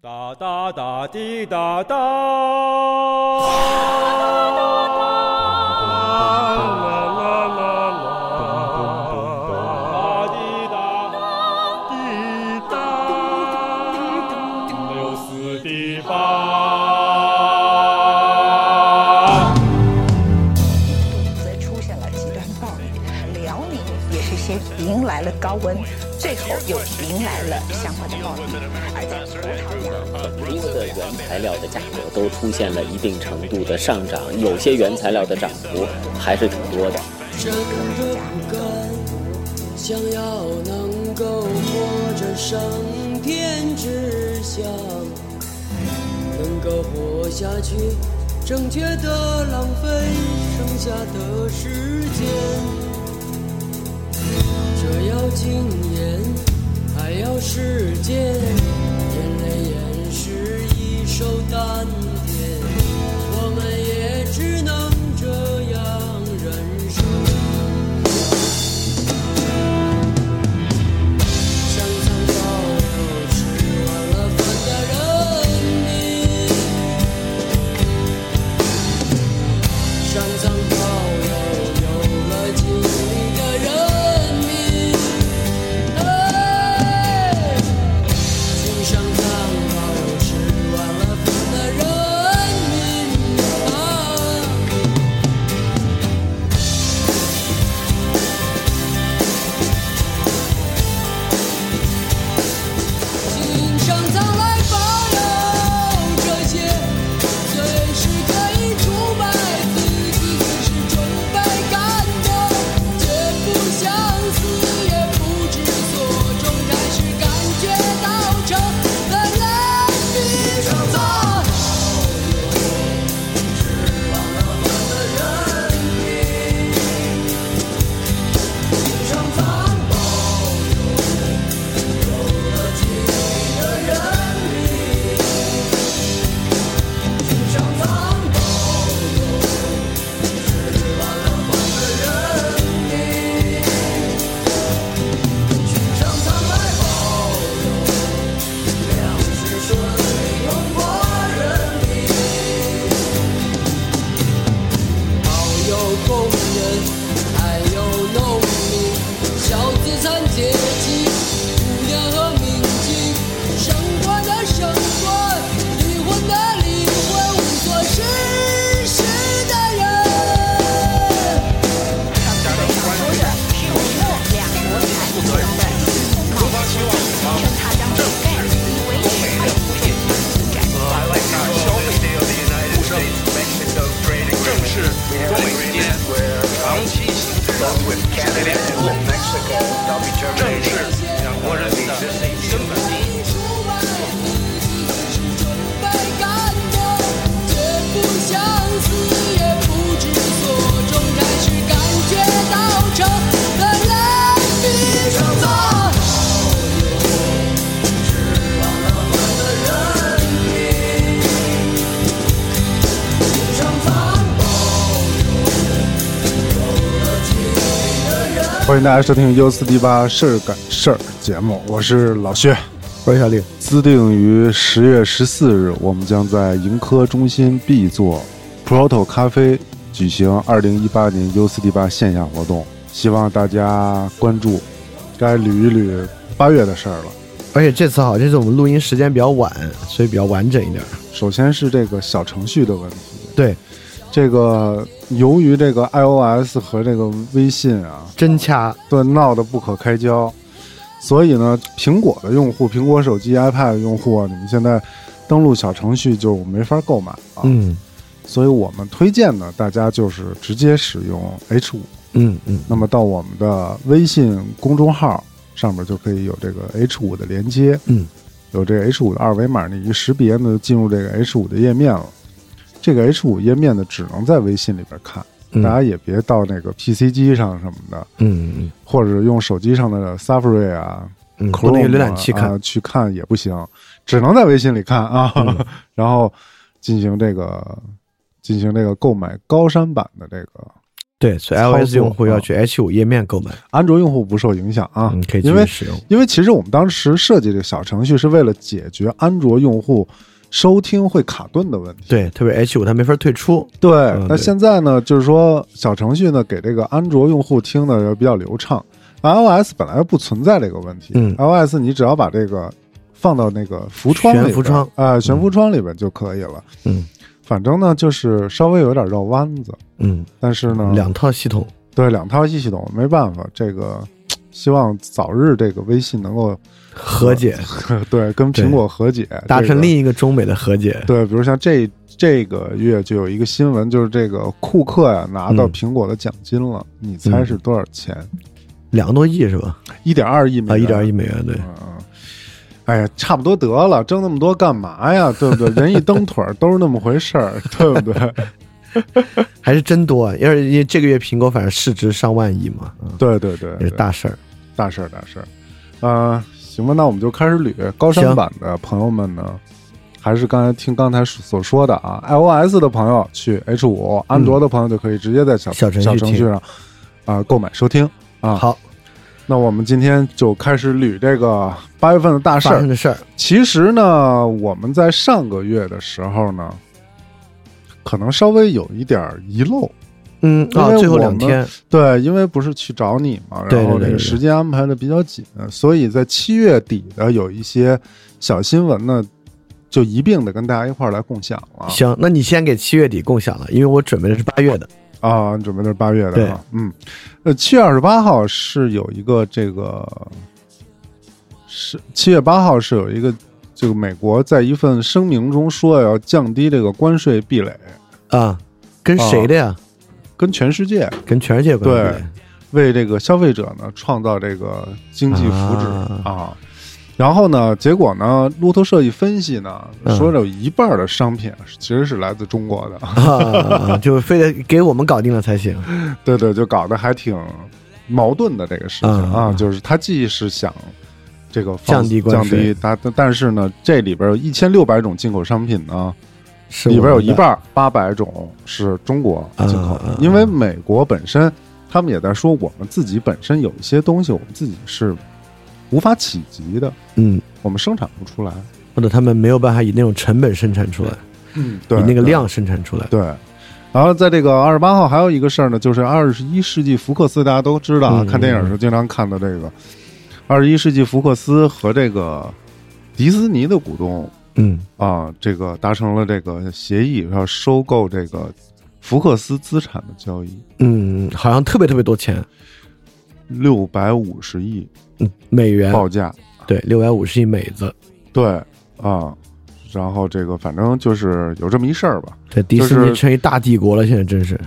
哒哒哒滴哒哒，啦啦啦啦啦，哒滴哒滴哒，六四滴八。则出现了极端暴力，辽宁也是先迎来了高温，最后又迎来了相关的暴力，而在葡萄牙。很多的原材料的价格都出现了一定程度的上涨，有些原材料的涨幅还是挺多的。这个热不甘，想要能够活着升天之想，能够活下去，正确的浪费剩下的时间。这要经验，还要时间，眼泪掩饰一手丹田，我们也只能这样忍受。上苍造物是忘了分的人民，上苍保佑有了精力的人民，哎，请上苍保佑是忘了分的人民啊。请上苍来保佑这些最是可以崇拜自己，最是崇拜感动，绝不相思，也不知所终，开始感觉到成的人比上苍。好有工人，还有农民，小资产阶级，姑娘和民警，升官的升官，离婚的离婚，无所事事的人。正是中美之间长期形成的撕裂冲突，正是两国人民的根本利益。崇拜自己，崇拜感动，绝不相思，也不知所终，开始感觉到成的人比上苍。欢迎大家收听 U 四 D 八事儿赶事儿节目，我是老薛，我是小李。自定于十月十四日，我们将在盈科中心 B 座 Proto 咖啡举行二零一八年 U 四 D 八线下活动，希望大家关注。该捋一捋八月的事儿了。而且这次好，这次我们录音时间比较晚，所以比较完整一点。首先是这个小程序的问题，对，这个由于这个 iOS 和这个微信啊，真掐，对，闹得不可开交。所以呢，苹果的用户、苹果手机、iPad 的用户啊，你们现在登录小程序就没法购买了。嗯所以我们推荐呢，大家就是直接使用 H 五。嗯嗯，那么到我们的微信公众号上面就可以有这个 H 五的连接，嗯，有这个 H 五的二维码，你一识别呢，进入这个 H 五的页面了。这个 H 五页面呢，只能在微信里边看，嗯大家也别到那个 PC 机上什么的，嗯嗯或者用手机上的 Safari 啊、嗯， c h 从 r 那个浏览器看啊、，去看也不行，只能在微信里看 啊，然后进行这个进行这个购买高山版的这个对，所以操作 iOS 用户要啊去 H 五页面购买，安卓用户不受影响啊嗯，可以继因为续使用。因为其实我们当时设计这个小程序是为了解决安卓用户收听会卡顿的问题。对，特别 H 五它没法退出，对，嗯那对现在呢，就是说小程序呢给这个安卓用户听的也比较流畅，iOS 本来就不存在这个问题、嗯 i o s 你只要把这个放到那个浮窗里边，悬浮窗哎、悬浮窗里边就可以了。嗯反正呢，就是稍微有点绕弯子，嗯，但是呢，两套系统，对两套系统没办法，这个希望早日这个微信能够呃和解，对跟苹果和解，达这成个另一个中美的和解。对，比如像这这个月就有一个新闻，就是这个库克呀、拿到嗯苹果的奖金了，你猜是多少钱？两个多亿是吧？一点二亿美啊，元。一点二亿。美元，对，嗯，哎呀，差不多得了，挣那么多干嘛呀？对不对？人一蹬腿儿都是那么回事儿，对不对？ 还是真多啊！因为因为这个月苹果反正市值上万亿嘛，嗯，对对对，也对是大事儿。大事儿大事儿。呃，行吧，那我们就开始捋高山行版的朋友们呢。还是刚才听刚才所说的啊，iOS 的朋友去 H 五，安卓的朋友就可以直接在小嗯小程序小程序听上啊、购买收听啊。好，那我们今天就开始捋这个八月份的大事发生儿。的事儿，其实呢，我们在上个月的时候呢，可能稍微有一点儿遗漏。嗯啊因为，最后我两们天，对，因为不是去找你嘛，对然后对对这个对时间安排的比较紧，所以在七月底的有一些小新闻呢，就一并的跟大家一块儿来共享了。行，那你先给七月底共享了，因为我准备的是八月的。啊，你准备的是八月的对啊，嗯，呃，七月二十八号是有一个这个，是七月八号是有一个这个美国在一份声明中说要降低这个关税壁垒，啊，跟谁的呀？跟全世界跟全世界有关系的。为这个消费者呢创造这个经济福祉啊啊然后呢，结果呢，路透社一分析呢，嗯说有一半儿的商品其实是来自中国的， 啊，就非得给我们搞定了才行。对对，就搞得还挺矛盾的这个事情嗯啊，嗯就是他既是想这个放降低关降低税它，但但是呢，这里边有一千六百种进口商品呢，是里边有一我们的半八百种是中国进口的嗯嗯，嗯因为美国本身他们也在说，我们自己本身有一些东西我们自己是无法企及的，嗯，我们生产不出来，或者他们没有办法以那种成本生产出来，嗯，对，以那个对量生产出来。对，然后在这个二十八号还有一个事儿呢，就是二十一世纪福克斯，大家都知道啊，嗯看电影的时候经常看到这个二十一世纪福克斯和这个迪斯尼的股东嗯啊，这个达成了这个协议，要收购这个福克斯资产的交易嗯，好像特别特别多钱，六百五十亿嗯，美元报价，对，六百五十亿美子。对啊，然后这个反正就是有这么一事儿吧。这迪士就是尼成一大帝国了，现在真是，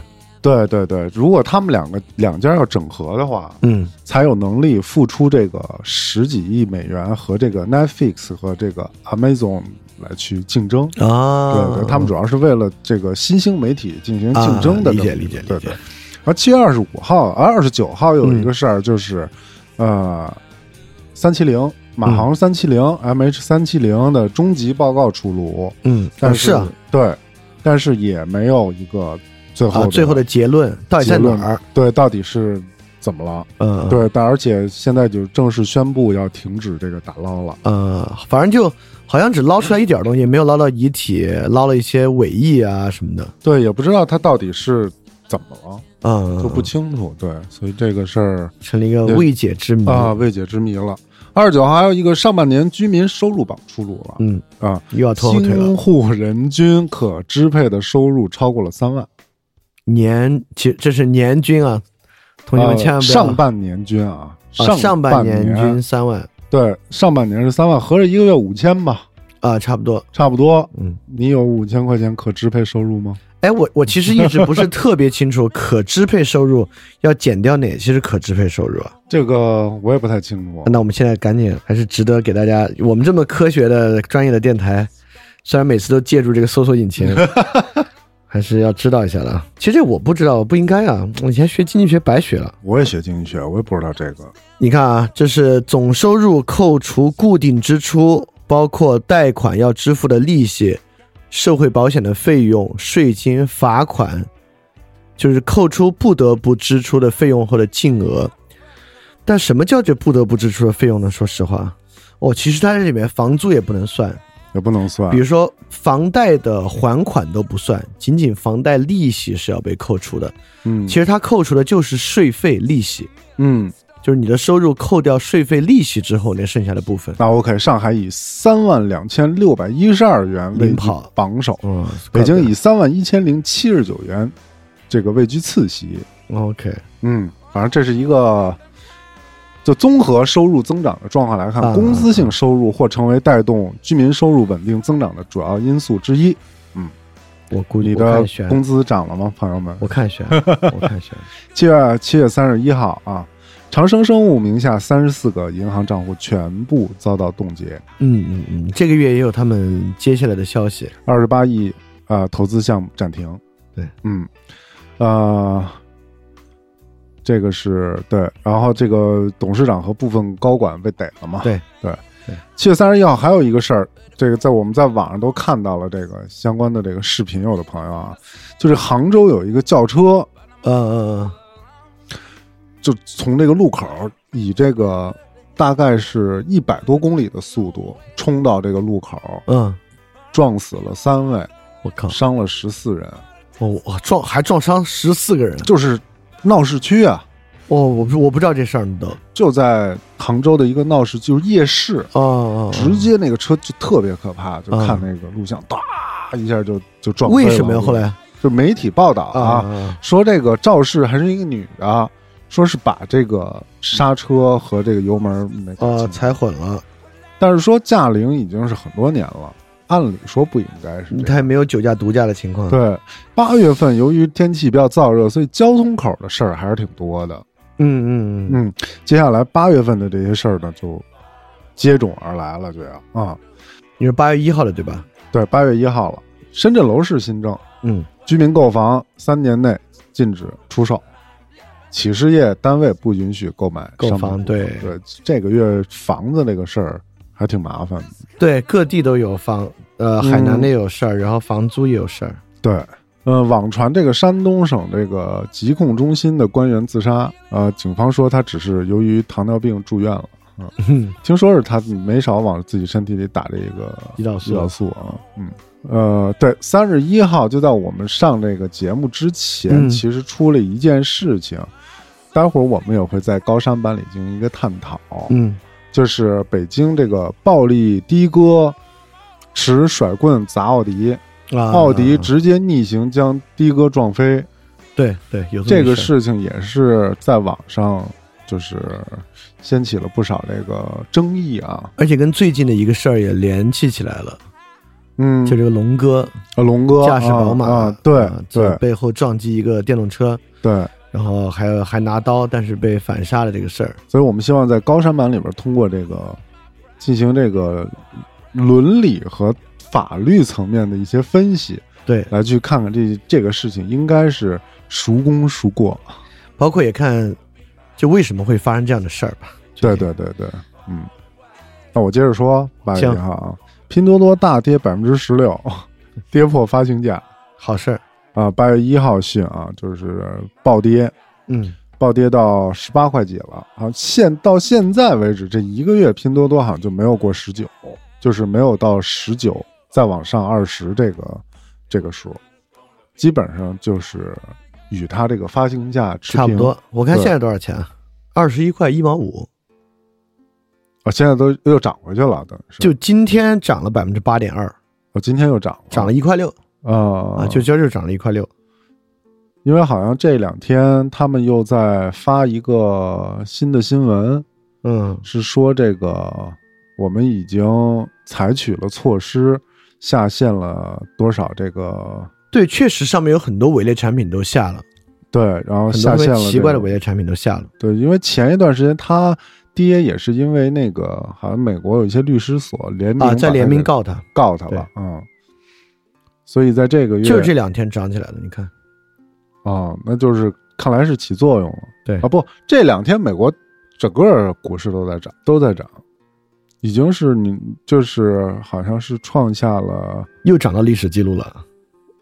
对对对，如果他们两个两家要整合的话，嗯，才有能力付出这个十几亿美元和这个 Netflix 和这个 Amazon 来去竞争。啊，对对，他们主要是为了这个新兴媒体进行竞争的这么啊理一个、解理解理对解对。而七月二十五号、而二十九号有嗯一个事儿，就是、呃，三七零马航嗯三七零 MH 三七零的终极报告出炉，嗯，但啊是,、是啊，对，但是也没有一个最后啊，的、最后的结论到底结在论哪儿？对到底是怎么了？嗯，对，但而且现在就正式宣布要停止这个打捞了。呃，反正就好像只捞出来一点东西，没有捞到遗体，捞了一些尾翼啊什么的。对，也不知道他到底是怎么了，嗯，就不清楚。对，所以这个事儿成了一个未解之谜啊，未解之谜了。二十九号还有一个上半年居民收入榜出炉了嗯，啊，又要拖后腿新了。户人均可支配的收入超过了三万。年，其实这是年均啊，同学们呃千万不要、上半年均啊，啊上半年均三万对上半年是三万，合着一个月五千吧，啊，差不多。差不多。嗯，你有五千块钱可支配收入吗？哎，我我其实一直不是特别清楚可支配收入要减掉哪些是可支配收入啊？这个我也不太清楚。那我们现在赶紧，还是值得给大家，我们这么科学的专业的电台，虽然每次都借助这个搜索引擎，还是要知道一下的啊。其实我不知道，我不应该啊，我以前学经济学白学了。我也学经济学，我也不知道这个。你看啊，这是总收入扣除固定支出，包括贷款要支付的利息、社会保险的费用、税金、罚款、就是扣除不得不支出的费用或者净额。但什么叫这不得不支出的费用呢？说实话，哦，其实它这里面房租也不能算，也不能算比。如说房贷的还款都不算，仅仅房贷利息是要被扣除的。嗯其实它扣除的就是税费、利息，嗯，就是你的收入扣掉税费、利息之后，那剩下的部分。那 OK，上海以三万两千六百一十二元位居领跑榜首，嗯，北京以三万一千零七十九元这个位居次席。 OK 嗯，反正这是一个就综合收入增长的状况来看，啊工资性收入或成为带动居民收入稳定增长的主要因素之一。我估计你我的看选，工资涨了吗，朋友们？我看选，我看选，七月七月三十一号啊，长生生物名下三十四个银行账户全部遭到冻结，嗯嗯嗯，这个月也有他们接下来的消息。二十八亿啊、呃投资项目暂停。对，嗯，呃，这个是对，然后这个董事长和部分高管被逮了嘛？对对对。七月三十一号还有一个事儿，这个在我们在网上都看到了这个相关的这个视频，有的朋友啊，就是杭州有一个轿车，呃呃，就从这个路口以这个大概是一百多公里的速度冲到这个路口，呃嗯，撞死了三位，我靠，伤了十四人，我我撞还撞伤十四个人，就是闹市区啊，哦，我不我不知道这事儿，你都，就在杭州的一个闹市，就是夜市，哦哦，哦直接那个车就特别可怕，就嗯看那个录像，哒一下就就撞飞了。为什么呀？后来就媒体报道啊啊，啊说这个肇事还是一个女的，啊说是把这个刹车和这个油门没搞啊清楚踩混了，但是说驾龄已经是很多年了，按理说不应该是这他样。也没有酒驾毒驾的情况。，对，八月份由于天气比较燥热，所以交通口的事儿还是挺多的。嗯嗯嗯，嗯，接下来八月份的这些事儿呢，就接踵而来了，就要啊、你是八月一号的对吧？对，八月一号了，深圳楼市新政，嗯，居民购房三年内禁止出售，企事业单位不允许购买购商品房部分对对，这个月房子这个事儿还挺麻烦的。对，各地都有房，呃，海南的有嗯事儿，然后房租也有事儿。对，呃，网传这个山东省这个疾控中心的官员自杀，呃，警方说他只是由于糖尿病住院了。嗯，听说是他没少往自己身体里打这个胰岛素胰岛素啊，嗯，呃，对，三十一号就在我们上这个节目之前，嗯其实出了一件事情，待会儿我们也会在高山版里进行一个探讨，嗯，就是北京这个暴力的哥持甩棍砸奥迪，啊，奥迪直接逆行将的哥撞飞，对对有这么个一事事情也是在网上就是掀起了不少这个争议啊。儿，而且跟最近的一个事儿也联系起来了，嗯，就这个龙哥呃龙哥驾驶宝马，啊啊对啊在对背后撞击一个电动车，对，然后还有还拿刀，但是被反杀了这个事儿。所以我们希望在高山版里边通过这个进行这个伦理和法律层面的一些分析，对，来去看看这这个事情应该是孰功孰过。包括也看，就为什么会发生这样的事儿吧。就对这对样，对对，嗯，那我接着说八月一行号啊，拼多多大跌百分之十六， 跌破发行价好事儿。啊。八月一号讯啊，就是暴跌，嗯，暴跌到十八块几了。好，现到现在为止，这一个月拼多多好像就没有过十九，就是没有到十九，再往上二十这个这个数，基本上就是与它这个发行价持差不平多。我看对现在多少钱啊？二十一块一毛五，啊，现在都又涨回去了，等于是就今天涨了百分之八点二，我今天又涨了，涨了一块六啊啊，就今儿就涨了一块六。因为好像这两天他们又在发一个新的新闻，嗯是说这个我们已经采取了措施，下线了多少这个，对，确实上面有很多伪劣产品都下了，对，然后很多哦下特线别了这个奇怪的伪劣产品都下了。对，因为前一段时间它跌也是因为那个好像美国有一些律师所联名啊，把在它联名给告他，告他了，嗯，所以在这个月就是这两天涨起来的。你看，啊、那就是看来是起作用了。对啊，不，这两天美国整个股市都在涨，都在涨，已经是你就是好像是创下了又涨到历史记录了。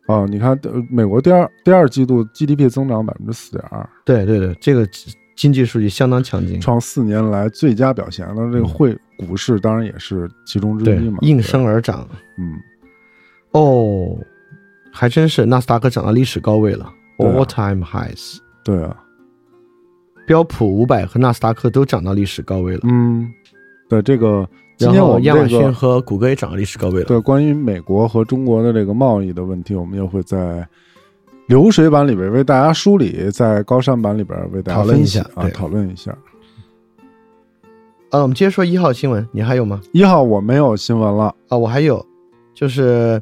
啊，你看，呃美国第二第二季度 GDP 增长百分之四点二，对对对，这个经济数据相当强劲，创四年来最佳表现。那这个汇股市当然也是其中之嗯对一嘛，，应声而涨。嗯，哦，还真是，纳斯达克涨到历史高位了对啊，all time highs。对啊，标普五百和纳斯达克都涨到历史高位了，嗯，对这个，今然天我后们亚马这逊个和谷歌也涨到历史高位了。对关于美国和中国的这个贸易的问题，我们又会在流水版里边为大家梳理，在高山版里边为大家讨论一分析下啊，对讨论一下。啊，我们接着说一号新闻，你还有吗？一号我没有新闻了，啊，我还有，就是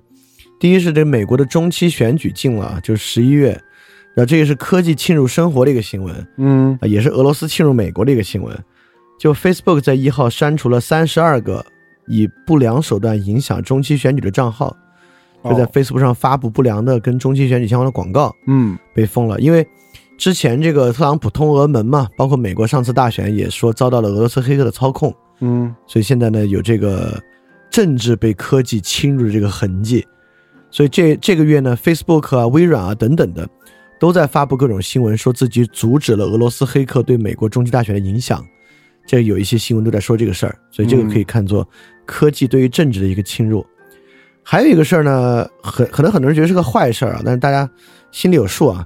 第一是这美国的中期选举近了啊，就是十一月，然后这个是科技侵入生活的一个新闻嗯啊，也是俄罗斯侵入美国的一个新闻。就 Facebook 在一号删除了三十二个以不良手段影响中期选举的账号，就在哦 Facebook 上发布不良的跟中期选举相关的广告。嗯被封了，因为之前这个特朗普通俄门嘛，包括美国上次大选也说遭到了俄罗斯黑客的操控，嗯，所以现在呢有这个政治被科技侵入的这个痕迹，所以这这个月呢，Facebook 啊、微软啊等等的都在发布各种新闻，说自己阻止了俄罗斯黑客对美国中期大选的影响。这有一些新闻都在说这个事儿，所以这个可以看作科技对于政治的一个侵入。还有一个事儿呢，很可能很多人觉得是个坏事儿啊，但是大家心里有数啊。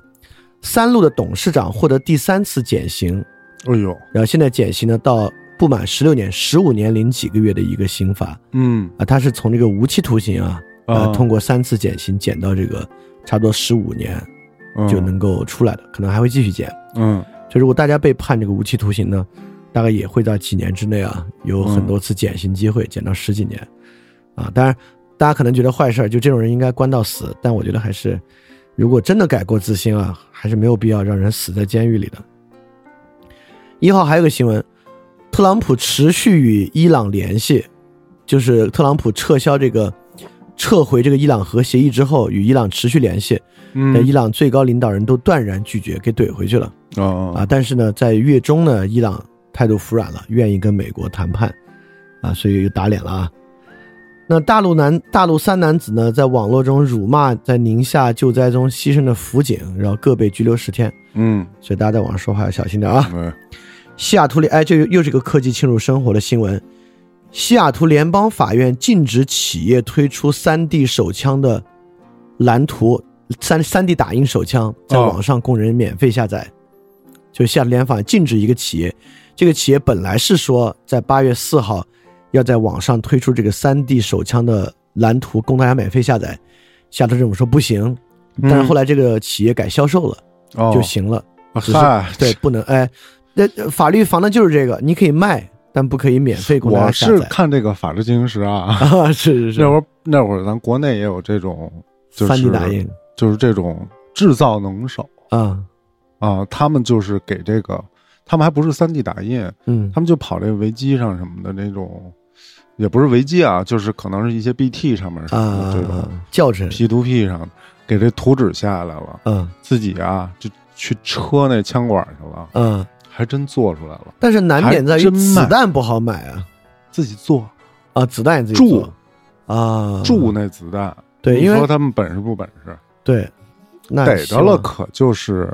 三鹿的董事长获得第三次减刑，哎呦，然后现在减刑呢到不满十六年、十五年零几个月的一个刑罚嗯啊，他是从这个无期徒刑啊，啊呃，通过三次减刑减到这个差不多十五年就能够出来的，可能还会继续减。嗯就如果大家被判这个无期徒刑呢，大概也会在几年之内啊，有很多次减刑机会，减到十几年，啊，当然大家可能觉得坏事儿，就这种人应该关到死，但我觉得还是，如果真的改过自新啊，还是没有必要让人死在监狱里的。一号还有个新闻，特朗普持续与伊朗联系，就是特朗普撤销这个撤回这个伊朗核协议之后，与伊朗持续联系，但伊嗯朗最高领导人都断然拒绝，给怼回去了。啊啊，但是呢，在月中呢，伊朗态度服软了，愿意跟美国谈判，啊，所以又打脸了啊。那大陆男大陆三男子呢，在网络中辱骂在宁夏救灾中牺牲的辅警，然后各被拘留十天，嗯，所以大家在网上说话要小心点啊。对，西雅图联哎，这又又是一个科技侵入生活的新闻。西雅图联邦法院禁止企业推出三 D 手枪的蓝图，三三 D 打印手枪在哦网上供人免费下载。就西雅图联法禁止一个企业，这个企业本来是说在八月四号要在网上推出这个三 D 手枪的蓝图供大家免费下载，西雅图政府说不行，但是后来这个企业改销售了、哦就行了。只是嗨，啊对，不能哎，那呃法律防的就是这个，你可以卖，但不可以免费供大我家下是载。看这个《法制进行时》啊， 啊，是是那是，会儿那会儿咱国内也有这种，就三 D 是打印就是这种制造能手啊，啊，他们就是给这个，他们还不是三 D 打印，嗯他们就跑这个维基上什么的那种，也不是维基啊，就是可能是一些 BT 上面什么啊的这种，教程， P to P 上给这图纸下来了，嗯自己啊就去车那枪管去了，嗯，还真做出来了，但是难点在还于真卖子弹不好买啊自己做啊，子弹也自己铸做啊铸那子弹。对，你因说为他们本事不本事？对那逮希着了望可就是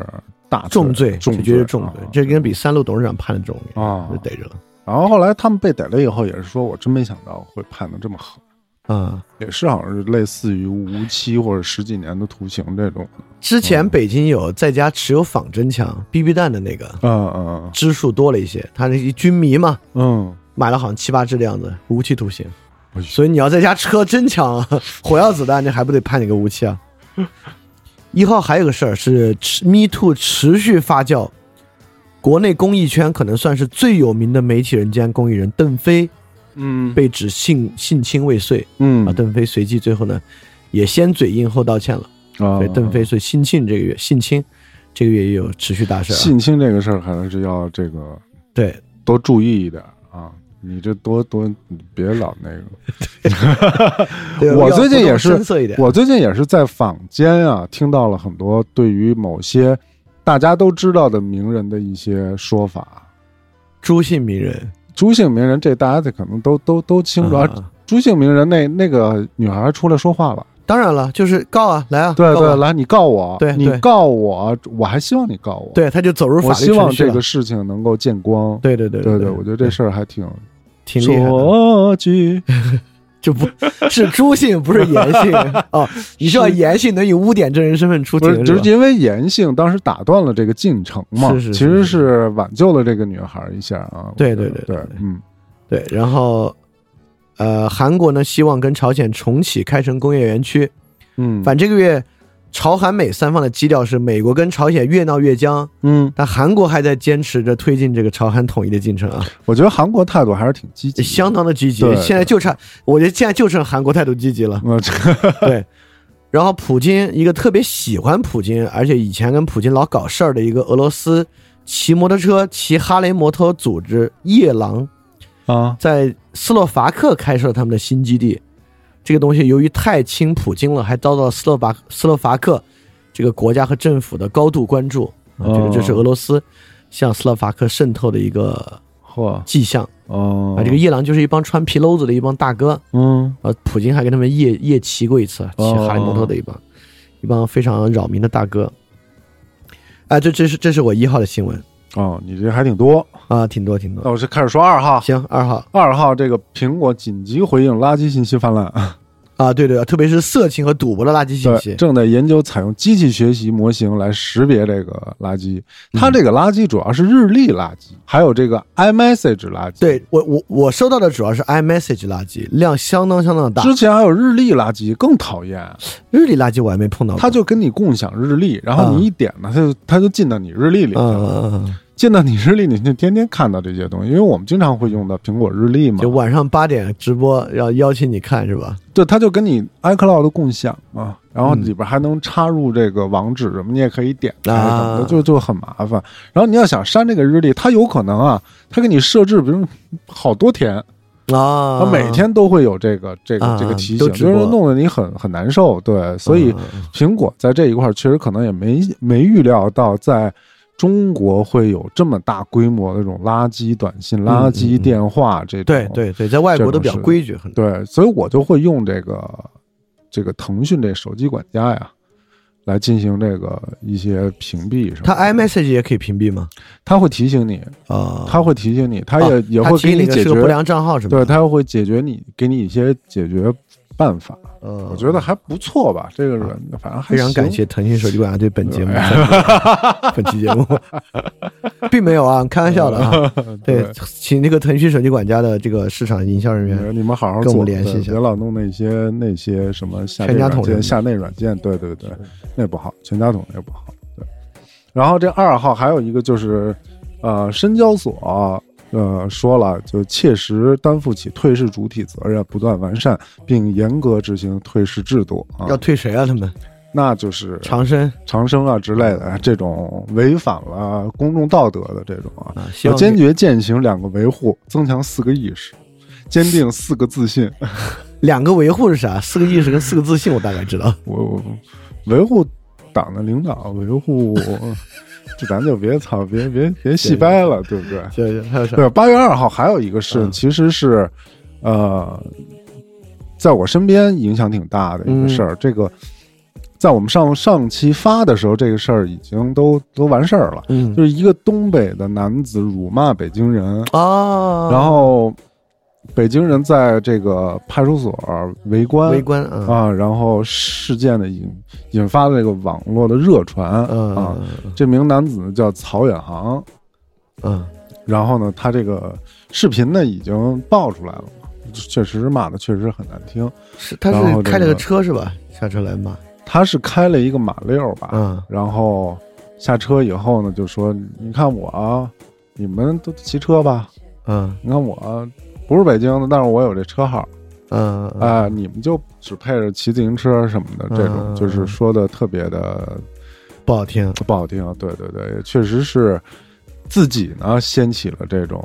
大重罪，重这绝对罪重罪啊，这跟比三鹿董事长判的重啊就逮着了然后后来他们被逮了以后，也是说我真没想到会判的这么狠，啊。也是好像是类似于无期或者十几年的徒刑这种。之前北京有在家持有仿真枪、BB 弹的那个嗯支数多了一些，他那一军迷嘛，嗯嗯，买了好像七八支的样子，无期徒刑哎呦。所以你要在家车真枪啊， 火药子弹，这还不得判你个无期啊？一号还有个事儿是持 Me Too 持续发酵，国内公益圈可能算是最有名的媒体人兼公益人邓飞嗯被指性性侵未遂嗯啊，邓飞随即最后呢也先嘴硬后道歉了，啊所以邓飞所以性侵这个月性侵这个月也有持续大事儿啊，性侵这个事儿还是要这个对，多注意一点啊。你这多多，你别老那个。 对我要最近活动也是深色一点，我最近也是在坊间啊，听到了很多对于某些大家都知道的名人的一些说法。朱姓名人朱姓名人，这大家这可能都都都清楚啊。啊 朱姓名人那那个女孩出来说话了，当然了，就是告啊，来啊，对告吧对，来你告我，对你对告我，我还希望你告我，，对，他就走入我法律希望程序这了个。事情能够见光。对对对对对，我觉得这事儿还挺挺厉害的，说句，就不 是朱姓，不是严 姓哦。你知道严姓能以污点证人身份出不庭是，吧，就是因为严姓当时打断了这个进程嘛，是是是其实是挽救了这个女孩一下啊。对我觉得对对对嗯，对，然后呃，韩国呢希望跟朝鲜重启开城工业园区。嗯，反正这个月，朝韩美三方的基调是美国跟朝鲜越闹越僵，嗯，但韩国还在坚持着推进这个朝韩统一的进程啊，我觉得韩国态度还是挺积极的，相当的积极对。现在就差，我觉得现在就剩韩国态度积 。极了呃，这个对。然后，普京一个特别喜欢普京，而且以前跟普京老搞事儿的一个俄罗斯骑摩托车、骑哈雷摩托组织夜狼，啊，在斯洛伐克开设他们的新基地。这个东西由于太亲普京了，还遭到斯洛伐斯洛伐克这个国家和政府的高度关注。哦啊这个这是俄罗斯向斯洛伐克渗透的一个 嚯，迹象哦，啊。这个夜郎就是一帮穿皮褛子的一帮大哥嗯，啊，普京还跟他们夜夜骑过一次，骑哦哈利摩托的一帮一帮非常扰民的大哥。哎，这这是这是我一号的新闻哦，你这还挺多，啊，挺多挺那多。我就开始说二号。行，二号二号，这个苹果紧急回应垃圾信息泛滥，啊，对对，特别是色情和赌博的垃圾信 对，息，正在研究采用机器学习模型来识别这个垃圾。嗯它这个垃圾主要是日历垃圾，还有这个 iMessage 垃圾。对我我我收到的主要是 iMessage 垃圾，量相当相当的大。之前还有日历垃圾更讨厌，日历垃圾我还没碰到过。它就跟你共享日历，然后你一点呢，它就它就进到你日历里去嗯嗯了。嗯嗯，进到你日历，你就天天看到这些东西，因为我们经常会用到苹果日历嘛就，晚上八点直播，要邀请你看是吧？对，它就跟你 iCloud 共享嘛，然后嗯里边还能插入这个网址什么，你也可以点开啊什么的，就就很麻烦。然后你要想删这个日历，它有可能啊，它给你设置，比如好多天，啊它，每天都会有这个这个啊这个提都醒，直就播是弄得你很很难受。对，所以啊苹果在这一块儿确实可能也没没预料到在。中国会有这么大规模的这种垃圾短信、垃圾电话这种，对对对，在外国都比哦这较种是规矩很多。对，所以我就会用这个这个腾讯这手机管家呀，来进行这个一些屏蔽什么的。它 iMessage 也可以屏蔽吗？它会提醒你，啊，它会提醒你，它啊也、也会提给醒你个解是个不决，良账号什么对，的。它会解决你给你一些解决办法。嗯啊我觉得还不错吧，这个软件反正还非常感行。谢腾讯手机管家对 本节目的赞助本期节目，并没有啊，开玩笑 的啊。对，请那个腾讯手机管家的这个市场营销人员哎你们好好跟我做，们联系对一下别老弄那些那些什么下全内家软桶什么件、的下内软件，对对对，那不好，全家桶那不好。对，然后这二号还有一个就是，呃，深交所呃说了，就切实担负起退市主体责任，不断完善并严格执行退市制度啊要，退谁啊？他们那就是长生长生啊之类的这种违反了公众道德的这种啊，啊，希要望坚决践行两个维护，增强四个意识，坚定四个自信。 两个维护是啥？四个意识跟四个自信，我大概知道。我我维护党的领导，维护这咱就别操，别别别戏掰了，对不 对？对对，还有啥？对，八月二号还有一个事，嗯其实是呃，在我身边影响挺大的一个嗯事儿。这个在我们上上期发的时候，这个事儿已经都都完事儿了，嗯就是一个东北的男子辱骂北京人，啊，然后北京人在这个派出所围观围观啊啊，然后事件的引引发了这个网络的热传、嗯啊。这名男子呢叫曹远航，嗯然后呢，他这个视频呢已经爆出来了嘛，确实骂的确实很难听。是他然是后这开了个个车是吧？下车来骂他是开了一个马六吧，嗯然后下车以后呢，就说：“你看我啊，你们都骑车吧？嗯你看我啊不是北京的，但是我有这车号。”嗯啊啊、你们就只配着骑自行车什么的，这种、嗯就是说的特别的不好听，不好听。对对对，也确实是自己呢掀起了这种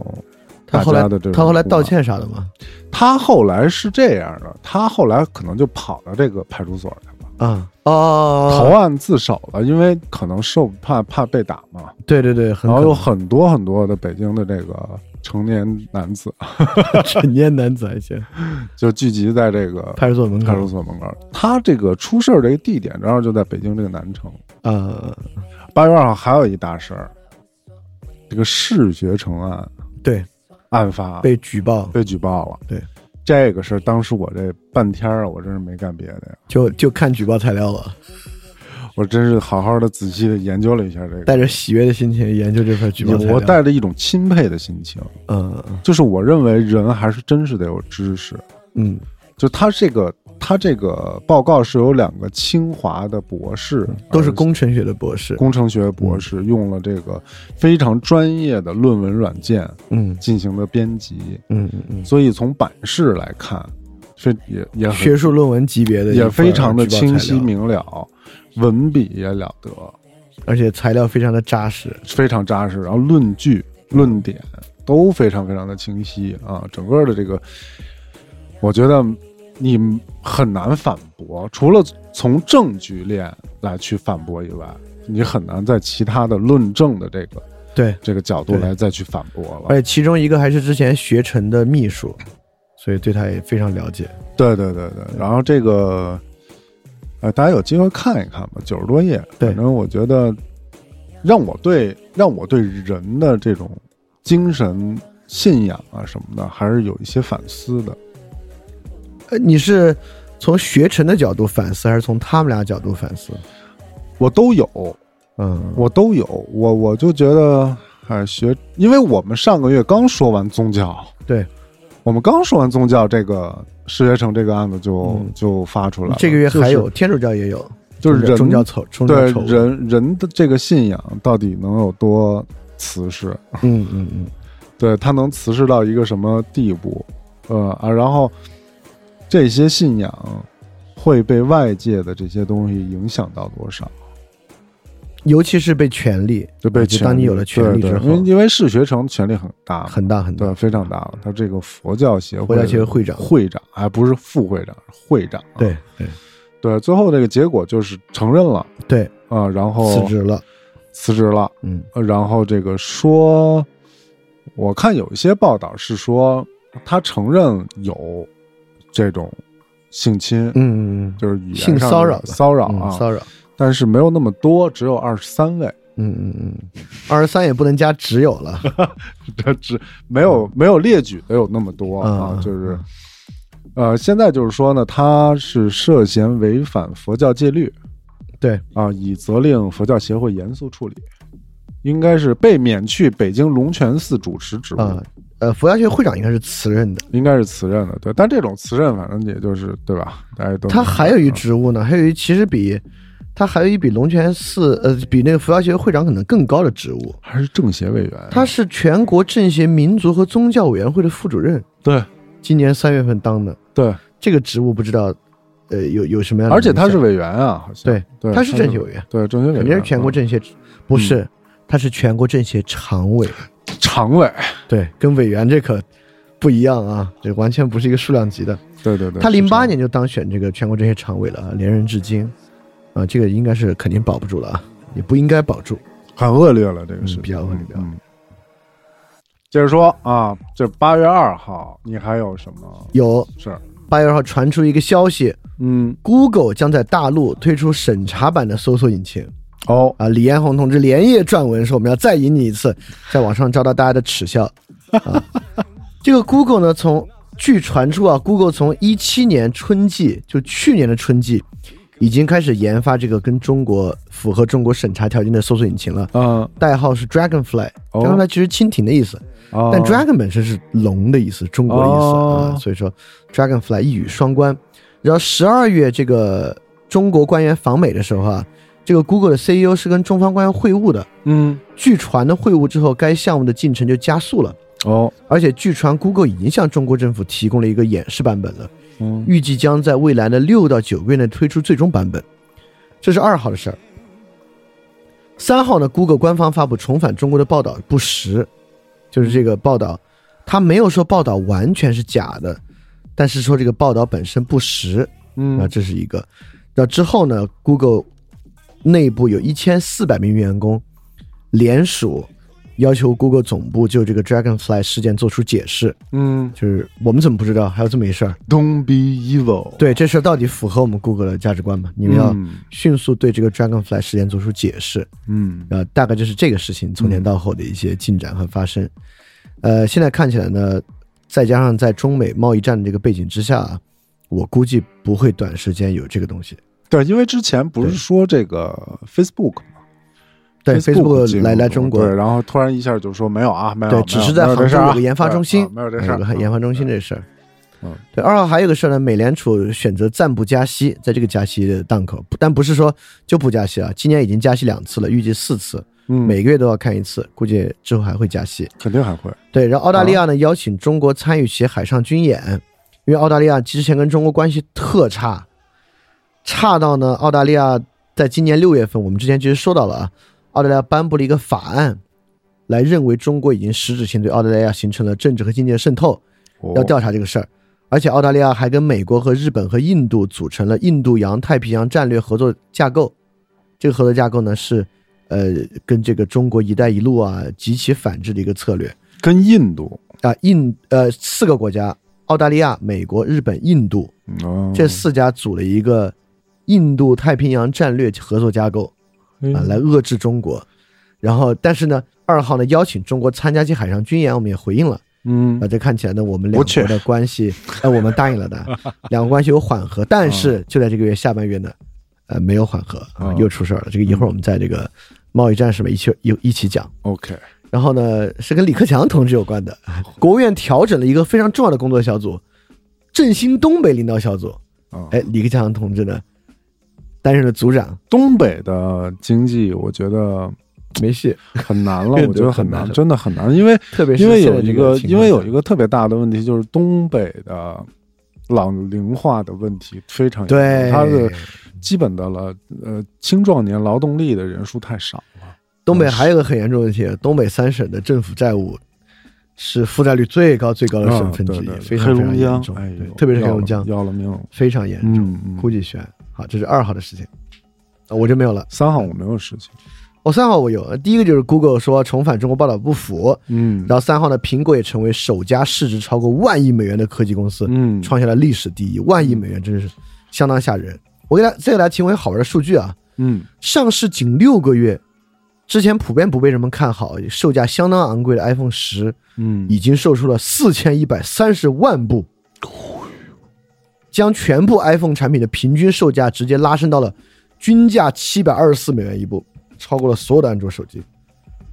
他大后来家的这种。他后来道，歉啥的吗？他后来是这样的，他后来可能就跑到这个派出所去了，啊哦，投案自首了，因为可能受怕怕被打嘛。对对对，很然后可有很多很多的北京的这个成年男子，啊成年男子还行，就聚集在这个派出所门派出口，所门口。他这个出事儿这个地点，然后就在北京这个南城。呃，八月二号还有一大事儿，这个视觉城案对，案发被举报，被举报了。对，这个事儿当时我这半天儿啊，我真是没干别的呀，就就看举报材料了，我真是好好的仔细的研究了一下这个。带着喜悦的心情研究这份举报材料。我带着一种钦佩的心情，嗯就是我认为人还是真是得有知识。嗯就他这个，他这个报告是有两个清华的博士，都是而工程学的博士，工程学博士用了这个非常专业的论文软件嗯进行的编辑，嗯嗯嗯，所以从版式来看，这也也很学术论文级别的一也份非常的举报材清晰料，明了，文笔也了得，而且材料非常的扎实，非常扎实，然后论据、论点都非常非常的清晰啊，整个的这个，我觉得你很难反驳，除了从证据链来去反驳以外，你很难在其他的论证的这个对，这个角度对来再去反驳了。而且其中一个还是之前学成的秘书，所以对他也非常了解。对对对对，然后这个，呃，大家有机会看一看吧，九十多页，对反正我觉得让我对让我对人的这种精神信仰啊什么的，还是有一些反思的。呃，你是从学成的角度反思，还是从他们俩角度反思？我都有，嗯，我都有，我我就觉得，哎，学，因为我们上个月刚说完宗教，对，我们刚说完宗教这个石学城这个案子就、嗯就发出来了，这个月就是还有、天主教也有，就是人宗教丑，宗教对丑闻，人人的这个信仰到底能有多慈氏？嗯嗯嗯，对他能慈氏到一个什么地步？呃啊，然后这些信仰会被外界的这些东西影响到多少？尤其是被权力，就被哦就权当你力有了权力对对之后，因为因为世学城权力很大嘛，很大很大对，，非常大了。他这个佛教协会佛教协会会长会长还不是副会长，是会长。啊对对对，最后这个结果就是承认了对，哦啊、然后辞职了，辞职了。嗯呃然后这个说，我看有一些报道是说他承认有这种性侵，嗯嗯，就是语言性上骚的扰吧骚扰嗯啊，骚扰，但是没有那么多，只有二十三位，嗯嗯嗯，二十三也不能加只有了，这只没有没有列举的有那么多啊嗯，就是。呃，现在就是说呢，他是涉嫌违反佛教戒律对，啊，已责令佛教协会严肃处理，应该是被免去北京龙泉寺主持职务。啊、呃，佛教学会长应该是辞任的。应该是辞任的，对。但这种辞任，反正也就是对吧？大家都他还有一支，职务呢，还有一其实比他还有一比龙泉寺呃比那个佛教协会会长可能更高的职务，还是政协委员，他是全国政协民族和宗教委员会的副主任，对今年三月份当的对，这个职务，不知道呃有有什么样的而影响，且他是委员啊，好像对对，他是政协委员，对政协委员肯定是全国嗯政协，不是他是全国政协常委，常委，对，跟委员这可不一样啊，这完全不是一个数量级的。对对对，他是零常八委年就当选这个全国政协常委了啊，连任至今，啊、这个应该是肯定保不住了啊，也不应该保住。很恶劣了，这个嗯是比较恶劣比较恶劣接着说啊，这八月二号，你还有什么有事儿？八月二号传出一个消息嗯， ，Google 将在大陆推出审查版的搜索引擎哦，啊。李彦宏同志连夜撰文说，我们要再赢你一次，在网上遭到大家的耻笑。啊、这个 Google 呢，从据传出啊，Google 从一七年春季，就去年的春季，已经开始研发这个跟中国符合中国审查条件的搜索引擎了。嗯，代号是 Dragonfly，Dragonfly、哦 Dragonfly 其实蜻蜓的意思，哦但 Dragon 本身是龙的意思，中国的意思、哦啊，所以说 Dragonfly 一语双关。然后十二月这个中国官员访美的时候啊，这个 Google 的 CEO 是跟中方官员会晤的。嗯，据传的会晤之后，该项目的进程就加速了，哦，而且据传 Google 已经向中国政府提供了一个演示版本了，嗯，预计将在未来的六到九个月内推出最终版本。这是二号的事儿。三号呢，Google 官方发布重返中国的报道不实，就是这个报道，他没有说报道完全是假的，但是说这个报道本身不实，啊，嗯，这是一个。那之后呢，Google 内部有一千四百名员工联署要求 Google 总部就这个 Dragonfly 事件做出解释，嗯就是我们怎么不知道还有这么一事儿？ ，Don't be evil，，对，这事儿到底符合我们 Google 的价值观吗？你们要嗯迅速对这个 Dragonfly 事件做出解释。嗯呃，大概就是这个事情从前到后的一些进展和发生。呃，现在看起来呢，再加上在中美贸易战的这个背景之下啊，我估计不会短时间有这个东西。对，因为之前不是对说这个 Facebook 吗对进，Facebook 入来来中国，对，然后突然一下就说没有啊，没有，对没，只是在没有杭这事州儿啊有个研发对中心啊， 没有这哎事有儿个啊，研发中心这事儿。嗯，对。二号还有一个事儿呢，美联储选择暂不加息，在这个加息的档口，不但不是说就不加息啊，今年已经加息两次了，预计四次，嗯每个月都要看一次，估计之后还会加息。肯定还会，对，然后澳大利亚呢、邀请中国参与其海上军演，因为澳大利亚之前跟中国关系特差，差到呢，澳大利亚在今年六月份，我们之前其实说到了啊，澳大利亚颁布了一个法案，来认为中国已经实质性对澳大利亚形成了政治和经济的渗透，哦要调查这个事儿。而且澳大利亚还跟美国和日本和印度组成了印度洋太平洋战略合作架构，这个合作架构呢是，呃，跟这个中国“一带一路”啊极其反制的一个策略。跟印度，啊、印呃四个国家，澳大利亚、美国、日本、印度哦这四家组了一个印度太平洋战略合作架构啊、来遏制中国。然后，但是呢，二号呢邀请中国参加其海上军演，我们也回应了。嗯啊，这看起来呢，我们两不去国的关系，呃，我们答应了的，两国关系有缓和，但是就在这个月下半月呢，呃，没有缓和啊哦，又出事儿了。这个一会儿我们在这个贸易战上面一起一一起讲。 ，OK，然后呢，是跟李克强同志有关 的。国务院调整了一个非常重要的工作小组——振兴东北领导小组。啊，哎，李克强同志呢，担任了组长。东北的经济我觉得没戏，很难 了，变我得觉得很很难难，了真的很难，因为特别是因为现有在一这个因情况为下有一个特别大的问题就是东北的老龄化的问题非常严重对它的基本的了呃青壮年劳动力的人数太少了，东北还有一个很严重的问题，东北三省的政府债务是负债率最高最高的呃省份之啊嗯对一，对非对常黑非常龙江严重，，哎对呦，特别是黑要了龙江，要了命了。非常严重，嗯嗯估计悬。好，这是二号的事情，啊，我就没有了。三号我没有事情，我、三号我有，呃第一个就是 Google 说重返中国报道不符，嗯然后三号呢，苹果也成为首家市值超过万亿美元的科技公司，嗯，创下了历史第一，万亿美元真是相当吓人。我给大家再给大家提供一个好玩的数据啊，嗯上市仅六个月，之前普遍不被人们看好，售价相当昂贵的 iPhone 十嗯已经售出了四千一百三十万部，将全部 iPhone 产品的平均售价直接拉升到了均价七百二十四美元一部，超过了所有的安卓手机。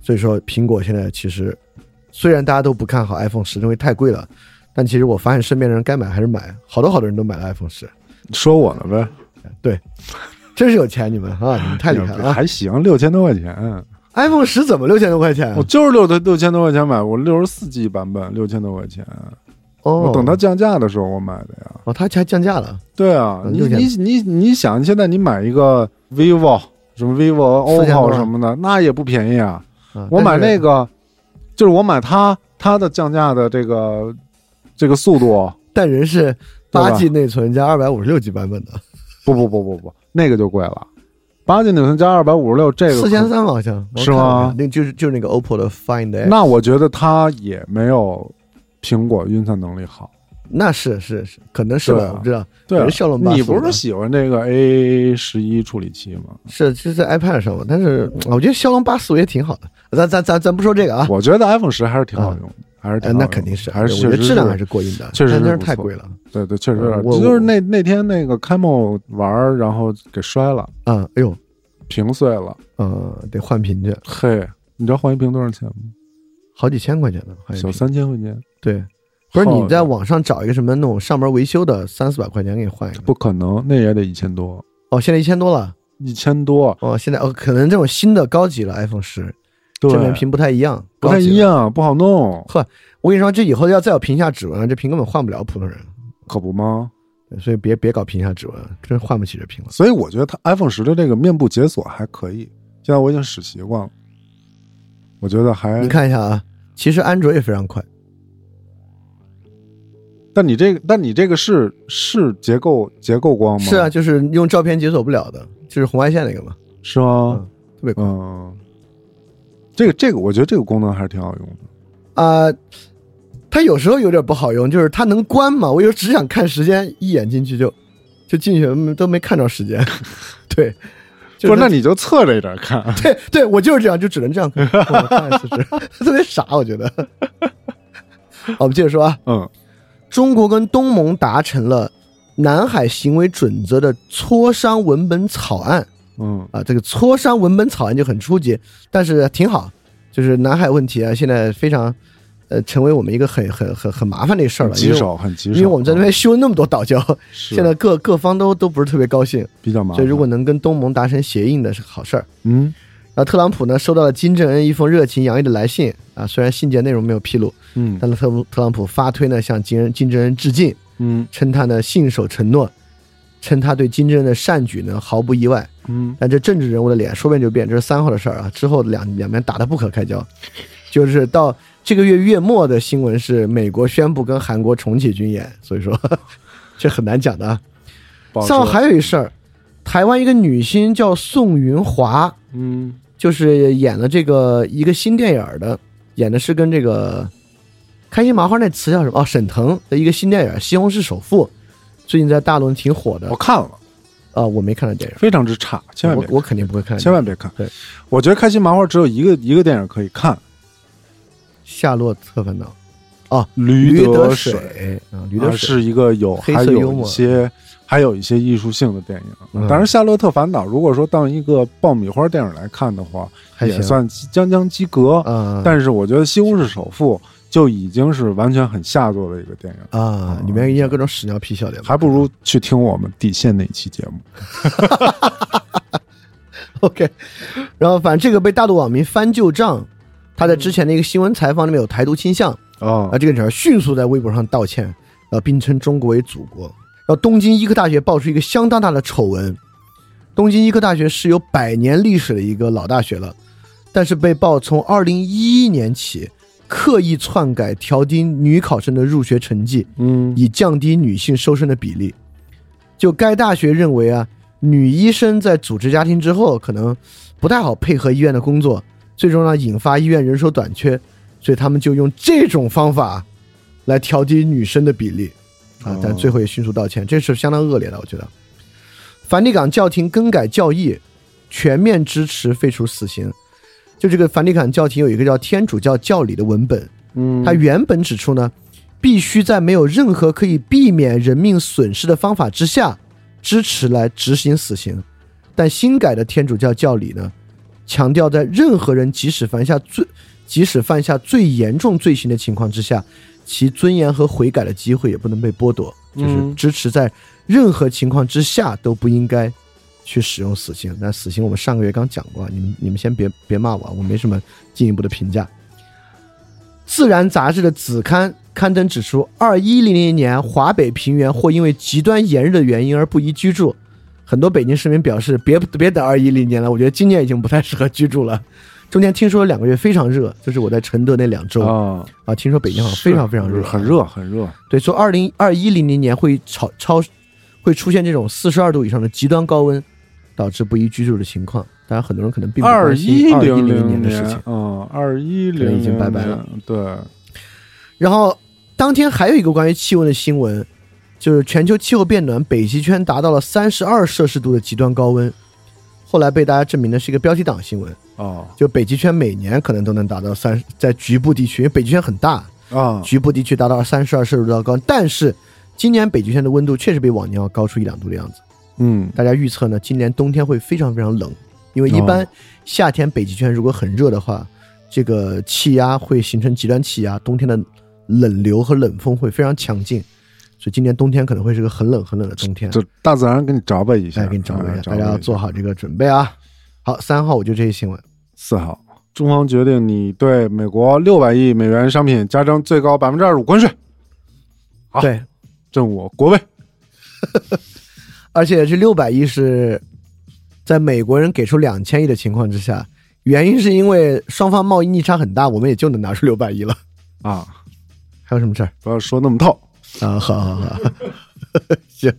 所以说，苹果现在其实虽然大家都不看好 iPhone 十，认为太贵了，但其实我发现身边的人该买还是买，好多好多人都买了 iPhone 十，说我呢呗，真是有钱你们 啊！你们太厉害了、啊、嗯啊还行，六千多块钱， ！iPhone 十怎么六千多块钱啊我？就是六的六千多块钱买，我六十四 G 版本六千多块钱，哦，我等它降价的时候我买的呀。哦，它还降价了，对啊，嗯你六千你你你想，现在你买一个 vivo 什么 vivo 四千多 OPPO 什么的，那也不便宜啊。啊、我买那个个，就是我买它它的降价的这个这个速度，但人是八对吧 G 内存加二百五十六 G 版本的，不不不不不，那个就贵了。八 G 内存加二百五十六，这个四千三好像是吗我看了一下那就是就是那个 OPPO 的 Find X，那我觉得它也没有苹果运算能力好。那是是是，可能是对吧，啊我不知道，对啊也是骁龙八四五你不是喜欢这个 A 十一处理器吗？是这是在 iPad 上嘛，但是嗯我觉得骁龙八四五也挺好的，咱咱咱咱不说这个啊，我觉得 iPhone 十还是挺好用的，还是挺好呃用的那肯定是，还是我确觉得实质量还是过硬的，确实是但是不错太贵了，对对，确实有点。我就是那那天那个开幕玩儿，然后给摔了，啊，哎呦，屏碎了。呃，得换屏去，嘿，你知道换一屏多少钱吗？好几千块钱呢，换一小屏三千块钱，对。不是好你在网上找一个什么那种上门维修的，三四百块钱给你换一个。不可能，那也得一千多，哦，现在一千多了。一千多。哦，现在哦，可能这种新的高级了 iPhone 十，对，正面屏不太一样，不太高级了一。样，不好弄，我跟你说，这以后要再有屏下指纹了，啊这屏根本换不了普通人，可不吗？所以别别搞屏下指纹，真换不起这屏了。所以我觉得它 iPhone 十的这个面部解锁还可以，现在我已经使习惯了，我觉得还你看一下啊，其实安卓也非常快，但你这个，但你这个是是结构结构光吗？是啊，，就是用照片解锁不了的，就是红外线那个嘛，是吗嗯？特别快。嗯，这个这个，我觉得这个功能还是挺好用的。啊、它有时候有点不好用，就是它能关嘛，我有时候只想看时间，一眼进去就就进去了都没看着时间， 对，就嗯不是，那你就侧着一点 看。对对，我就是这样，就只能这样看， 我看一次是特别傻，我觉得。 好，我们接着说啊，嗯，中国跟东盟达成了《南海行为准则》的磋商文本草案嗯啊，这个磋商文本草案就很初级，但是挺好，就是南海问题啊，现在非常呃成为我们一个很很很很麻烦的事儿了，因棘为手，很棘手。因为我们在那边修那么多岛礁，是现在各各方都都不是特别高兴，比较麻所烦。以如果能跟东盟达成协议呢是好事儿。嗯然后特朗普呢收到了金正恩一封热情洋溢的来信啊，虽然信件内容没有披露，嗯但是特特朗普发推呢向金恩金正恩致敬，嗯称他呢信守承诺，称他对金正恩的善举呢毫不意外。嗯，但这政治人物的脸说变就变，这是三号的事儿啊。之后两两边打得不可开交，就是到这个月月末的新闻是美国宣布跟韩国重启军演，所以说 这很难讲的啊。不好三号说还有一事儿，台湾一个女星叫宋云华，嗯就是演了这个一个新电影儿的，演的是跟这个开心麻花那词叫什么？哦，沈腾的一个新电影儿《西红柿首富》，最近在大陆挺火的我看了，啊、我没看到电影非常之差，千万儿，我别看我肯定不会看。千万别看。对，我觉得开心麻花只有一个一个电影可以看，《夏洛特烦恼，驴得水》啊，驴得啊水是一个有黑还色幽有一默些还有一些艺术性的电影。嗯当然，《夏洛特烦恼》如果说当一个爆米花电影来看的话，还也行算将将及格。啊，但是我觉得《西红柿首富》就已经是完全很下作的一个电影，啊，里面一定要各种屎尿屁笑点吧，还不如去听我们底线那一期节目。 OK，然后反正这个被大陆网民翻旧账，他在之前的一个新闻采访里面有台独倾向，哦啊，，这个女孩迅速在微博上道歉，然后并称中国为祖国。然后东京医科大学爆出一个相当大的丑闻，东京医科大学是有百年历史的一个老大学了，但是被曝从二零一一年起刻意篡改调低女考生的入学成绩，嗯以降低女性收生的比例。就该大学认为啊，女医生在组织家庭之后，可能不太好配合医院的工作，最终呢引发医院人手短缺，所以他们就用这种方法来调低女生的比例啊哦，但最后也迅速道歉，这是相当恶劣的，我觉得。梵蒂冈教廷更改教义，全面支持废除死刑。就这个梵蒂冈教廷有一个叫天主教教理的文本，嗯他原本指出呢，必须在没有任何可以避免人命损失的方法之下，支持来执行死刑。但新改的天主教教理呢，强调在任何人即使犯下最即使犯下最严重罪行的情况之下，其尊严和悔改的机会也不能被剥夺，就是嗯支持在任何情况之下都不应该去使用死刑。那死刑我们上个月刚讲过，你们你们先别别骂我啊，我没什么进一步的评价。《自然》杂志的子刊刊登指出，二一零零年华北平原或因为极端炎热的原因而不宜居住。很多北京市民表示，别别等二一零年了，我觉得今年已经不太适合居住了。中间听说两个月非常热，就是我在承德那两周啊啊，听说北京好像是非常非常热，啊很。热很热。对，说二零二一零零年会超超会出现这种四十二度以上的极端高温，导致不宜居住的情况。当然，很多人可能并不二关一心二一零零年的事情。嗯，二一可能零已经拜拜了。对，然后当天还有一个关于气温的新闻，就是全球气候变暖，北极圈达到了三十二摄氏度的极端高温，后来被大家证明的是一个标题党新闻，哦就北极圈每年可能都能达到三，在局部地区，因为北极圈很大，啊，局部地区达到三十二摄氏度到高，但是今年北极圈的温度确实比往年要高出一两度的样子。嗯大家预测呢，今年冬天会非常非常冷，因为一般夏天北极圈如果很热的话，这个气压会形成极端气压，冬天的冷流和冷风会非常强劲，所以今年冬天可能会是个很冷很冷的冬天。就大自然给你找吧一下，大家给你找一哎下，大家要做好这个准备啊。好，三号我就这些新闻。四号。中方决定你对美国六百亿美元商品加征最高百分之二十五关税，好对，震我国威。而且这六百亿是在美国人给出两千亿的情况之下，原因是因为双方贸易逆差很大，我们也就能拿出六百亿了。啊，还有什么事儿不要说那么透。啊？好好好，行。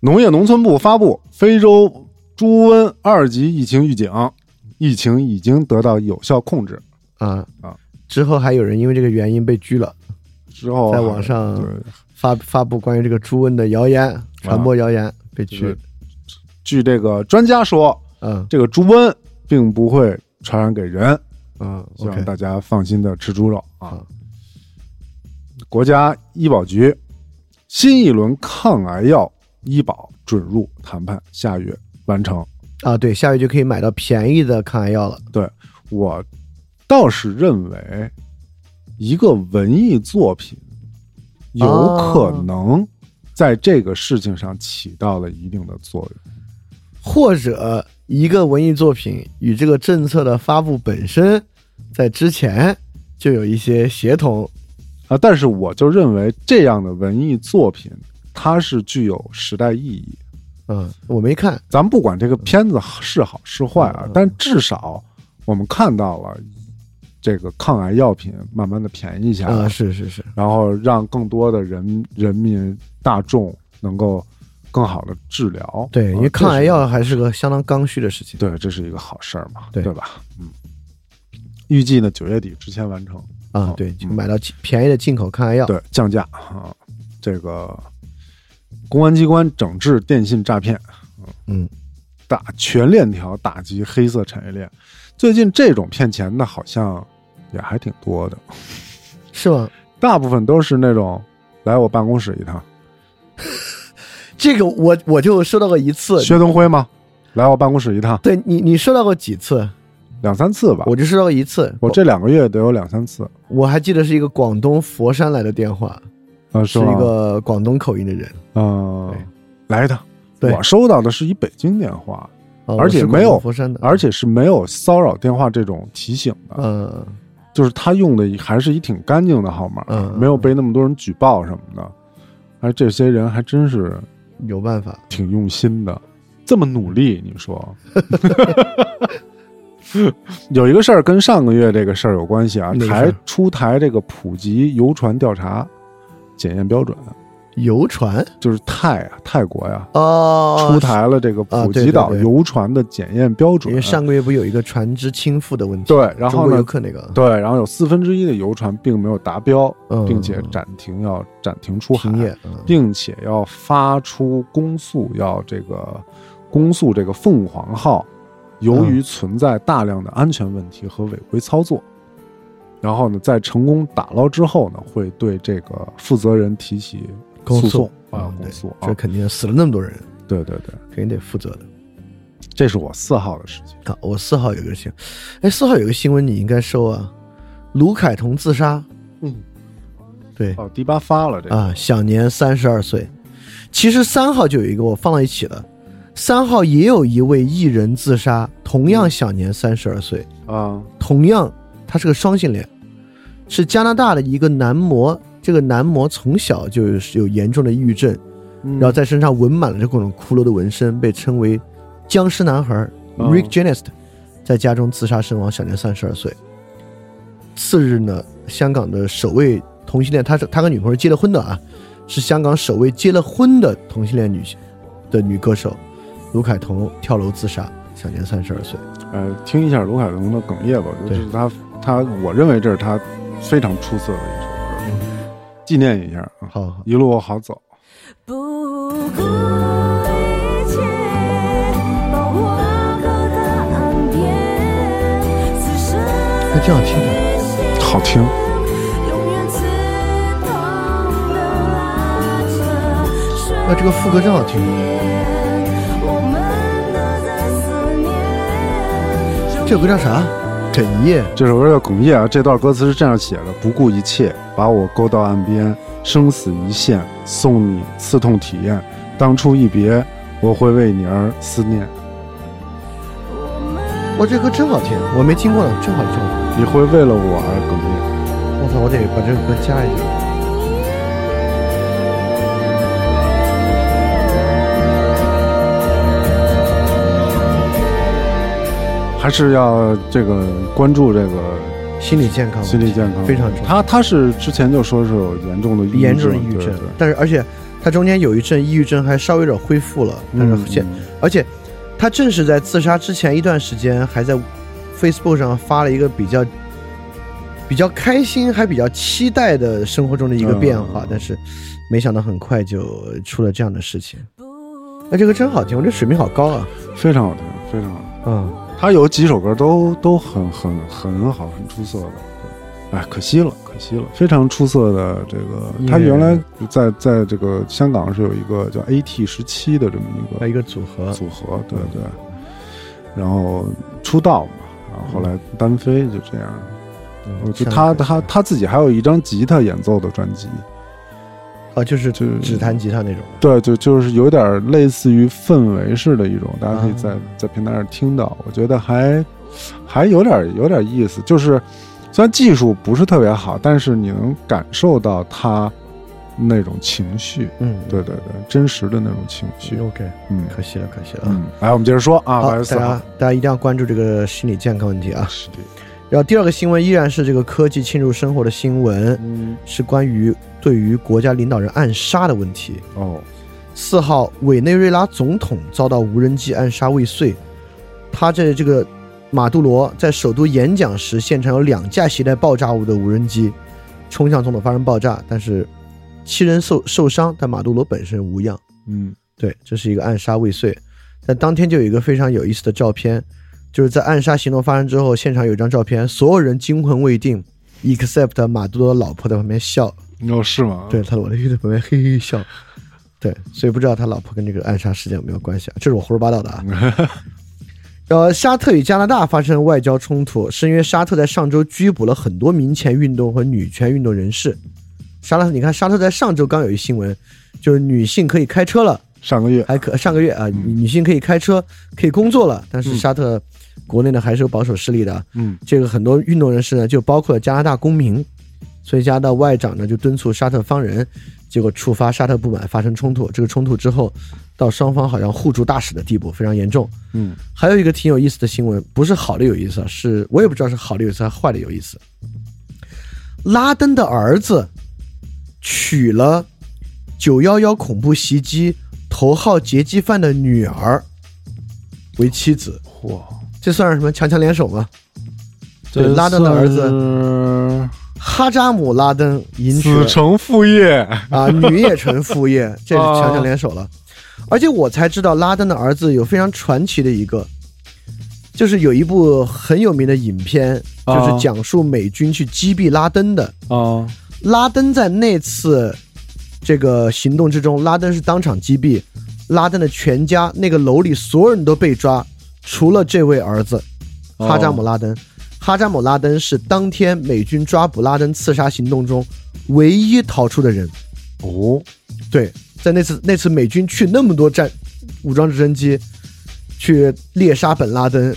农业农村部发布非洲猪瘟二级疫情预警，疫情已经得到有效控制。啊啊！之后还有人因为这个原因被拘了，之后在还网上哦对啊发发布关于这个猪瘟的谣言，传播谣言被就拘是。据这个专家说，嗯这个猪瘟并不会传染给人，嗯啊希望，OK，大家放心的吃猪肉啊好。国家医保局新一轮抗癌药医保准入谈判下月完成。啊，对，下月就可以买到便宜的抗癌药了。对我倒是认为，一个文艺作品有可哦能在这个事情上起到了一定的作用。或者一个文艺作品与这个政策的发布本身，在之前就有一些协同。啊，但是我就认为这样的文艺作品，它是具有时代意义。嗯，我没看，咱们不管这个片子是好是坏嗯啊，但至少我们看到了这个抗癌药品慢慢的便宜下来，啊、是是是，然后让更多的人人民大众能够更好的治疗。对，啊因为抗癌这药还是个相当刚需的事情是对，这是一个好事儿嘛，对吧？嗯，预计呢九月底之前完成。啊嗯。对，就买到进便宜的进口抗癌药。对，降价啊，这个公安机关整治电信诈骗，嗯，打全链条打击黑色产业链。最近这种骗钱的好像也还挺多的，是吗？大部分都是那种来我办公室一趟，这个我我就收到过一次，薛东辉吗？来我办公室一趟，对你你收到过几次？两三次吧。我就收到过一次。啊我这两个月得有两三次，我还记得是一个广东佛山来的电话，啊，是吗一个广东口音的人，嗯、对来一趟。对我收到的是一北京电话，哦而且是广没有东佛山的，而且是没有骚扰电话这种提醒的。嗯就是他用的还是一挺干净的号码，嗯嗯没有被那么多人举报什么的。而这些人还真是有办法。挺用心的，这么努力，你 说？有一个事儿跟上个月这个事儿有关系啊哪，个事儿台出台这个普及游船调查检验标准，游船就是泰啊泰国呀、哦，出台了这个普吉啊岛对对对游船的检验标准。因为上个月不有一个船只倾覆的问题？对然后呢中国游客那个对，然后有四分之一的游船并没有达标，嗯并且暂停要暂停出海，停业，嗯并且要发出公诉，要这个公诉这个凤凰号，由于存在大量的安全问题和违规操作，然后呢，在成功打捞之后呢，会对这个负责人提起公诉诉啊嗯，公诉啊这，肯定死了那么多人，对对对，肯定得负责的。这是我四号的事情啊，我四号有个新，哎，四号有个新闻你应该收啊，卢凯彤自杀，嗯，对哦，第八发了这个，啊，享年三十二岁。其实三号就有一个我放到一起了，三号也有一位艺人自杀，同样享年三十二岁。啊同样，他是个双性恋，是加拿大的一个男模。这个男模从小就有有严重的抑郁症，嗯然后在身上纹满了这各种骷髅的纹身，被称为“僵尸男孩、哦 ”Rick Janest，在家中自杀身亡，享年三十二岁。次日呢，香港的首位同性恋，他是他跟女朋友结了婚的啊，是香港首位结了婚的同性恋女的女歌手卢凯彤跳楼自杀，享年三十二岁。呃，听一下卢凯彤的哽咽吧，我觉得对这是他他，我认为这是他非常出色的一首歌，嗯纪念一下啊，好好，一路好走。不顾一切把我搁在岸边，此生那这样听着。一心好听，永远刺痛的拉扯。那这个副歌真好听，我们都在思念。这首歌叫啥？哽咽。这首歌叫《哽咽》啊，这段歌词是这样写的：不顾一切把我勾到岸边，生死一线，送你刺痛体验。当初一别，我会为你而思念，哇，这歌真好听，我没听过呢，真好听。你会为了我而哽咽。我操，我得把这首歌加一下。还是要这个关注这个心理健康，心理健康，非常重要。他他是之前就说是有严重的抑郁严重的抑郁对症对，但是而且他中间有一阵抑郁症还稍微有点恢复了，但嗯是现、嗯而且他正是在自杀之前一段时间还在 Facebook 上发了一个比较比较开心，还比较期待的生活中的一个变化，嗯但是没想到很快就出了这样的事情。那这歌真好听，我这水平好高啊！非常好听，非常好听。嗯，他有几首歌都都很很很好，很出色的。对哎，可惜了，可惜了，非常出色的这个，音乐他原来在在这个香港是有一个叫 AT 十七的这么一还有个一个组合，组合，对对。然后出道嘛，然后后来单飞就这样。嗯我觉得他像他他自己还有一张吉他演奏的专辑，哦，就是就只弹吉他那种。对，就就是有点类似于氛围式的一种，大家可以在、啊在平台上听到，我觉得还还有点有点意思。就是虽然技术不是特别好，但是你能感受到他那种情绪，嗯，对对对，真实的那种情绪。 ，OK，嗯可惜了，可惜了。嗯，来，我们接着说啊，八好，月大四号家，大家一定要关注这个心理健康问题啊。是的，然后第二个新闻依然是这个科技侵入生活的新闻，嗯，是关于对于国家领导人暗杀的问题。哦，四号，委内瑞拉总统遭到无人机暗杀未遂。他在这个马杜罗在首都演讲时，现场有两架携带爆炸物的无人机冲向总统发生爆炸，但是七人受受伤，但马杜罗本身无恙。嗯，对，这是一个暗杀未遂。但当天就有一个非常有意思的照片，就是在暗杀行动发生之后，现场有一张照片，所有人惊魂未定，except 马杜罗的老婆在旁边笑，哦，是吗？，对，他裸体在旁边嘿嘿嘿笑。对，所以不知道他老婆跟这个暗杀事件有没有关系啊？这是我胡说八道的啊。呃，沙特与加拿大发生外交冲突，是因为沙特在上周拘捕了很多民权运动和女权运动人士。沙特，你看，沙特在上周刚有一新闻，就是女性可以开车了，上个月，还可上个月啊，女性可以开车，可以工作了，但是沙特国内呢还是有保守势力的。嗯，这个很多运动人士呢，就包括了加拿大公民，所以加拿大外长呢就敦促沙特方人，结果触发沙特不满，发生冲突。这个冲突之后，到双方好像互助大使的地步，非常严重。嗯，还有一个挺有意思的新闻，不是好的有意思啊，是我也不知道是好的有意思还是坏的有意思。拉登的儿子娶了九幺幺恐怖袭击头号劫机犯的女儿为妻子，嚯，这算是什么强强联手吗？对，拉登的儿子嗯子哈扎姆·拉登迎娶子了承父业， 啊，女也成父业，这是强强联手了。而且我才知道，拉登的儿子有非常传奇的一个，就是有一部很有名的影片，就啊是讲述美军去击毙拉登的。啊，拉登在那次这个行动之中，拉登是当场击毙，拉登的全家那个楼里所有人都被抓，除了这位儿子哦哈扎姆拉登。哈扎姆拉登是当天美军抓捕拉登刺杀行动中唯一逃出的人。哦，对，在那次那次美军去那么多战武装直升机去猎杀本拉登，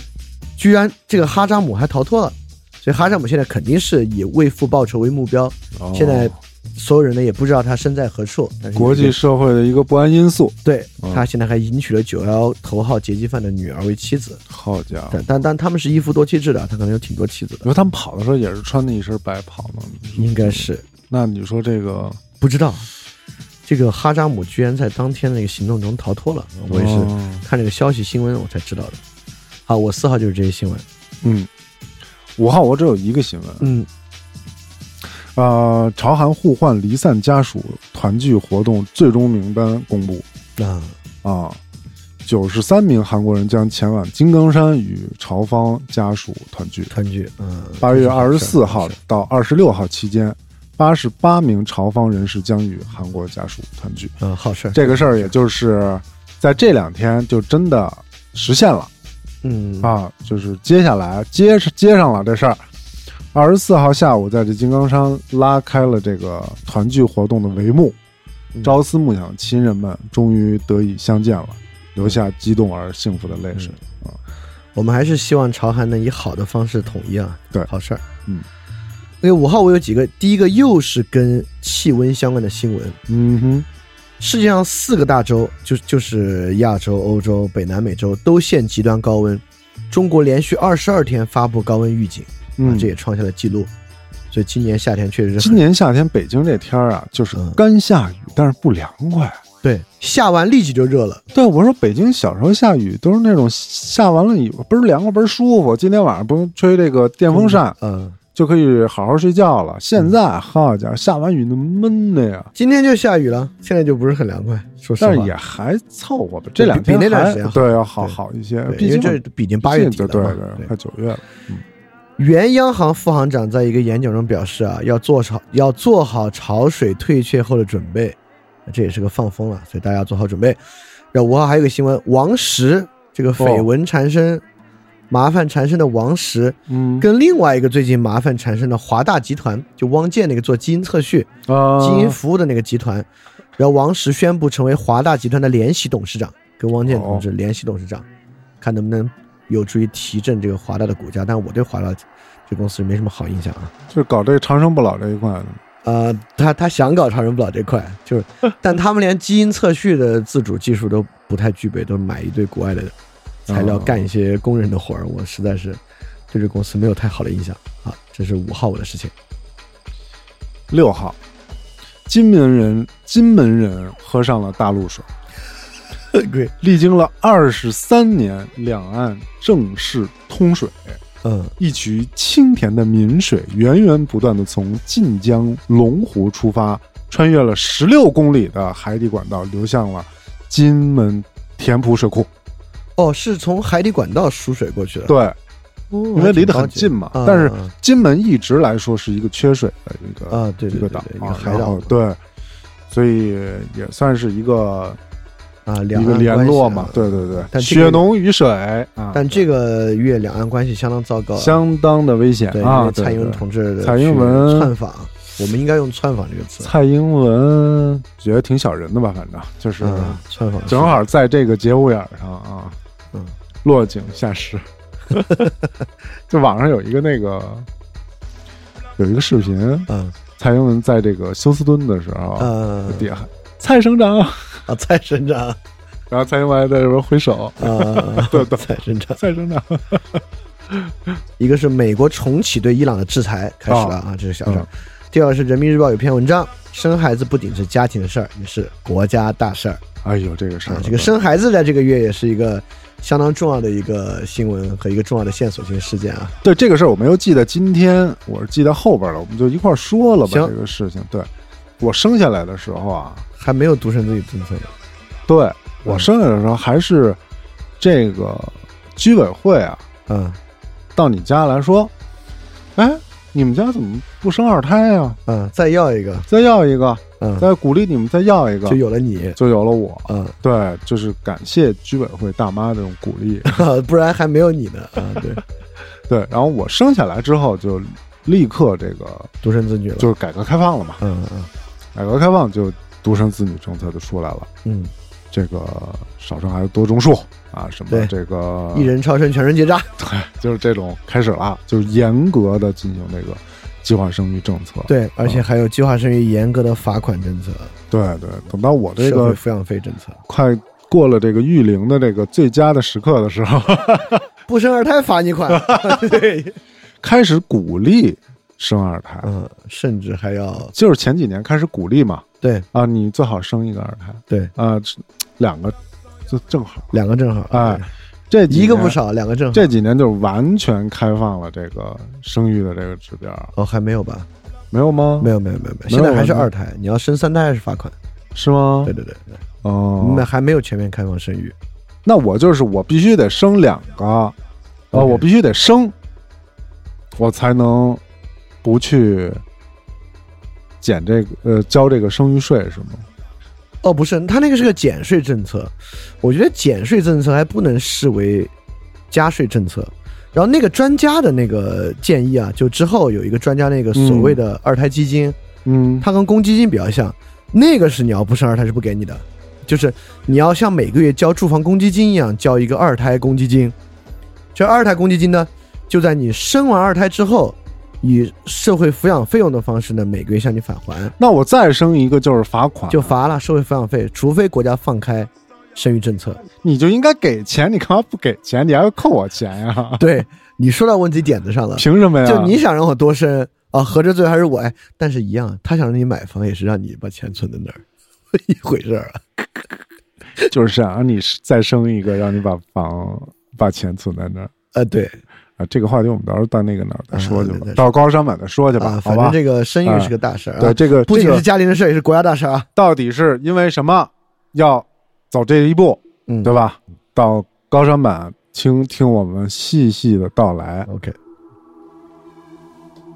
居然这个哈扎姆还逃脱了，所以哈扎姆现在肯定是以为父报仇为目标，哦现在所有人呢也不知道他身在何处，但是国际社会的一个不安因素。对嗯他现在还迎娶了九幺头号劫机犯的女儿为妻子，好家伙但！但但他们是一夫多妻制的，他可能有挺多妻子你的，说他们跑的时候也是穿的一身白袍吗？应该是那你说这个不知道。这个哈扎姆居然在当天的那个行动中逃脱了，我也是哦看这个消息新闻我才知道的。好，我四号就是这些新闻。嗯，五号我只有一个新闻，嗯，呃，朝韩互换离散家属团聚活动最终名单公布啊，啊，九十三名韩国人将前往金刚山与朝方家属团聚。团聚。嗯，八月二十四号是到二十六号期间，八十八名朝方人士将与韩国家属团聚。嗯，好事儿。这个事儿也就是在这两天就真的实现了嗯啊，就是接下来接接上了这事儿。二十四号下午，在这金刚山拉开了这个团聚活动的帷幕，嗯朝思暮想的亲人们终于得以相见了，留下激动而幸福的泪水。我们还是希望朝韩能以好的方式统一啊。对好事儿。嗯，那个五号我有几个，第一个又是跟气温相关的新闻。嗯哼，世界上四个大洲，就就是亚洲、欧洲、北南美洲都现极端高温，中国连续二十二天发布高温预警，啊嗯，这也创下了记录。所以今年夏天确实是今很年夏天北京这天儿啊，就是嗯干下雨，但是不凉快。对，下完立即就热了。对，我说北京小时候下雨都是那种下完了以后倍儿凉快倍儿舒服，今天晚上不用吹这个电风扇，嗯，就可以好好睡觉了。现在好家伙，下完雨那闷的呀，今天就下雨了，现在就不是很凉快，说实话。但是也还凑合吧。这两天比那段还时间好对要好对好一些，对毕因为竟这毕竟八月底对了对嘛对，对快九月了。原央行副行长在一个演讲中表示啊，要做好要做好潮水退却后的准备，这也是个放风了，所以大家要做好准备。然后五号还有一个新闻，王石这个哦绯闻缠身、麻烦缠身的王石，嗯跟另外一个最近麻烦缠身的华大集团，就汪建那个做基因测序、啊，基因服务的那个集团，然后王石宣布成为华大集团的联席董事长，跟汪建同志联席董事长，看能不能有助于提振这个华大的股价。但我对华大这公司没什么好印象啊。就是搞这长生不老这一块的。呃，他他想搞长生不老这块，就是，但他们连基因测序的自主技术都不太具备，都买一堆国外的材料哦干一些工人的活儿，我实在是对这公司没有太好的印象啊。这是五号我的事情，六号，金门人金门人喝上了大陆水，对，历经了二十三年，两岸正式通水。嗯，一渠清甜的民水源源不断的从晋江龙湖出发，穿越了十六公里的海底管道，流向了金门田浦水库。哦，是从海底管道输水过去的，对，哦，因还为挺离得高很级近嘛。啊但是啊啊金门一直来说是一个缺水的一个啊对对一个对岛对一啊个，海然岛后嘛对，所以也算是一个啊，两一个岸联关系络啊嘛。对对对，但这血个浓于水啊，但这个月两岸关系相当糟糕啊，相当的危险对，因啊。为对蔡英文对同志的蔡英去文窜访，我们应该用窜访这个词，嗯蔡英文觉得挺小人的吧，反正就是嗯，窜访 正好在这个节骨眼儿上啊，嗯，落井下石。 就网上有一个那个有一个视频，嗯。蔡英文在这个休斯敦的时候，呃底下喊蔡省长，啊，蔡省 长啊然后蔡英文还在这边挥手，，对对 蔡省长，蔡省长，一个是美国重启对伊朗的制裁开始了啊，这是小事儿嗯。第二个是人民日报有篇文章，生孩子不仅是家庭的事儿，也是国家大事儿哎呦，这个事儿啊，。这个生孩子在这个月也是一个相当重要的一个新闻和一个重要的线索性事件啊。对这个事儿我没有记得今天，我是记得后边了，我们就一块儿说了吧行这个事情。对我生下来的时候啊，还没有独生子女政策呢，对嗯我生下来的时候还是这个居委会啊，嗯到你家来说，哎，你们家怎么不生二胎呀、嗯，再要一个，再要一个，嗯，再鼓励你们再要一个，就有了你，就有了我。嗯，对，就是感谢居委会大妈的这种鼓 励。嗯不然还没有你呢啊， 对，对，然后我生下来之后就立刻这个独生子女了，就是改革开放了嘛，嗯嗯改革开放就独生子女政策就出来了，嗯，这个少生孩子多种树啊，什么对这个一人超生，全身结扎， 就是这种开始了，就是严格的进行这个计划生育政策。对，而且还有计划生育严格的罚款政策，对对，等到我这社个会抚养费政策，快过了这个育龄的这个最佳的时刻的时候， 不生二胎罚你款， 对，开始鼓励生二胎，嗯，甚至还要就是前几年开始鼓励嘛，对啊，你最好生一个二胎，对，啊，是两个就正好，两个正好，哎，这几一个年不，少，两个正好，这几年就完全开放了这个生育的这个指标，哦还没有吧？没有吗？没有有没有没有没有，哦现在还是没有二胎，你要生三胎还是罚款，是吗对？对对对，哦，那还没有全面开放生育，那我就是我必须得生两个，啊， OK 我必须得生，我才能不去减这个呃交这个生育税是吗？哦，不是，他那个是个减税政策，我觉得减税政策还不能视为加税政策。然后那个专家的那个建议啊，就之后有一个专家那个所谓的二胎基金，嗯，它跟公积金比较像，那个是你要不生二胎是不给你的，就是你要像每个月交住房公积金一样交一个二胎公积金。这二胎公积金呢，就在你生完二胎之后，以社会抚养费用的方式呢，每个月向你返还。那我再生一个就是罚款，就罚了社会抚养费，除非国家放开生育政策。你就应该给钱，你干嘛不给钱？你还要扣我钱呀、对你说到问题点子上了，凭什么呀？啊就 你想让我多生啊，合着最后还是我哎，但是一样，他想让你买房也是让你把钱存在那儿， 一回事儿啊。啊就是想让你再生一个，让你把房把钱存在那儿。呃，对，啊，这个话题我们到时候到那个哪儿再说去嗯对吧对，到高山版再说去吧啊，，好反吧正？这个生育是个大事儿、啊对，这个不这仅个是家庭的事儿，也是国家大事儿啊。到底是因为什么要走这一步，嗯，对吧？到高山版听听我们细细的道来， ？OK。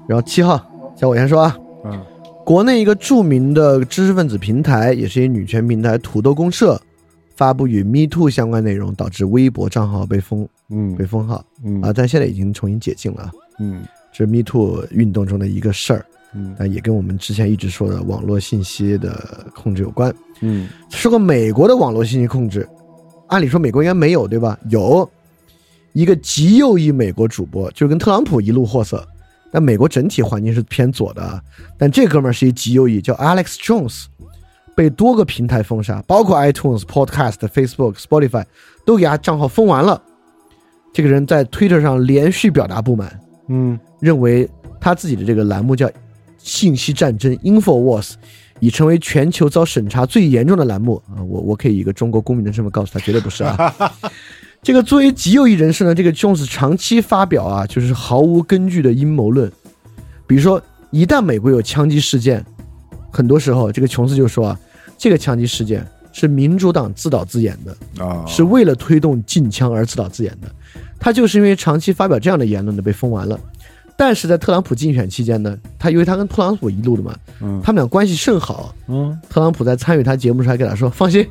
然后七号，小我先说啊，嗯国内一个著名的知识分子平台，也是一女权平台土豆公社，发布与 Me Too 相关内容，导致微博账号被封被嗯封号嗯啊，但现在已经重新解禁了啊。嗯这是 Me Too 运动中的一个事儿，啊嗯但也跟我们之前一直说的网络信息的控制有关。嗯说过美国的网络信息控制，按理说美国应该没有对吧？有一个极右翼美国主播，就是跟特朗普一路货色，但美国整体环境是偏左的啊。但这哥们儿是一极右翼，叫 Alex Jones，被多个平台封杀，包括 iTunes、Podcast、Facebook、Spotify 都给他账号封完了。这个人在 Twitter 上连续表达不满，嗯认为他自己的这个栏目叫“信息战争 ”（InfoWars），已成为全球遭审查最严重的栏目啊！我我可以以一个中国公民的身份告诉他，绝对不是啊。 这个作为极右翼人士呢，这个 Jones 长期发表啊，就是毫无根据的阴谋论，比如说，一旦美国有枪击事件，很多时候这个琼斯就说啊，这个枪击事件是民主党自导自演的，啊，是为了推动禁枪而自导自演的。他就是因为长期发表这样的言论呢，被封完了。但是在特朗普竞选期间呢，他因为他跟特朗普一路的嘛，嗯他们俩关系甚好。嗯特朗普在参与他节目时还给他说：“放心，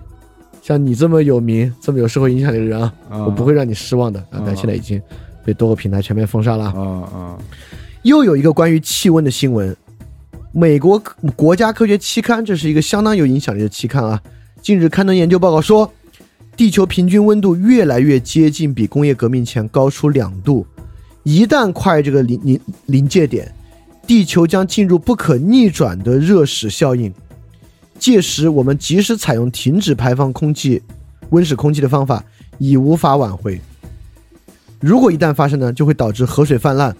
像你这么有名、这么有社会影响力的人啊，啊我不会让你失望的。”啊，但现在已经被多个平台全面封杀了啊。啊啊又有一个关于气温的新闻，美国科国家科学期刊，这是一个相当有影响力的期刊啊。近日刊登研究报告说，地球平均温度越来越接近比工业革命前高出两度，一旦跨越这个临临临界点，地球将进入不可逆转的热史效应。届时，我们即使采用停止排放空气温室空气的方法，已无法挽回。如果一旦发生呢，就会导致河水泛滥、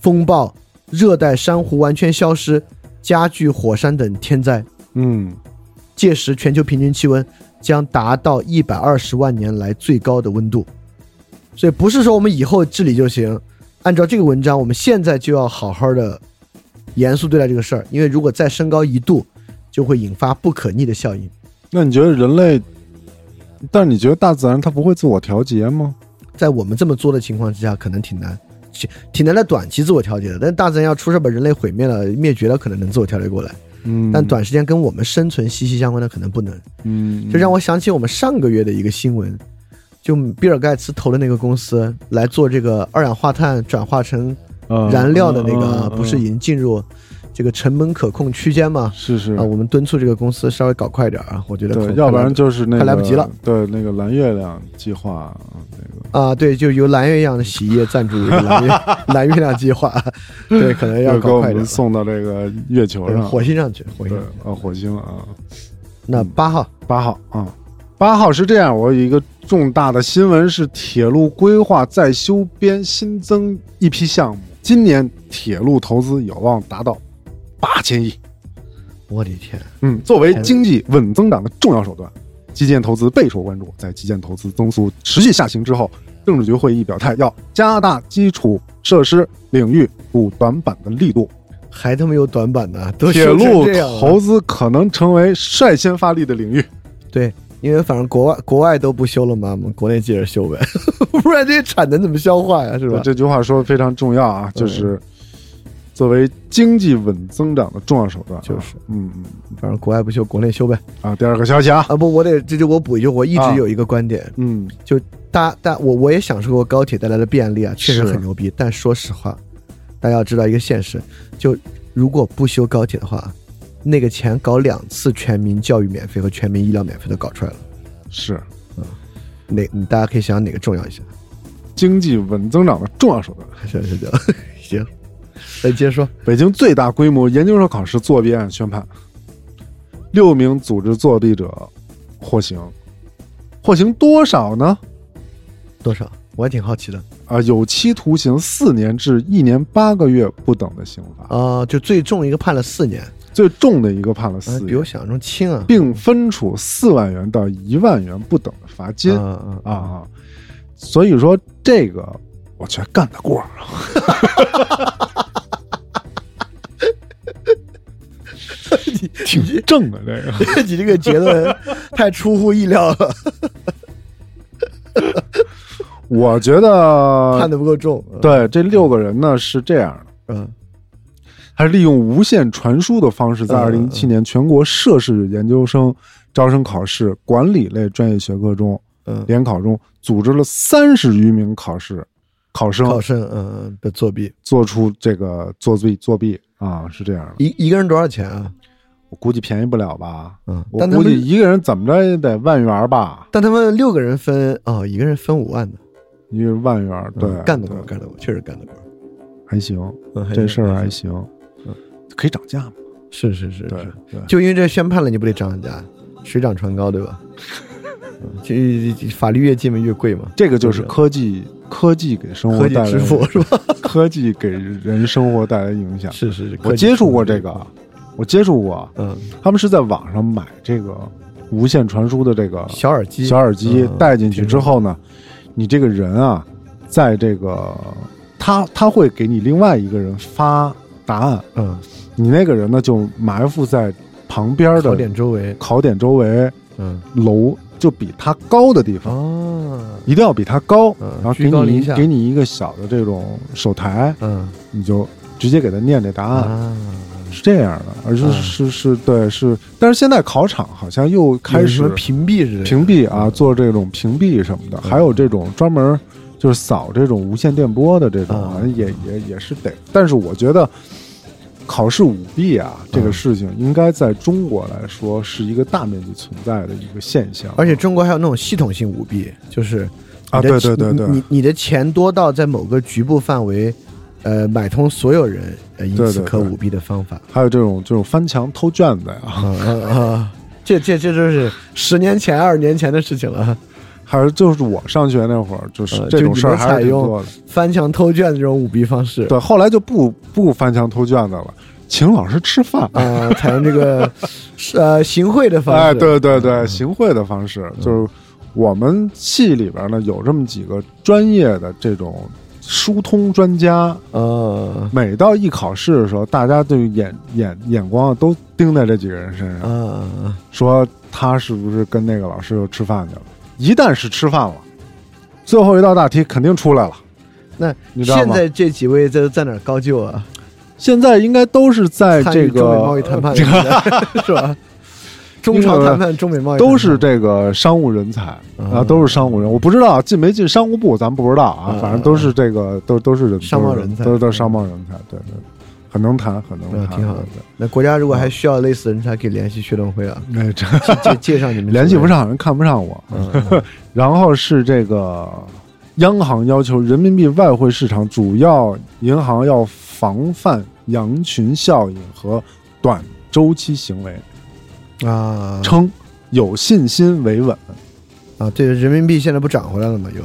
风暴、热带珊瑚完全消失、加剧火山等天灾。嗯届时，全球平均气温将达到一百二十万年来最高的温度。所以，不是说我们以后治理就行，按照这个文章，我们现在就要好好的、严肃对待这个事儿，因为如果再升高一度，就会引发不可逆的效应。那你觉得人类？但是你觉得大自然它不会自我调节吗？在我们这么做的情况之下，可能挺难，挺挺难在短期自我调节的。但大自然要出事儿把人类毁灭了、灭绝了，可能能自我调节过来。嗯，但短时间跟我们生存息息相关的可能不能。嗯，这让我想起我们上个月的一个新闻，就比尔盖茨投的那个公司来做这个二氧化碳转化成嗯燃料的那个啊，嗯嗯不是已经进入这个成本可控区间吗？是是啊，我们敦促这个公司稍微搞快点儿啊，我觉得可对，要不然就是那个快来不及了。对，那个蓝月亮计 划，嗯那个啊，对，就由蓝月亮的洗衣液赞助一 个蓝月蓝月亮计划，对，可能要又给搞我快点 们儿。送到这个月球对上，火星上去，火星对上去。啊，火星啊，那八号，八号啊，八号是这样，我有一个重大的新闻是铁路规划再修编新增一批项目，今年铁路投资有望达到八千亿。我的天，嗯，作哎为经济稳增长的重要手段，基建投资备受关注。在基建投资增速持续下行之后，政治局会议表态要加大基础设施领域补短板的力度，还他妈有短板呢，都铁修成路这样了投资可能成为率先发力的领域。对，因为反正国外国外都不修了嘛，我们国内接着修呗， 不然这些产能怎么消化呀？是吧？这句话说的非常重要啊，就是作为经济稳增长的重要手段啊、就是嗯嗯反正国外不修，国内修呗。啊。第二个消息啊，啊不，我得这就我补一句，我一啊直有一个观点，嗯就大大我我也享受过高铁带来的便利啊，确实是很牛逼。但说实话，大家要知道一个现实，就如果不修高铁的话，那个钱搞两次全民教育免费和全民医疗免费都搞出来了，是哪你大家可以想想哪个重要一些？经济稳增长的重要手段。 是是 是，行，那你接着说。北京最大规模研究生考试作弊案宣判，六名组织作弊者获刑，获刑多少呢？多少？我还挺好奇的啊，有期徒刑四年至一年八个月不等的刑罚，啊、就最重一个判了四年，最重的一个判了哎四比我年，想象中轻啊。并分处四万元嗯到一万元不等的罚金啊啊 啊。所以说，这个我全干得 过。挺正的这个，你这个结论太出乎意料了，我觉得判的不够重。嗯，对，这六个人呢是这样的，嗯还是利用无线传输的方式，在二零一嗯七年全国硕士研究生招生考试管理类专业学科中嗯，联考中，组织了三十余名考试考生考生嗯嗯的作弊，做出这个作弊作弊啊，是这样的。一一个人多少钱啊？我估计便宜不了吧？嗯，我但他估计们一个人怎么着也得万元吧，但他们六个人分哦，一个人分五万的，一个人万元，嗯对，干得过，对干得过，确实干得过。还行，嗯，还这是事儿还行嗯，可以涨价嘛？是是是对是，对，就因为这宣判了，你不得涨人家，水涨船高，对吧？嗯这这法律越近嘛越贵嘛，这个就是对科技，科技给生科活技带来支付是吧？ 科技给人生活带来影响。是是是，我科技接触支付过这个，我接触过，嗯，他们是在网上买这个无线传输的这个小耳机，小耳机嗯带进去之，后呢，你这个人啊，在这个他他会给你另外一个人发答案，嗯，你那个人呢就埋伏在旁边考的点周围，考点周围嗯，楼，就比他高的地方。哦，一定要比他高，嗯然后居给高你临下给你一个小的这种手台，嗯你就直接给他念这答案，啊，是这样的，而是、啊是是对是，但是现在考场好像又开有什始么屏蔽之类的嗯屏蔽啊，做这种屏蔽什么的，还有这种专门就是扫这种无线电波的这种，啊好像也也也是得，但是我觉得。考试舞弊嗯啊，这个事情应该在中国来说是一个大面积存在的一个现象，而且中国还有那种系统性舞弊，就是啊你的对钱对对对你你你的钱多到在某个局部范围，呃，买通所有人，呃，因对此对可对舞弊的方法。还有这种这种翻墙偷卷子呀、啊啊啊！这这这就是十年前、二十年前的事情了。还是就是我上学那会儿，就是呃这种事儿还是挺就你多的。翻墙偷卷的这种舞弊方式，对，后来就不不翻墙偷卷子了，请老师吃饭。啊，采用 这个是呃行贿的方式。嗯哎，对对对，行贿的方式，就是我们系里边呢有这么几个专业的这种疏通专家，呃，每到一考试的时候，大家对眼眼眼光啊都盯在这几个人身啊上，啊说他是不是跟那个老师又吃饭去了？一旦是吃饭了，最后一道大题肯定出来了。那你知道吗现在这几位在在哪儿高就啊？现在应该都是在参哎这与中美贸个易谈 判什么的是吧？中朝谈判、中美贸易都是谈判这个商务人才啊啊，都是商务人。我不知道啊进没进商务部，咱们不知道啊啊，反正都是这个，都都是人商贸人才都是都是商贸人才，对对，很能谈，很能嗯谈，挺好对的。那国家如果还需要类似人才，可以联系学生会 啊，对。哎，这介介绍你们联系不几上人看不上我。位。嗯嗯 然后是这个央行要求人民币外汇市场主要银行要防范羊群效应和短周期行为，嗯啊称有信心维稳。啊！对，人民币现在不涨回来了吗？又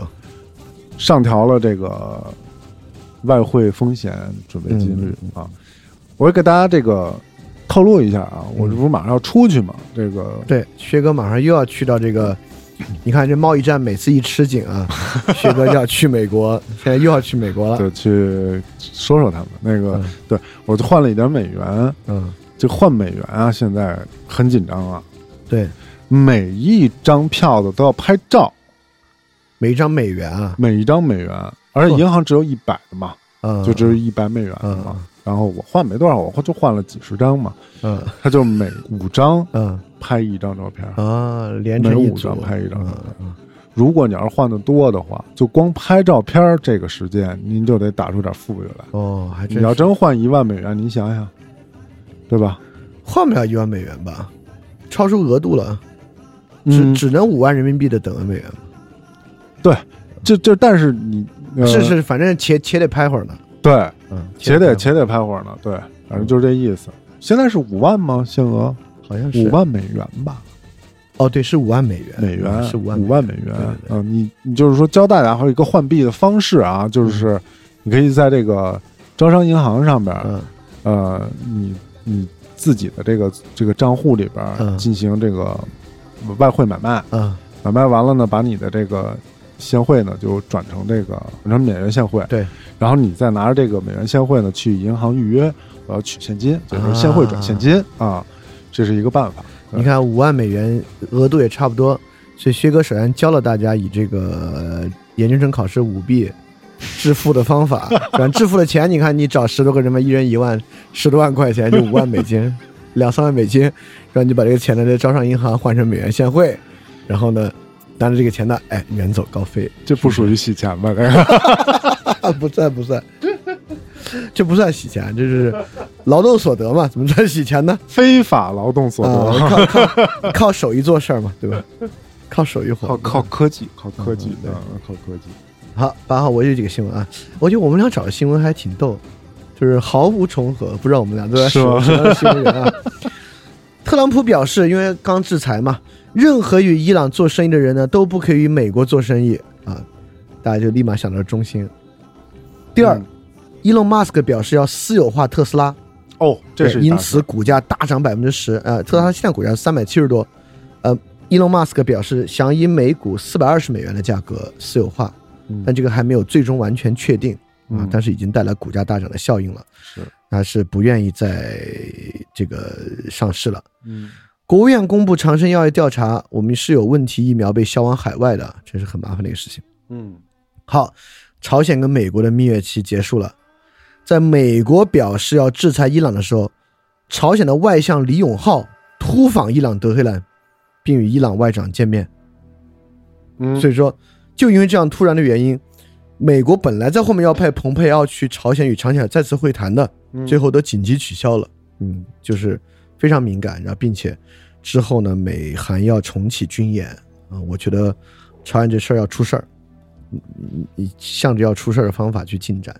上调了这个外汇风险准备嗯金率啊。我给大家这个透露一下啊，我这不是马上要出去嘛？这个嗯对，薛哥马上又要去到这个，你看这贸易战每次一吃紧 啊，薛哥就要去美国，现在又要去美国了。就去说说他们那个嗯，对我就换了一点美元，嗯，这换美元啊，现在很紧张啊，对，每一张票子都要拍照，每一张美元啊，每一张美元，而且银行只有一百的嘛，嗯，就只有一百美元的嗯嘛。然后我换没多少，我就换了几十张嘛，嗯他就每五张嗯拍一张照片，啊，连每成一五组张拍一张照嗯片。如果你要是换的多的话，就光拍照片儿这个时间，您就得打出点富裕来。哦，还真你要是真换一万美元，您想想，嗯对吧？换不了一万美元吧？超出额度了，只、嗯，只能五万人民币的等额美元。这这，但是你、呃、是是，反正且且得拍会儿呢。对，嗯，且得拍且得拍会儿呢，对，反嗯正就是这意思。现在是五万吗？限额会儿好像是五万美元吧，哦，对，是五万美元，美元嗯是五万五万美对对元。对嗯、你你就是说教大家还有一个换币的方式啊，就是你可以在这个招商银行上边，嗯呃，你你自己的这个这个账户里边儿嗯进行这个外汇买卖，嗯买卖完了呢，把你的这个现汇呢就转成这个转成美元现汇，对，然后你再拿着这个美元现汇呢去银行预约，我要取现金，就是现汇转现金啊，这是一个办法。你看五万美元额度也差不多，所以薛哥首先教了大家以这个呃研究生考试舞弊致富的方法，然后致富的钱，你看你找十多个人嘛，一人一万，十多万块钱就五万美金， 两三万美金，然后你就把这个钱呢再招商银行换成美元现汇，然后呢拿着这个钱呢，哎，远走高飞， 这不属于洗钱 吧？这个啊，不算不算， 这不算洗钱，这是劳动所得嘛，怎么算洗钱呢？非法劳动所得，啊，靠 靠靠手艺做事儿嘛，对吧？靠手艺活。靠靠科技，靠科技嗯对啊，靠科技。好，八号我有几个新闻啊，我觉得我们俩找的新闻还挺逗，就是毫无重合，不知道我们俩都在是说吗什么样的新 闻人啊。特朗普表示，因为刚制裁嘛，任何与伊朗做生意的人呢都不可以与美国做生意啊，大家就立马想到中心。第二嗯，伊隆马斯克表示要私有化特斯拉，哦，这对是一因大此事股价大涨百分之十。呃，特斯拉现在股价三百七十多，呃，伊隆马斯克表示想以每股四百二十美元的价格私有化，嗯但这个还没有最终完全确定啊，但是已经带来股价大涨的效应了。是，他是不愿意在这个上市了。嗯，国务院公布长生药业调查，我们是有问题疫苗被销往海外的，这是很麻烦的一个事情。嗯，好，朝鲜跟美国的蜜月期结束了。在美国表示要制裁伊朗的时候，朝鲜的外相李永浩突访伊朗德黑兰，并与伊朗外长见面。嗯所以说，就因为这样突然的原因，美国本来在后面要派蓬佩奥去朝鲜与朝鲜再次会谈的，最后都紧急取消了。嗯，就是非常敏感，然后并且之后呢，美韩要重启军演啊、我觉得朝鲜这事儿要出事儿，嗯嗯以向着要出事儿的方法去进展。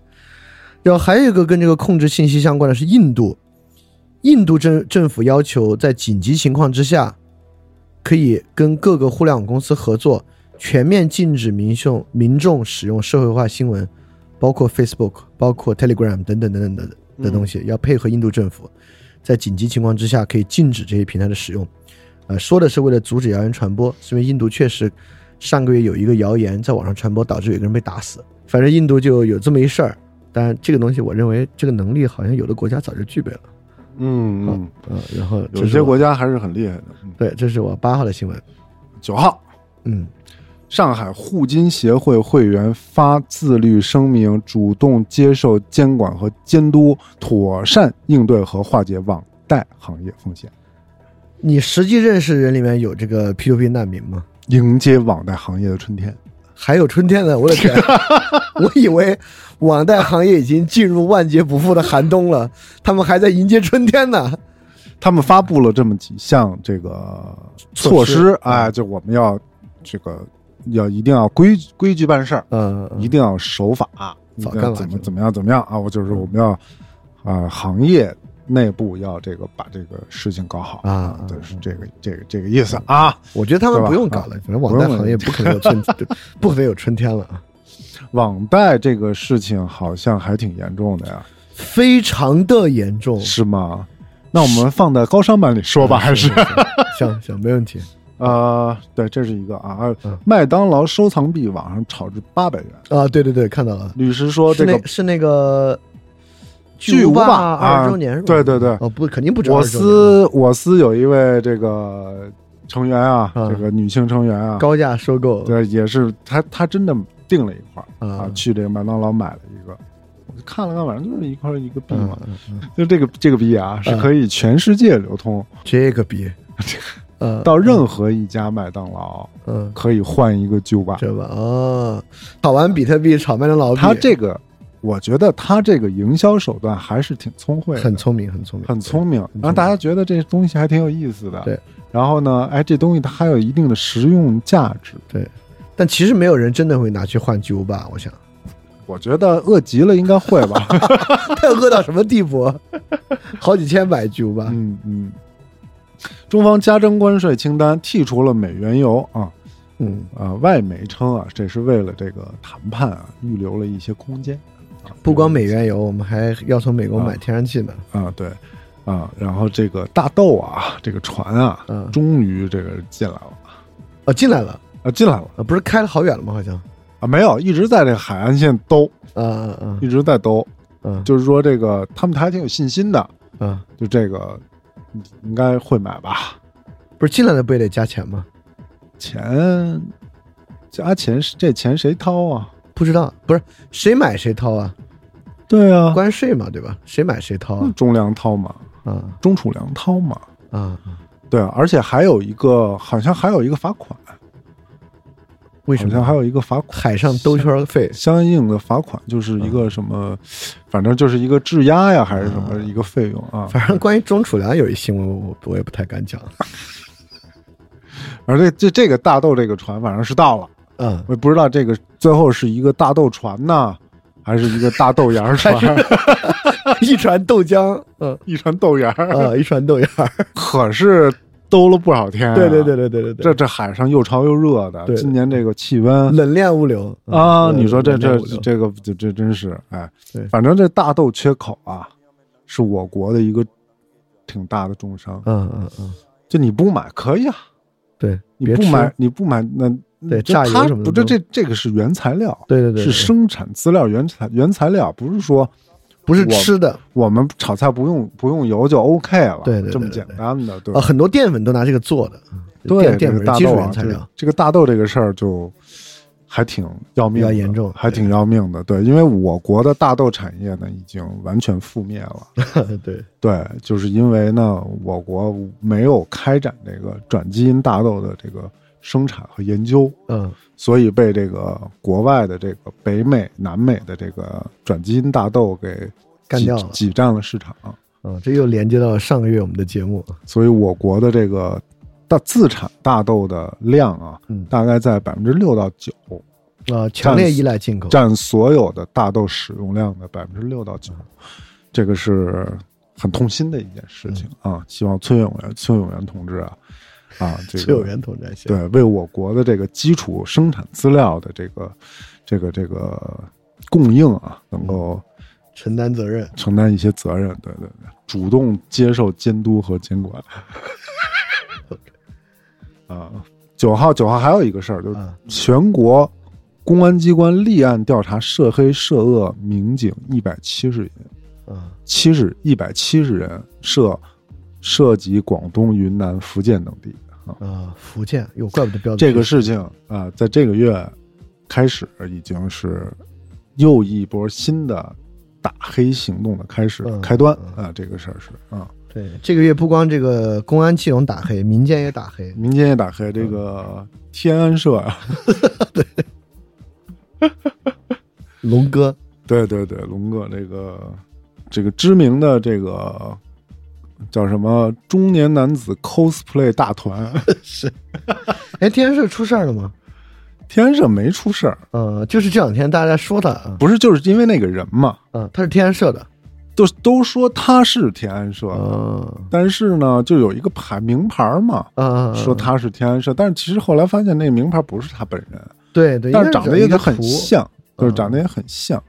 然后还有一个跟这个控制信息相关的是印度，印度政政府要求在紧急情况之下，可以跟各个互联网公司合作，全面禁止民众民众使用社会化新闻，包括 Facebook、包括 Telegram 等等等等的的东西，要配合印度政府，在紧急情况之下可以禁止这些平台的使用。呃，说的是为了阻止谣言传播，是因为印度确实上个月有一个谣言在网上传播，导致有一个人被打死。反正印度就有这么一事儿，但这个东西我认为这个能力好像有的国家早就具备了。嗯嗯，嗯，然后这有是些我国家还是很厉害的。嗯对，这是我八号的新闻。九号，嗯，上海互金协会会员发自律声明，主动接受监管和监督，妥善应对和化解网贷行业风险，你实际认识人里面有这个 P to P 难民吗？迎接网贷行业的春天。还有春天呢，我 的天！我以为网贷行业已经进入万劫不复的寒冬了，他们还在迎接春天呢。他们发布了这么几项这个措措施嗯施，哎，就我们要这个要一定要规规矩办事儿，嗯，一定要守法，一啊早定干要嘛怎去么了怎么样怎么样啊！我就是我们要啊、行业内部要这个把这个事情搞好啊啊对，是这个这个这个意思啊。我觉得他们对吧啊不用搞了，反正网贷行业不可能有春， 不可能有春天了啊，网贷这个事情好像还挺严重的呀，非常的严重。是吗？那我们放在高商版里说吧，还是 行行，没问题。呃，对，这是一个啊，啊嗯麦当劳收藏币网上炒至八百元。啊，对对对，看到了，律师说这是个那是那个巨无无霸二啊十周年是吧？对对对哦不，肯定不止我二十周年司啊我司有一位这个成员啊，啊这个女性成员啊，高价收购，对，也是他他真的订了一块儿啊啊，去这个麦当劳买了一个，我就看了看，反正就是一块一个币嗯嘛，嗯嗯，就这个这个币啊是可以全世界流通，这 个逼，呃，到任何一家麦当劳嗯，可以换一个九八。这吧哦，炒完比特币，炒麦当劳币，他这个，我觉得他这个营销手段还是挺聪慧的，很聪明，很聪明，很聪明，明让大家觉得这东西还挺有意思的。对，然后呢，哎，这东西它还有一定的实用价值。对。对但其实没有人真的会拿去换巨无霸，我想，我觉得饿极了应该会吧。他要饿到什么地步？ 好几千买巨无霸，嗯嗯。中方加征关税清单剔除了美原油啊，嗯，呃，外媒称啊，这是为了这个谈判啊预留了一些空间。啊不光美原油，我们还要从美国买天然气呢。啊，对啊，然后这个大豆啊，这个船啊，嗯终于这个进来了。哦，进来了，啊，进来了啊，不是开了好远了吗？好像啊，没有，一直在这海岸线兜，啊啊一直在兜，啊就是说这个他们还挺有信心的，啊啊！就这个你应该会买吧？不是进来的不也得加钱吗？钱加钱是这钱谁掏啊？不知道，不是谁买谁掏啊，对啊，关税嘛，对吧？谁买谁掏啊中粮掏嘛，啊中储粮掏嘛，啊啊！对啊，而且还有一个好像还有一个罚款，为什好像么还有一个罚款。海上兜圈费？相应的罚款就是一个什么，反正就是一个质押呀，还是什么一个费用啊。反正关于中储粮有一新闻，我我我也不太敢讲。而这这这个大豆这个船反正是到了，嗯，我也不知道这个最后是一个大豆船呢，还是一个大豆芽儿 船， 一船豆浆，嗯一船豆芽儿。啊，一 船豆芽。哎可是兜了不少天、啊对对对，对对对这对，这海上又潮又热的，对今年这个气温冷链物流啊，嗯你说这冷链这物流这个这这真是哎对，反正这大豆缺口啊，是我国的一个挺大的重伤。嗯嗯嗯，就你不买可以啊，对，你别不吃买，你不买那对就榨油它什么不，的这都这这个是原材料，对对对是对生产资料原材原材料，不是说不是我吃的我们炒菜不用不用油就 OK 了，对对对这么对简对单的，对啊，很多淀粉都拿这个做的，对淀淀这个粉是大基豆础啊原，材这料个。这个大豆这个事儿就还挺要命的，比较严重还挺要命的，对，因为我国的大豆产业呢已经完全覆灭 了，对，对，就是因为呢我国没有开展这个转基因大豆的这个生产和研究，嗯所以被这个国外的这个北美、南美的这个转基因大豆给干挤掉了挤占了市场。嗯，这又连接到上个月我们的节目，所以我国的这个大自产大豆的量啊，嗯大概在百分之六到九，啊，强烈依赖进口，占所有的大豆使用量的百分之六到九，嗯这个是很痛心的一件事情嗯啊！希望崔永元、崔永元同志啊，啊，这个崔永元同志还行，对，为我国的这个基础生产资料的这个、这个、这个供应啊，能够承担责任。承担一些责任。对对对，主动接受监督和监管。啊，九号九号还有一个事儿，就是啊全国公安机关立案调查涉黑涉恶民警一百七十人，啊七十一百七十人涉涉及广东、云南、福建等地。啊，福建哟，怪不得标的这个事情啊，在这个月开始已经是又一波新的打黑行动的开始、嗯开端嗯啊，这个事儿是啊，对这个月不光这个公安系统打黑，民间也打黑，民间也打黑，这个嗯天安社啊， 龙哥对对对，龙哥这个这个知名的这个叫什么中年男子 cosplay 大团， 哎，天安社出事儿了吗？天安社没出事儿，呃，就是这两天大家说他啊，不是就是因为那个人嘛，啊，他是天安社的，都都说他是天安社。啊但是呢，就有一个牌名牌儿嘛，啊，说他是天安社，但是其实后来发现那个名牌不是他本人，对对，但是应该长得一也个很图像，就是嗯长得也很像。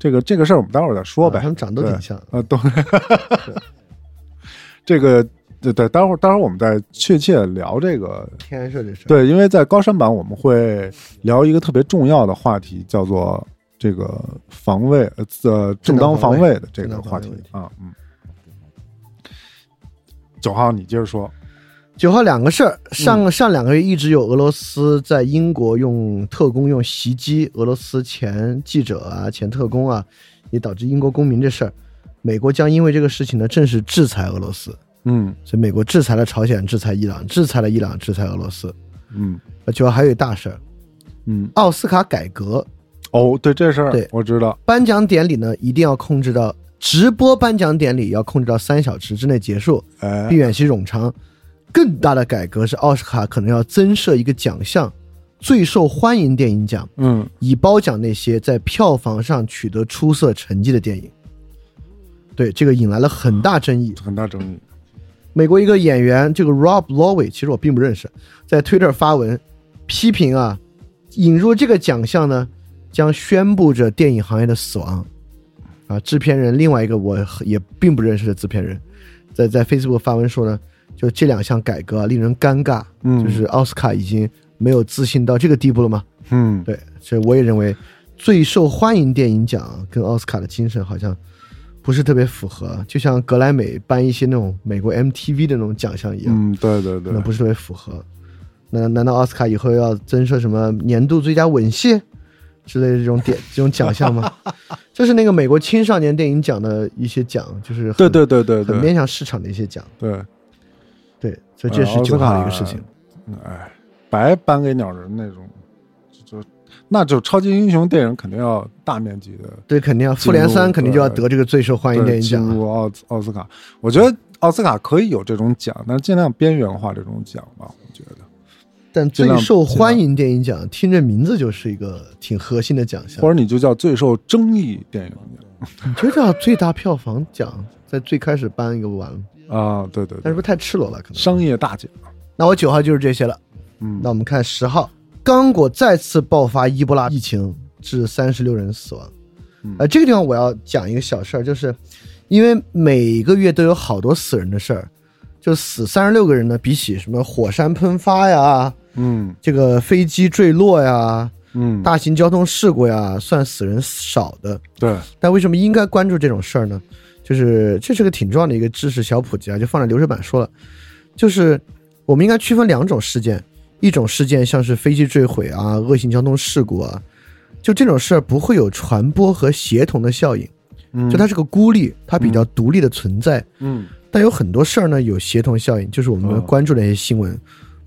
这个这个事儿我们待会儿再说呗，啊他们长得都对 挺像啊，都。这个对对，待会儿待会儿我们再确切聊这个。天安社这事儿，对，因为在高山版我们会聊一个特别重要的话题，叫做这个防卫呃呃正当防卫的这正个当防话卫题问题啊，嗯。九号，你接着说。九号两个事儿，上、上两个月一直有俄罗斯在英国用特工用袭击俄罗斯前记者啊、前特工啊，也导致英国公民这事儿，美国将因为这个事情呢正式制裁俄罗斯，嗯所以美国制裁了朝鲜、制裁伊朗、制裁了伊朗、制裁俄罗斯。嗯呃，九号还有一大事儿，嗯，奥斯卡改革，哦，对这事儿对我知道。颁奖典礼呢一定要控制到直播颁奖典礼要控制到三小时之内结束，哎避，免其冗长。更大的改革是奥斯卡可能要增设一个奖项，最受欢迎电影奖，嗯，以褒奖那些在票房上取得出色成绩的电影。对，这个引来了很大争议。很大争议。美国一个演员，这个 Rob Lowe，其实我并不认识，在 Twitter 发文批评啊，引入这个奖项呢，将宣布着电影行业的死亡。啊，制片人另外一个我也并不认识的制片人，在在 Facebook 发文说呢，就这两项改革啊令人尴尬，嗯就是奥斯卡已经没有自信到这个地步了吗？嗯，对，所以我也认为最受欢迎电影奖跟奥斯卡的精神好像不是特别符合，就像格莱美颁一些那种美国 MTV 的那种奖项一样，嗯，对对对那，不是特别符合。那难道奥斯卡以后要增设什么年度最佳吻戏之类的这种点这种奖项吗？ 这是那个美国青少年电影奖的一些奖，就是很对对对对很面对向市场的一些奖。对，对，所以这呃是奥斯九号卡的一个事情。哎，白颁给鸟人那种，就就那就超级英雄电影肯定要大面积的对，肯定要进入复联三肯定就要对得这个最受欢迎对电影进奖。啊入奥斯奥斯卡。我觉得奥斯卡可以有这种奖，但是尽量边缘化这种奖吧。我觉得，但尽最量受欢迎电影奖，听这名字就是一个挺核心的奖项或。者你就叫最受争议电影奖你觉得最大票房奖在最开始颁一个不完了吗，啊，对对但是对，不是太赤裸了？可能商业大奖。那我九号就是这些了。嗯那我们看十号，刚果再次爆发伊波拉疫情，致三十六人死亡。嗯呃，这个地方我要讲一个小事儿，就是因为每个月都有好多死人的事儿，就死三十六个人呢，比起什么火山喷发呀、嗯这个飞机坠落呀、嗯，大型交通事故呀，算死人少的。对，但为什么应该关注这种事儿呢？就是这是个挺重要的一个知识小普及啊，就放在留着板说了，就是我们应该区分两种事件，一种事件像是飞机坠毁啊、恶性交通事故啊，就这种事儿不会有传播和协同的效应，嗯就它是个孤立，它比较独立的存在。嗯但有很多事儿呢有协同效应，就是我们嗯关注的一些新闻，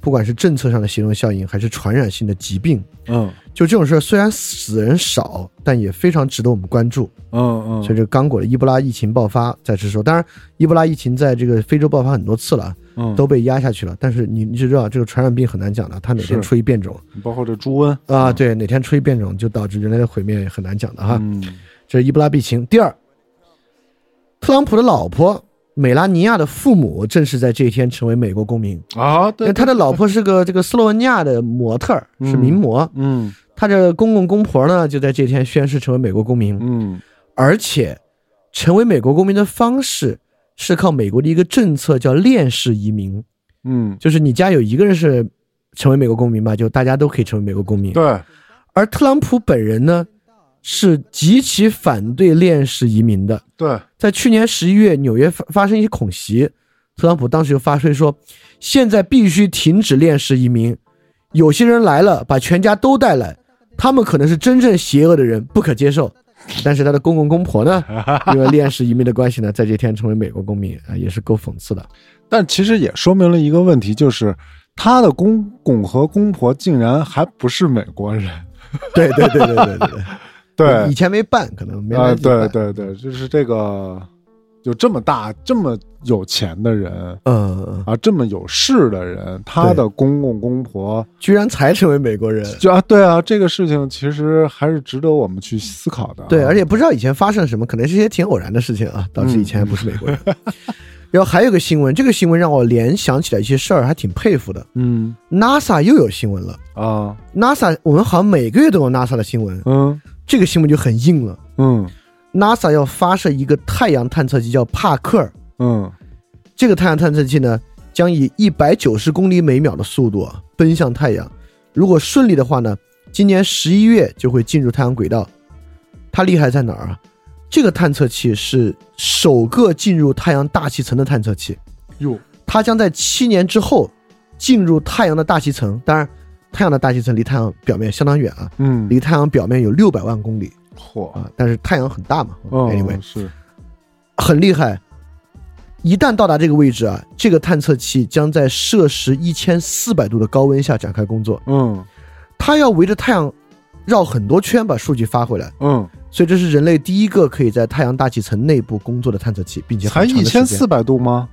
不管是政策上的协同效应，还是传染性的疾病，嗯就这种事儿虽然死人少，但也非常值得我们关注。嗯嗯，随着刚果的伊波拉疫情爆发再之说，当然伊波拉疫情在这个非洲爆发很多次了，嗯都被压下去了。但是你你知道，这个传染病很难讲的，它哪天是嗯出一变种包括这猪瘟啊？对，哪天出一变种就导致人类的毁灭也很难讲的哈。嗯这是伊波拉疫情。第二，特朗普的老婆美拉尼亚的父母正是在这一天成为美国公民。啊，因对为，他的老婆是个这个斯洛文尼亚的模特儿，是名模。嗯他这公公公婆呢，就在这天宣誓成为美国公民。嗯而且成为美国公民的方式是靠美国的一个政策叫链式移民，嗯，就是你家有一个人是成为美国公民吧，就大家都可以成为美国公民。对，而特朗普本人呢，是极其反对链式移民的。对，在去年十一月，纽约发发生一些恐袭，特朗普当时就发推说，现在必须停止链式移民，有些人来了，把全家都带来，他们可能是真正邪恶的人，不可接 受。但是他的公公公婆 呢，因为链式移民的关系呢，在这天成为美国公民啊、也是够讽刺的。但其实也说明了一个问题，就是他的公公和公婆竟然还不是美国人。对对对对对对对，对以，前没办，可能没来啊，得及办对，对对，就是这个有这么大、这么有钱的人嗯，嗯啊，这么有势的人，他的公公公婆居然才成为美国人。就啊，对啊，这个事情其实还是值得我们去思考的啊。对，而且不知道以前发生了什么，可能是一些挺偶然的事情啊，导致以前还不是美国人。 然后还有个新闻，这个新闻让我联想起来一些事儿，还挺佩服的。嗯 NASA 又有新闻了啊， ，NASA 我们好像每个月都有 NASA 的新闻，嗯这个新闻就很硬了。嗯 NASA 要发射一个太阳探测器，叫帕克尔。嗯这个太阳探测器呢，将以一百九十公里每秒的速度啊奔向太阳。如果顺利的话呢，今年十一月就会进入太阳轨道。它厉害在哪儿啊？这个探测器是首个进入太阳大气层的探测器。哟，它将在七年之后进入太阳的大气层。当然，太阳的大气层离太阳表面相当远啊，嗯，离太阳表面有六百万公里嚯，啊。但是太阳很大嘛。anyway，嗯，是，很厉害。一旦到达这个位置啊，这个探测器将在摄氏一千四百度的高温下展开工作。嗯它要围着太阳绕很多圈把数据发回来，嗯，所以这是人类第一个可以在太阳大气层内部工作的探测器，并且才一千四百度吗？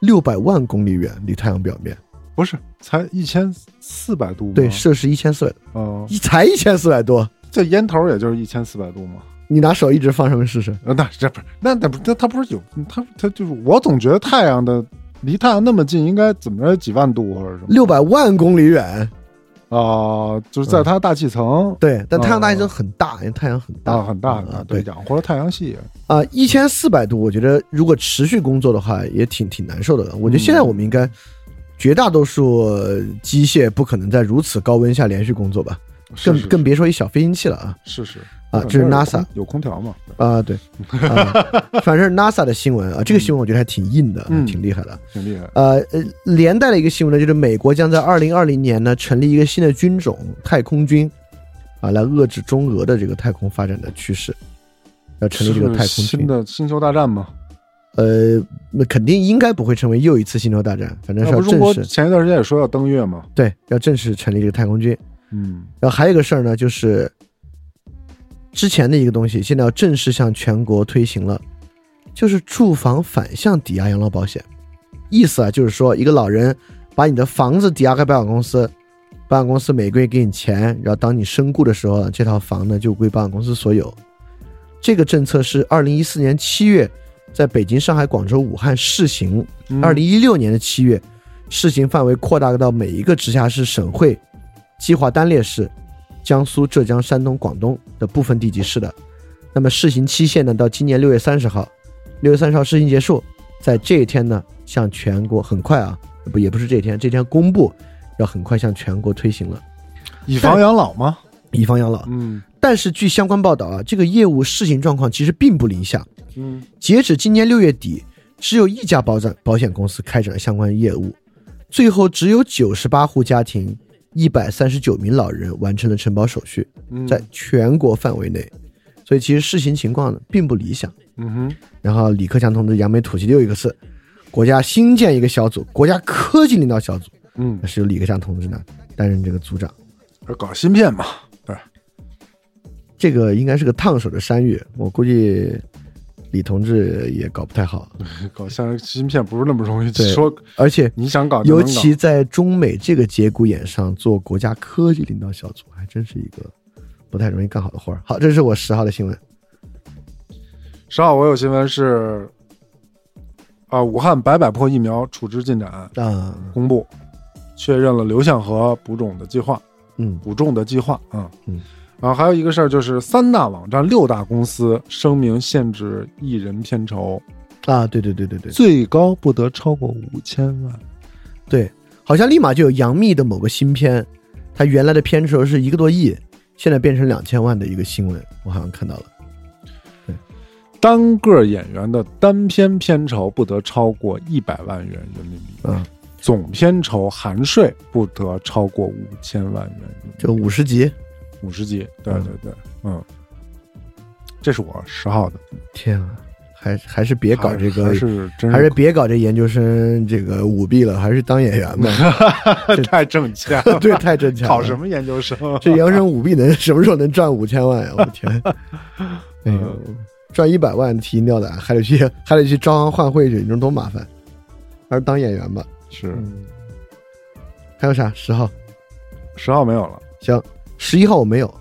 六百万公里远离太阳表面，不是，才一千四百度吗？对，摄氏一千四百，哦，才一千四百多，这烟头也就是一千四百度吗？你拿手一直放上面试试。呃，那这不是，那那不是，它它不是有，它它就是，我总觉得太阳的离太阳那么近，应该怎么着也几万度或者什么六嗯百万公里远，啊、就是在它大气层、对，但太阳大气层很大，因为太阳很大啊，很大很啊大，对，养活了太阳系，啊，一千四百度，我觉得如果持续工作的话，也挺挺难受的。我觉得现在我们应该绝大多数呃机械不可能在如此高温下连续工作吧，是更是更别说一小飞行器了啊是是啊这是有空 NASA 有空调嘛？啊！对，啊反正 NASA 的新闻啊，这个新闻我觉得还挺硬的，嗯挺厉害的。挺厉害，呃呃，连带的一个新闻呢，就是美国将在二零二零年呢成立一个新的军种——太空军，啊，来遏制中俄的这个太空发展的趋势，要成立这个太是空新军。的星球大战嘛？呃，那肯定应该不会成为又一次星球大战，反正那是啊要不是中国正式前一段时间也说要登月嘛？对，要正式成立这个太空军。嗯，然后还有一个事儿呢，就是之前的一个东西，现在要正式向全国推行了，就是住房反向抵押养老保险。意思啊，就是说一个老人把你的房子抵押给保险公司，保险公司每个月给你钱，然后当你身故的时候，啊这套房呢就归保险公司所有。这个政策是二零一四年七月在北京、上海、广州、武汉试行，二零一六年的七月试行范围扩大到每一个直辖市、省会、计划单列市、江苏、浙江、山东、广东的部分地级市的。那么试行期限呢，到今年六月三十号，六月三十号试行结束，在这一天呢，向全国很快啊，不也不是这一天，这天公布，要很快向全国推行了以房养老吗？以房养老。嗯但是据相关报道啊，这个业务试行状况其实并不理想。嗯，截止今年六月底，只有一家保障保险公司开展了相关业务，最后只有九十八户家庭、一百三十九名老人完成了承保手续，嗯在全国范围内，所以其实试行情况呢并不理想。嗯哼，然后李克强同志扬眉吐气的又一个是，国家新建一个小组，国家科技领导小组，嗯那，是由李克强同志呢担任这个组长。呃搞芯片嘛？对， 这个应该是个烫手的山芋，我估计李同志也搞不太好。搞像芯片不是那么容易对说，而且你想搞就尤能搞其在中美这个节骨眼上做国家科技领导小组，还真是一个不太容易干好的活儿。好，这是我十号的新闻。十号我有新闻是，啊，武汉百百破疫苗处置进展啊、公布，确认了流向河补种的计划，嗯，补种的计划啊，嗯，然后还有一个事儿就是三大网站六大公司声明限制艺人片酬，啊，对对对对对最高不得超过五千万，对，好像立马就有杨幂的某个新片，它原来的片酬是一个多亿，现在变成两千万的一个新闻，我好像看到了。单个演员的单片片酬不得超过一百万元人民币，嗯，总片酬含税不得超过五千万元人民币。就五十集，五十集，对嗯对对，嗯，这是我十号的，啊天啊，还还是别搞这个，还是真还是别搞这研究生这个舞弊了，还是当演员吧。，太挣钱了 对，太挣钱了。考什么研究生？这杨生舞弊能什么时候能赚五千万呀、啊我的 天！哎呦，赚一百万提心吊胆，还得去 还得去招行换汇去，你说多麻烦？还是当演员吧。是还有啥？十号十号没有了，行，十一号我没有。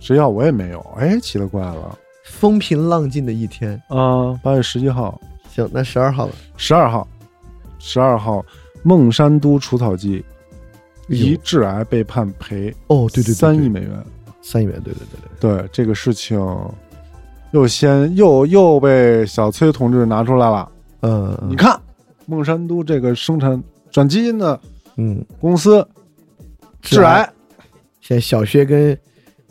十一号我也没有，哎，奇了怪了风平浪静的一天。啊，八月十一号、行，那十二号吧。十二号、十二号，孟山都除草剂哎疑致癌被判赔哦，对对对，三对亿美元，三亿美元，对对对对。对这个事情又先又又被小崔同志拿出来了，嗯你嗯看孟山都这个生产转基因的。嗯，公司致癌，现在小薛跟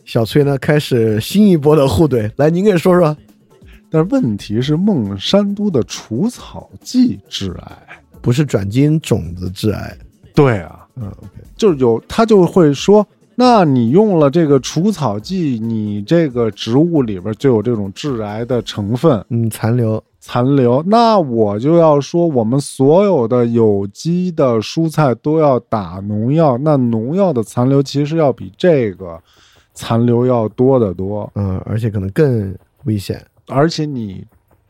小崔呢开始新一波的互怼，来，您给说说。但是问题是孟山都的除草剂致癌。不是转基因种子致癌，对啊，嗯，OK，就是有他就会说，那你用了这个除草剂，你这个植物里边就有这种致癌的成分嗯，残留，残留，那我就要说，我们所有的有机的蔬菜都要打农药，那农药的残留其实要比这个残留要多得多。嗯，而且可能更危险。而且你，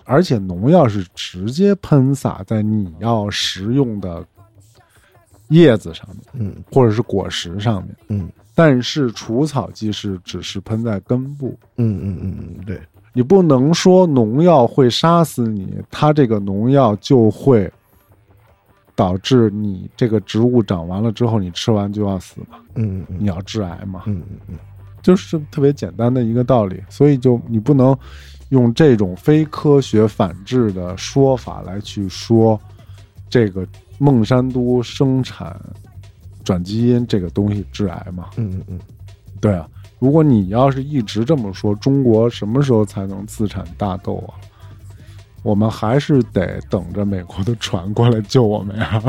而且农药是直接喷洒在你要食用的叶子上面，嗯，或者是果实上面，嗯。但是除草剂是只是喷在根部，嗯嗯嗯嗯，对，你不能说农药会杀死你，它这个农药就会导致你这个植物长完了之后，你吃完就要死嘛，嗯嗯你要致癌嘛，嗯嗯嗯，就是特别简单的一个道理，所以就你不能用这种非科学反制的说法来去说这个孟山都生产转基因这个东西致癌嘛？嗯嗯嗯，对啊，如果你要是一直这么说，中国什么时候才能自产大豆啊？我们还是得等着美国的船过来救我们呀。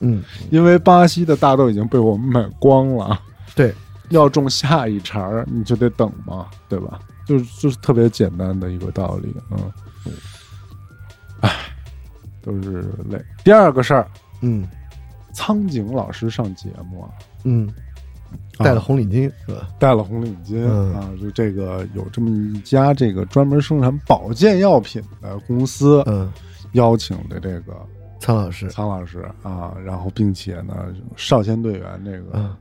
嗯，因为巴西的大豆已经被我们买光了，对，要种下一茬儿你就得等嘛，对吧？就是就是特别简单的一个道理，嗯，唉，都是累。第二个事儿，嗯苍井老师上节目啊，嗯，戴了红领巾是吧？戴了红领巾、嗯啊，就这个有这么一家这个专门生产保健药品的公司嗯，邀请的这个苍老师，苍老师啊，然后并且呢，少先队员这个、嗯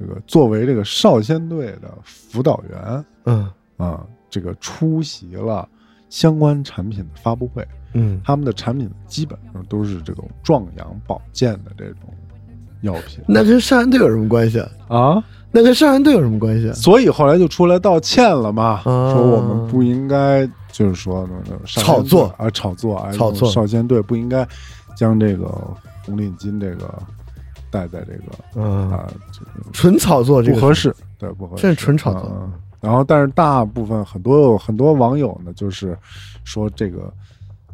这个作为这个少先队的辅导员嗯啊，这个出席了相关产品的发布会，嗯他们的产品基本上都是这种壮阳保健的这种药品那跟上岸队有什么关系？啊？啊。那跟上岸队有什么关系？啊？所以后来就出来道歉了嘛，啊说我们不应该，就是说那个少先队炒作啊，炒作啊，炒作少先队不应该将这个红领巾这个戴在这个嗯，啊，这个纯炒作这不个合适，对，不合适，这是纯炒作嗯嗯然后，但是大部分很多很多网友呢，就是说这个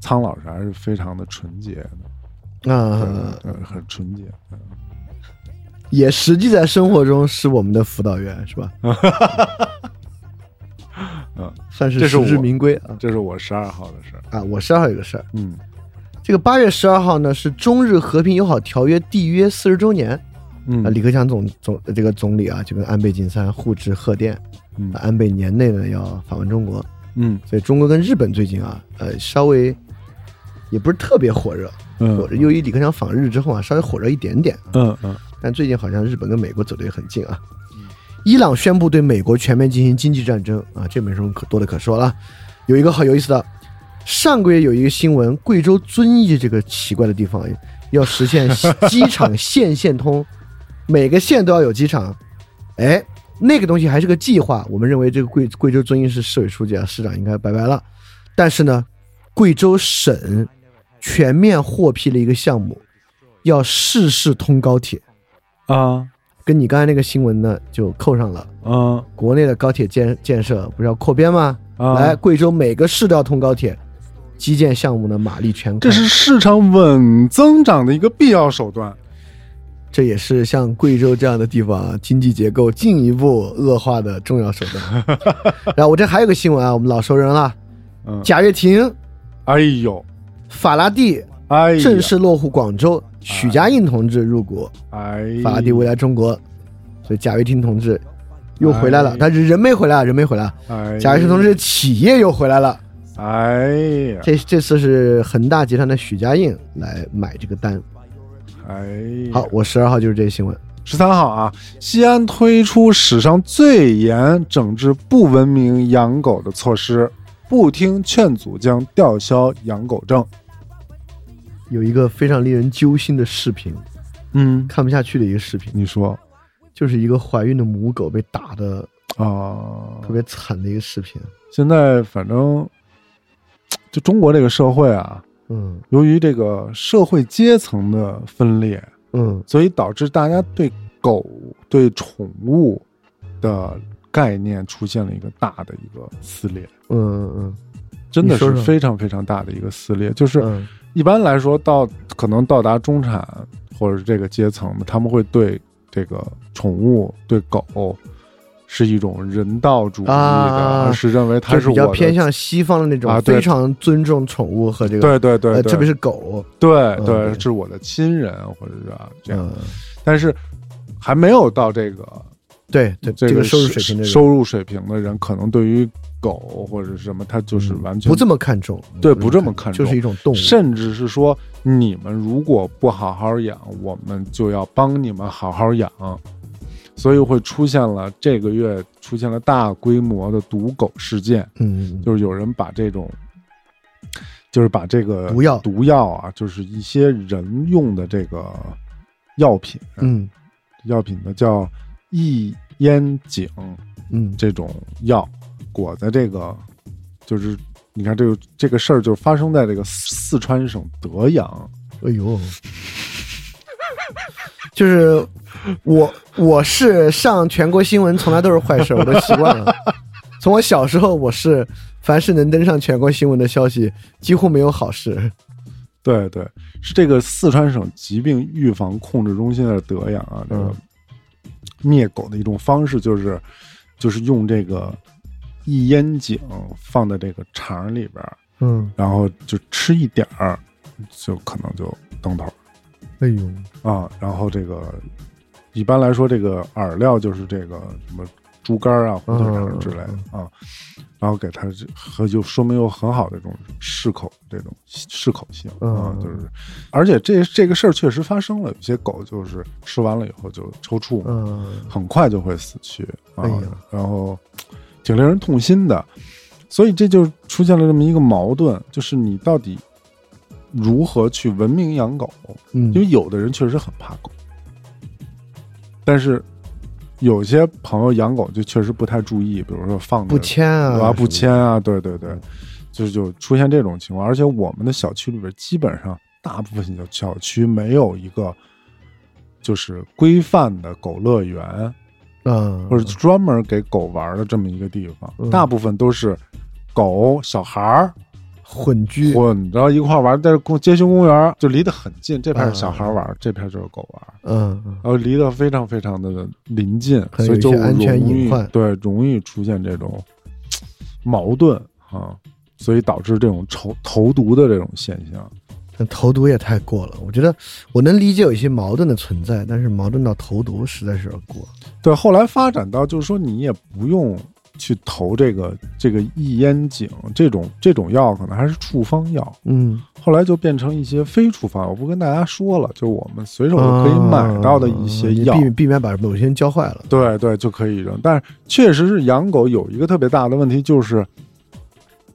苍老师还是非常的纯洁的，啊嗯，，呃很纯洁。嗯也实际在生活中是我们的辅导员 是吧？嗯，算是这是实至我名归啊这是我十二号的事儿。啊！我十二号有个事儿，嗯这个八月十二号呢是中日和平友好条约缔约四十周年啊，嗯李克强总总这个总理啊就跟安倍晋三互致贺电，嗯啊安倍年内呢要访问中国，嗯所以中国跟日本最近啊呃稍微也不是特别火热，火热嗯由于李克强访日之后啊稍微火热一点点，嗯嗯但最近好像日本跟美国走得也很近啊。伊朗宣布对美国全面进行经济战争啊，这没什么可多的可说了。有一个好有意思的，上个月有一个新闻，贵州遵义这个奇怪的地方要实现机场县线通，每个县都要有机场。哎，那个东西还是个计划，我们认为这个贵贵州遵义市市委书记啊，市长应该拜拜了。但是呢，贵州省全面获批了一个项目，要市市通高铁。啊跟你刚才那个新闻呢就扣上了。嗯国内的高铁建建设不是要扩编吗？啊来，贵州每个市都要通高铁，基建项目呢马力全开。这是市场稳增长的一个必要手段。这也是像贵州这样的地方啊经济结构进一步恶化的重要手 段。然后我这还有个新闻啊，我们老熟人了，嗯，贾跃亭、哎呦，法拉第哎呀，正式落户广州，许家印同志入股哎呀，法拉第未来中国，所以贾跃亭同志又回来了哎，但是人没回来啊，人没回来啊。哎，贾跃亭同志，企业又回来了，哎呀，这这次是恒大集团的许家印来买这个单。哎呀，好，我十二号就是这个新闻。十三号啊，西安推出史上最严整治不文明养狗的措施，不听劝阻将吊销养狗证。有一个非常令人揪心的视频，嗯，看不下去的一个视频，你说就是一个怀孕的母狗被打的啊，特别惨的一个视频。现在反正就中国这个社会啊，嗯由于这个社会阶层的分裂，嗯所以导致大家对狗、对宠物的概念出现了一个大的一个撕裂，嗯嗯真的你说是说非常非常大的一个撕裂。就是嗯一般来说，到可能到达中产或者是这个阶层的，他们会对这个宠物、对狗是一种人道主义的，啊而是认为它嗯，是就我比较的偏向西方的那啊种对非常尊重宠物和这个，对对对呃，对特别是狗。对嗯对对是我的亲人或者是啊这样，嗯，但是还没有到这个对对，嗯这个个嗯收入是水平的人收入水平的人，可能对于狗或者是什么，他就是完全嗯不这么看重，对不这么看重就是一种动物。甚至是说，你们如果不好好养，我们就要帮你们好好养，所以会出现了这个月出现了大规模的毒狗事件，嗯，就是有人把这种，就是把这个毒药毒药啊，就是一些人用的这个药品，嗯药品呢叫异烟肼嗯这种药裹在这个，就是你看这个这个事儿就发生在这个四川省德阳。哎呦，就是我我是上全国新闻从来都是坏事，我都习惯了。从我小时候，我是凡是能登上全国新闻的消息，几乎没有好事。对对，是这个四川省疾病预防控制中心的德养啊，这个嗯灭狗的一种方式就是，就是用这个一烟井放在这个肠里边儿，嗯，然后就吃一点儿，就可能就登头哎呦，啊。然后这个一般来说，这个饵料就是这个什么猪肝儿啊、火腿肠儿之类的嗯啊。然后给它这和就说明有很好的这种适口这种适口性啊嗯，就是而且这这个事儿确实发生了，有些狗就是吃完了以后就抽搐嘛，嗯，很快就会死去啊哎呀，然后挺令人痛心的。所以这就出现了这么一个矛盾，就是你到底如何去文明养狗？嗯因为有的人确实很怕狗，但是有些朋友养狗就确实不太注意，比如说放着不牵啊，啊，不签啊，对对嗯对，就是就出现这种情况，而且我们的小区里边基本上大部分小小区没有一个就是规范的狗乐园，嗯，或者专门给狗玩的这么一个地方，嗯大部分都是狗、小孩儿混居，混着一块儿玩，但是公街心公园儿就离得很近，这片儿是小孩儿玩，这片儿就是狗玩。嗯，嗯然后呃离得非常非常的临近，可能所以就有一些安全容易隐患对，容易出现这种矛盾啊，所以导致这种投投毒的这种现象。但投毒也太过了。我觉得我能理解有一些矛盾的存在，但是矛盾到投毒实在是有点过。对，后来发展到就是说，你也不用去投这个这个异烟肼这种这种药，可能还是处方药。嗯，后来就变成一些非处方，我不跟大家说了，就是我们随手就可以买到的一些药，啊哦你避避免把某些人教坏了。对对，就可以扔。但是确实是养狗有一个特别大的问题，就是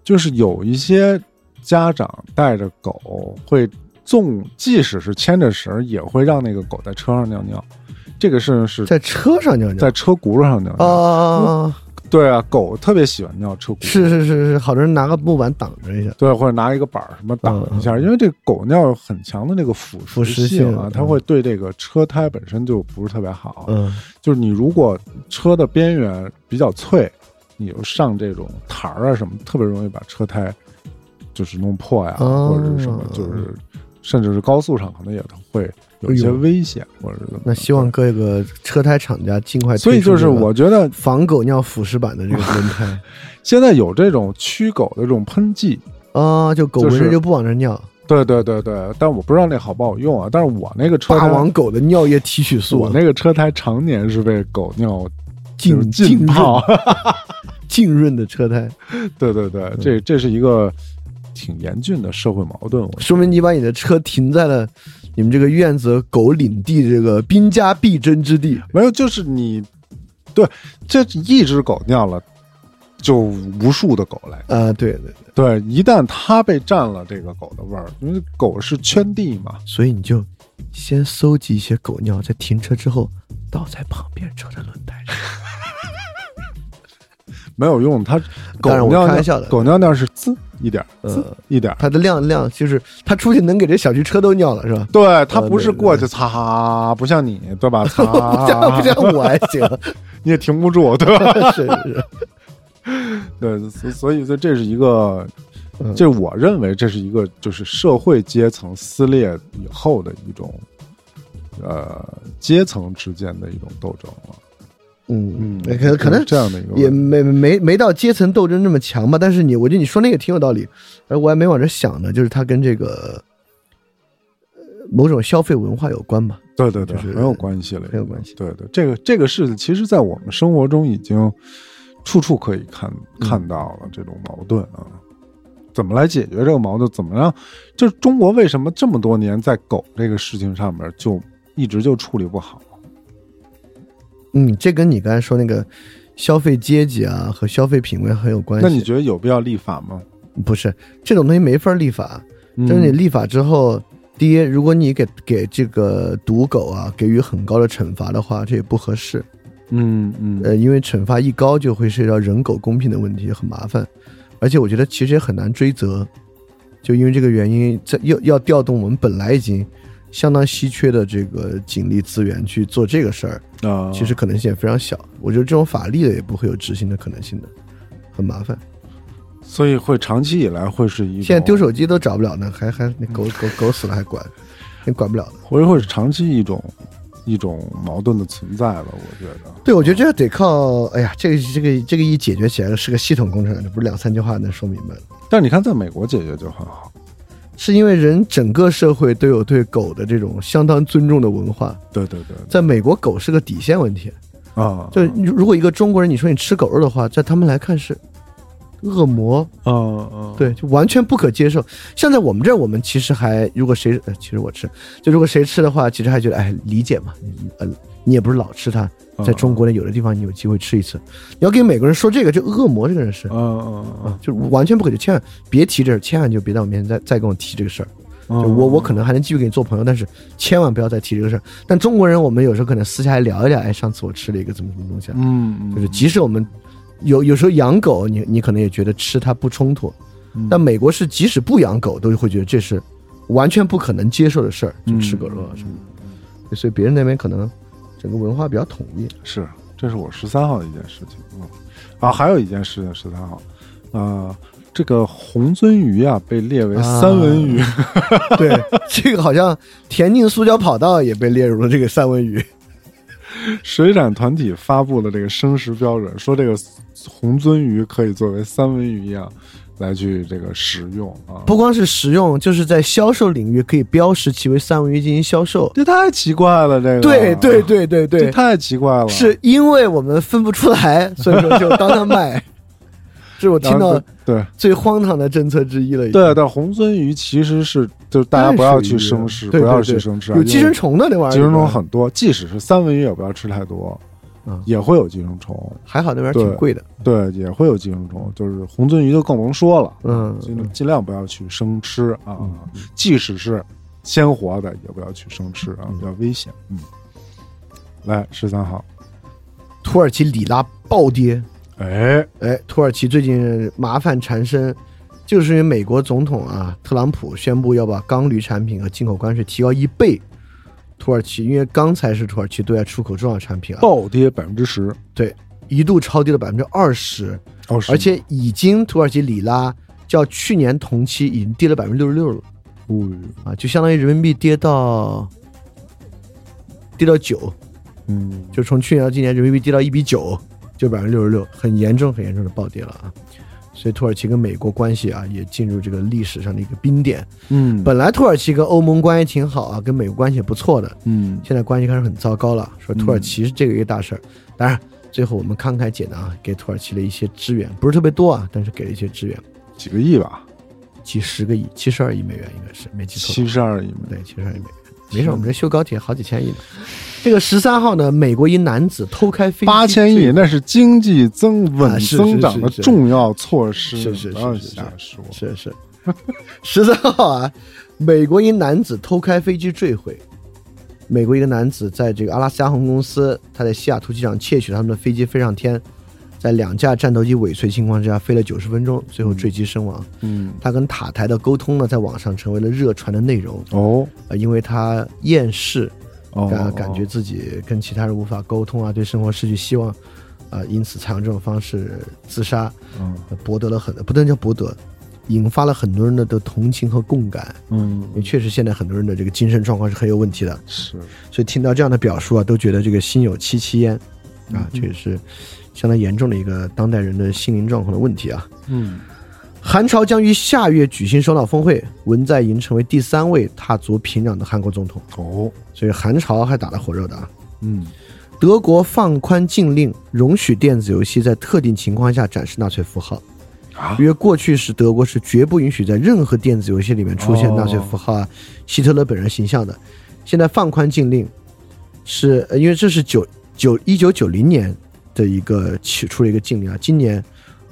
就是有一些家长带着狗会纵，即使是牵着绳儿，也会让那个狗在车上尿尿。这个事情是在车上尿尿在车轱辘上尿尿。啊，对啊，狗特别喜欢尿车轱辘。是是是是，好多人拿个木板挡着一下。对，或者拿一个板儿什么挡一下，嗯嗯因为这狗尿有很强的那个腐腐蚀蚀性性啊嗯，它会对这个车胎本身就不是特别好。嗯就是你如果车的边缘比较脆，你就上这种台儿啊什么，特别容易把车胎就是弄破呀，哦或者是什么，就是甚至是高速上可能也会有一些哎呦危险，或者是怎么。那希望各个车胎厂家尽快推出所以就是这个我觉得防狗尿腐蚀版的这个 轮胎现在有这种驱狗的这种喷剂，啊，就狗闻就是着就不往这尿，对对对对，但我不知道那好不好用啊。但是我那个车霸胎，王狗的尿液提取素啊我那个车胎常年是被狗尿就是浸浸浸泡润，浸润的车胎， 对对对，这这是一个挺严峻的社会矛盾，我说明你把你的车停在了你们这个院子狗领地这个兵家必争之地。没有，就是你对这一只狗尿了，就无数的狗来。啊，对对对，对，一旦它被占了这个狗的味儿，因为狗是圈地嘛。所以你就先搜集一些狗尿，在停车之后倒在旁边车的轮胎上。没有用，它狗当然我尿开玩尿笑的狗尿尿是滋一点儿，滋嗯一点儿。 它的量量就是它出去能给这小区车都尿了是吧？对，它不是对对过去擦，不像你对吧？擦， 不像不像我还 行，你也停不住对吧？是是是，对，所所以说这是一个嗯，这我认为这是一个就是社会阶层撕裂以后的一种，呃，阶层之间的一种斗争了。嗯嗯，可可能这样的一个也问题没没没到阶层斗争那么强吧，但是你，我觉得你说那个挺有道理，而我还没往这想呢，就是它跟这个呃某种消费文化有关吧。对对对，就是很有关系了，很有关系对对，这个这个事情，其实在我们生活中已经处处可以看嗯看到了这种矛盾啊。怎么来解决这个矛盾？怎么让？就是中国为什么这么多年在狗这个事情上面就一直就处理不好？嗯，这跟你刚才说那个消费阶级啊和消费品味很有关系。那你觉得有必要立法吗？不是这种东西没法立法，就是你嗯立法之后，第一，如果你给给这个赌狗啊给予很高的惩罚的话，这也不合适。嗯嗯呃，因为惩罚一高就会涉及到人狗公平的问题，很麻烦，而且我觉得其实也很难追责，就因为这个原因，在要要调动我们本来已经相当稀缺的这个警力资源去做这个事儿，啊，其实可能性也非常小。我觉得这种法律的也不会有执行的可能性的，很麻烦。所以会长期以来会是一种现在丢手机都找不了呢，还还那狗狗狗死了还管，也管不了的。会会是长期一种一种矛盾的存在吧？我觉得对，我觉得这得靠，哎呀，这个这个这个一解决起来是个系统工程，这不是两三句话能说明白的。但是你看，在美国解决就很好，是因为人整个社会都有对狗的这种相当尊重的文化，对对对在美国狗是个底线问题。啊，就是你如果一个中国人你说你吃狗肉的话，在他们来看是恶魔，啊啊，对，就完全不可接受。像在我们这儿，我们其实还如果谁，呃、其实我吃，就如果谁吃的话，其实还觉得哎理解嘛，你呃你也不是老吃它，嗯啊在中国的有的地方你有机会吃一次。你要给美国人说这个，这恶魔这个人是。嗯嗯啊，就完全不可接，千万别提这事，千万就别在我面前再再跟我提这个事儿。嗯，就我我可能还能继续跟你做朋友，但是千万不要再提这个事儿。但中国人我们有时候可能私下还聊一聊，哎，上次我吃了一个怎么怎么东西啊，嗯就是即使我们有有时候养狗，你你可能也觉得吃它不冲突，嗯但美国是即使不养狗都会觉得这是完全不可能接受的事儿，就嗯吃狗肉啊什么的。所以别人那边可能整个文化比较统一。是，这是我十三号的一件事情。嗯，啊，还有一件事情，十三号，呃，这个红鳟鱼啊被列为啊三文鱼， 对，这个好像田径塑胶跑道也被列入了这个三文鱼。水产团体发布了这个生食标准，说这个红鳟鱼可以作为三文鱼一样来去这个食用啊。 不光是食用，就是在销售领域可以标识其为三文鱼进行销售。这太奇怪了，这个对对，对对这对，太奇怪了，是因为我们分不出来，所以说就当它 卖。这是我听然后到对。最荒唐的政策之一了。已经对，但红鳟鱼其实是，就是大家不要去生吃，对不要对对去生吃啊，有因为寄生虫的那玩意儿，寄生虫很多，即使是三文鱼也不要吃太多，嗯也会有寄生虫，还好，那边对挺贵的。对，也会有寄生虫，就是红鳟鱼就更甭说了，嗯，尽尽量不要去生吃啊，即使是鲜活的也不要去生吃啊，比较危险。嗯，来十三号，土耳其里拉暴跌，哎，哎，土耳其最近麻烦缠身，就是因为美国总统啊特朗普宣布要把钢铝产品和进口关税提高一倍。土耳其因为钢材是土耳其对外出口重要产品啊，暴跌百分之十，对，一度超低了百分之二十，哦，是而且已经土耳其里拉较去年同期已经跌了百分之六十六了哦啊，就相当于人民币跌到跌到九，嗯，就从去年到今年人民币跌到一比九，就百分之六十六，很严重很严重的暴跌了啊。所以土耳其跟美国关系啊也进入这个历史上的一个冰点。嗯本来土耳其跟欧盟关系挺好啊，跟美国关系也不错的，嗯，现在关系开始很糟糕了。说土耳其是这个一个大事儿，当然最后我们慷慨解囊啊，给土耳其了一些支援，不是特别多啊，但是给了一些支援，几个亿吧，几十个亿，七十二亿美元应该是没记错，七十二亿美对，七十二亿美元。没事，我们这修高铁好几千亿呢。这个十三号呢，美国一男子偷开飞机，八千亿，那是经济增啊稳是增长的是是是重要措施，是是是不要是是瞎说。是是， 十三号啊，美国一男子偷开飞机坠毁。美国一个男子在这个阿拉斯加航空公司，他在西雅图机场窃取他们的飞机飞上天，在两架战斗机尾随情况之下飞了九十分钟，最后坠机身亡。嗯，他跟塔台的沟通呢，在网上成为了热传的内容，哦呃，因为他厌世，哦，感感觉自己跟其他人无法沟通啊，对生活失去希望，啊、因此采用这种方式自杀。嗯博得了很不能叫博得，引发了很多人的的同情和共感。嗯因为确实现在很多人的这个精神状况是很有问题的，是所以听到这样的表述啊，都觉得这个心有戚戚焉啊，这也是相当严重的一个当代人的心灵状况的问题啊。嗯韩朝将于下月举行首脑峰会，文在寅成为第三位踏足平壤的韩国总统，哦所以韩朝还打得火热的啊。嗯德国放宽禁令，容许电子游戏在特定情况下展示纳粹符号。啊因为过去是德国是绝不允许在任何电子游戏里面出现纳粹符号啊、希特勒本人形象的。现在放宽禁令，是呃因为这是九九一九九零年的一个起出了一个禁令啊，今年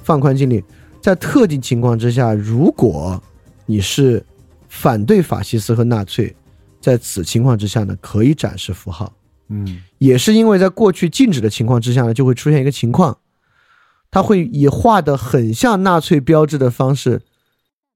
放宽禁令，在特定情况之下，如果你是反对法西斯和纳粹，在此情况之下呢，可以展示符号。嗯也是因为在过去禁止的情况之下呢，就会出现一个情况，它会以画的很像纳粹标志的方式，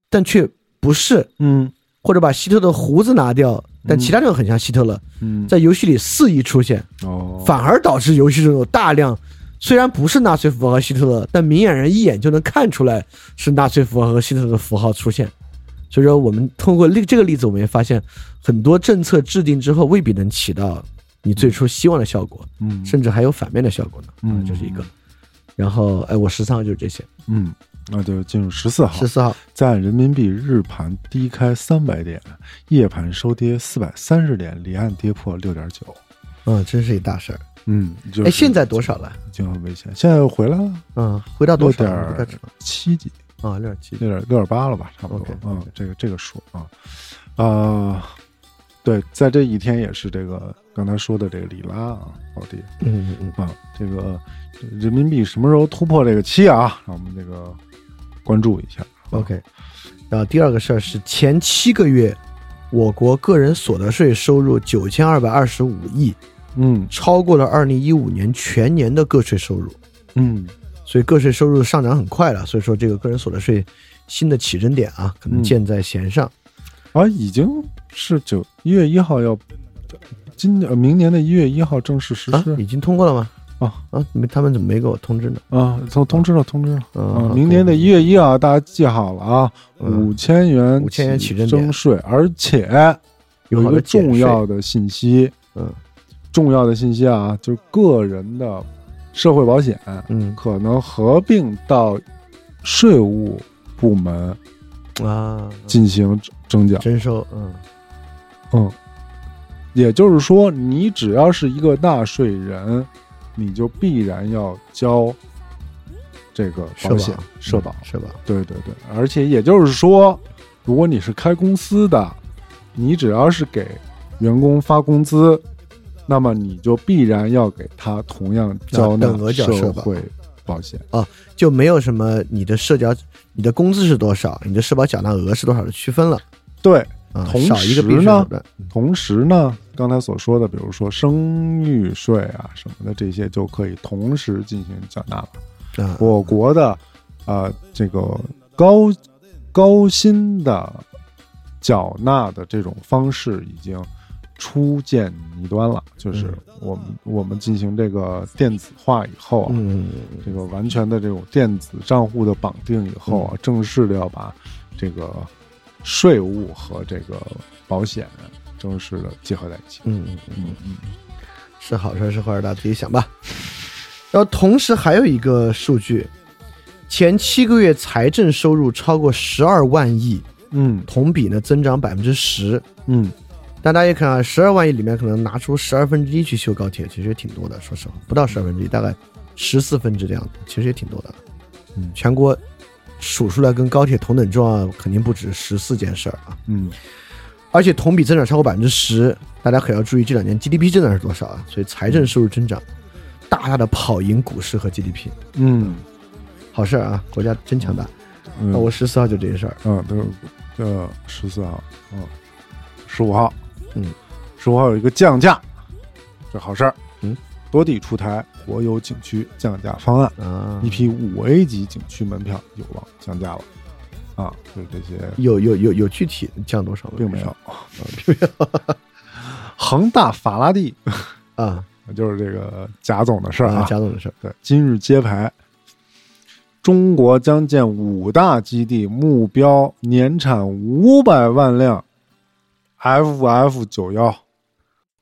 但却不是，嗯或者把希特勒胡子拿掉，但其他地方很像希特勒，嗯，在游戏里肆意出现，哦，反而导致游戏中有大量虽然不是纳粹符号和希特勒，但明眼人一眼就能看出来是纳粹符号和希特勒的符号出现。所以说，我们通过例这个例子，我们也发现很多政策制定之后未必能起到你最初希望的效果，嗯甚至还有反面的效果呢。啊嗯，这是一个。然后，哎，我十三号就是这些，嗯，那就进入十四号十，四号，在人民币日盘低开三百点，夜盘收跌四百三十点，离岸跌破六点九。嗯，真是一大事儿。嗯，就是哎，现在多少了？已经很危险，现在又回来了，嗯，回到六多少点了？不太知道七几，啊，六点七。六点六点八了吧，差不多 OK，OK 嗯，这个这个数啊，啊、对，在这一天也是这个刚才说的这个里拉啊，暴跌嗯嗯啊，这个人民币什么时候突破这个七啊？让我们这个关注一下。嗯，OK。然后第二个事儿是前七个月，我国个人所得税收入九千二百二十五亿，嗯超过了二零一五年全年的个税收入，嗯所以个税收入上涨很快了。所以说这个个人所得税新的起征点啊，可能嗯箭在弦上。啊，已经是九一月一号要今呃明年的一月一号正式实啊，施已经通过了吗？啊啊，你们他们怎么没给我通知呢？啊，通通知了通知了嗯啊，好明年的一月一啊，大家记好了啊，嗯五千元5000元起征点征税，而且有一好个的减重税要的信息，嗯重要的信息啊，就是个人的社会保险嗯可能合并到税务部门啊，进行征缴。征收嗯嗯，也就是说，你只要是一个纳税人，你就必然要交这个保险社保。啊嗯社保对对对，而且也就是说，如果你是开公司的，你只要是给员工发工资，那么你就必然要给他同样交纳等额缴社社保会保险。就没有什么你的社交、你的工资是多少、你的社保缴纳额是多少的区分了对，啊，同少一时个必须呢手段。同时呢，刚才所说的，比如说生育税啊什么的，这些就可以同时进行缴纳了。啊，我国的啊、呃这个高高薪的缴纳的这种方式已经初见倪端了，就是嗯我们、我们进行这个电子化以后啊，嗯，这个完全的这种电子账户的绑定以后啊，正式的要把这个税务和这个保险正式的结合在一起。嗯嗯嗯，嗯，是好事儿是坏事儿，大家自己想吧。然后同时还有一个数据，前七个月财政收入超过十二万亿，嗯同比呢增长百分之十。嗯但大家也看啊，十二万亿里面可能拿出十二分之一去修高铁，其实也挺多的。说实话，不到十二分之一，大概十四分之这样子，其实也挺多的。嗯全国数出来跟高铁同等重要，肯定不止十四件事儿啊。嗯而且同比增长超过百分之十，大家可要注意这两年 GDP 增长是多少啊？所以财政收入增长大大的跑赢股市和 GDP，嗯好事儿啊，国家真强大。嗯，那我十四号就这些事儿，嗯，都呃十四号，嗯，十五号，嗯，十五号有一个降价，这好事儿。嗯，多地出台国有景区降价方案，啊一批五 A 级景区门票有望降价了。啊，就是这些有有有有具体降多少吗？并没有， 恒大法拉第啊就是这个贾总的事儿啊，啊。贾总的事儿，对，今日揭牌，中国将建五大基地，目标年产五百万辆 FF 九幺。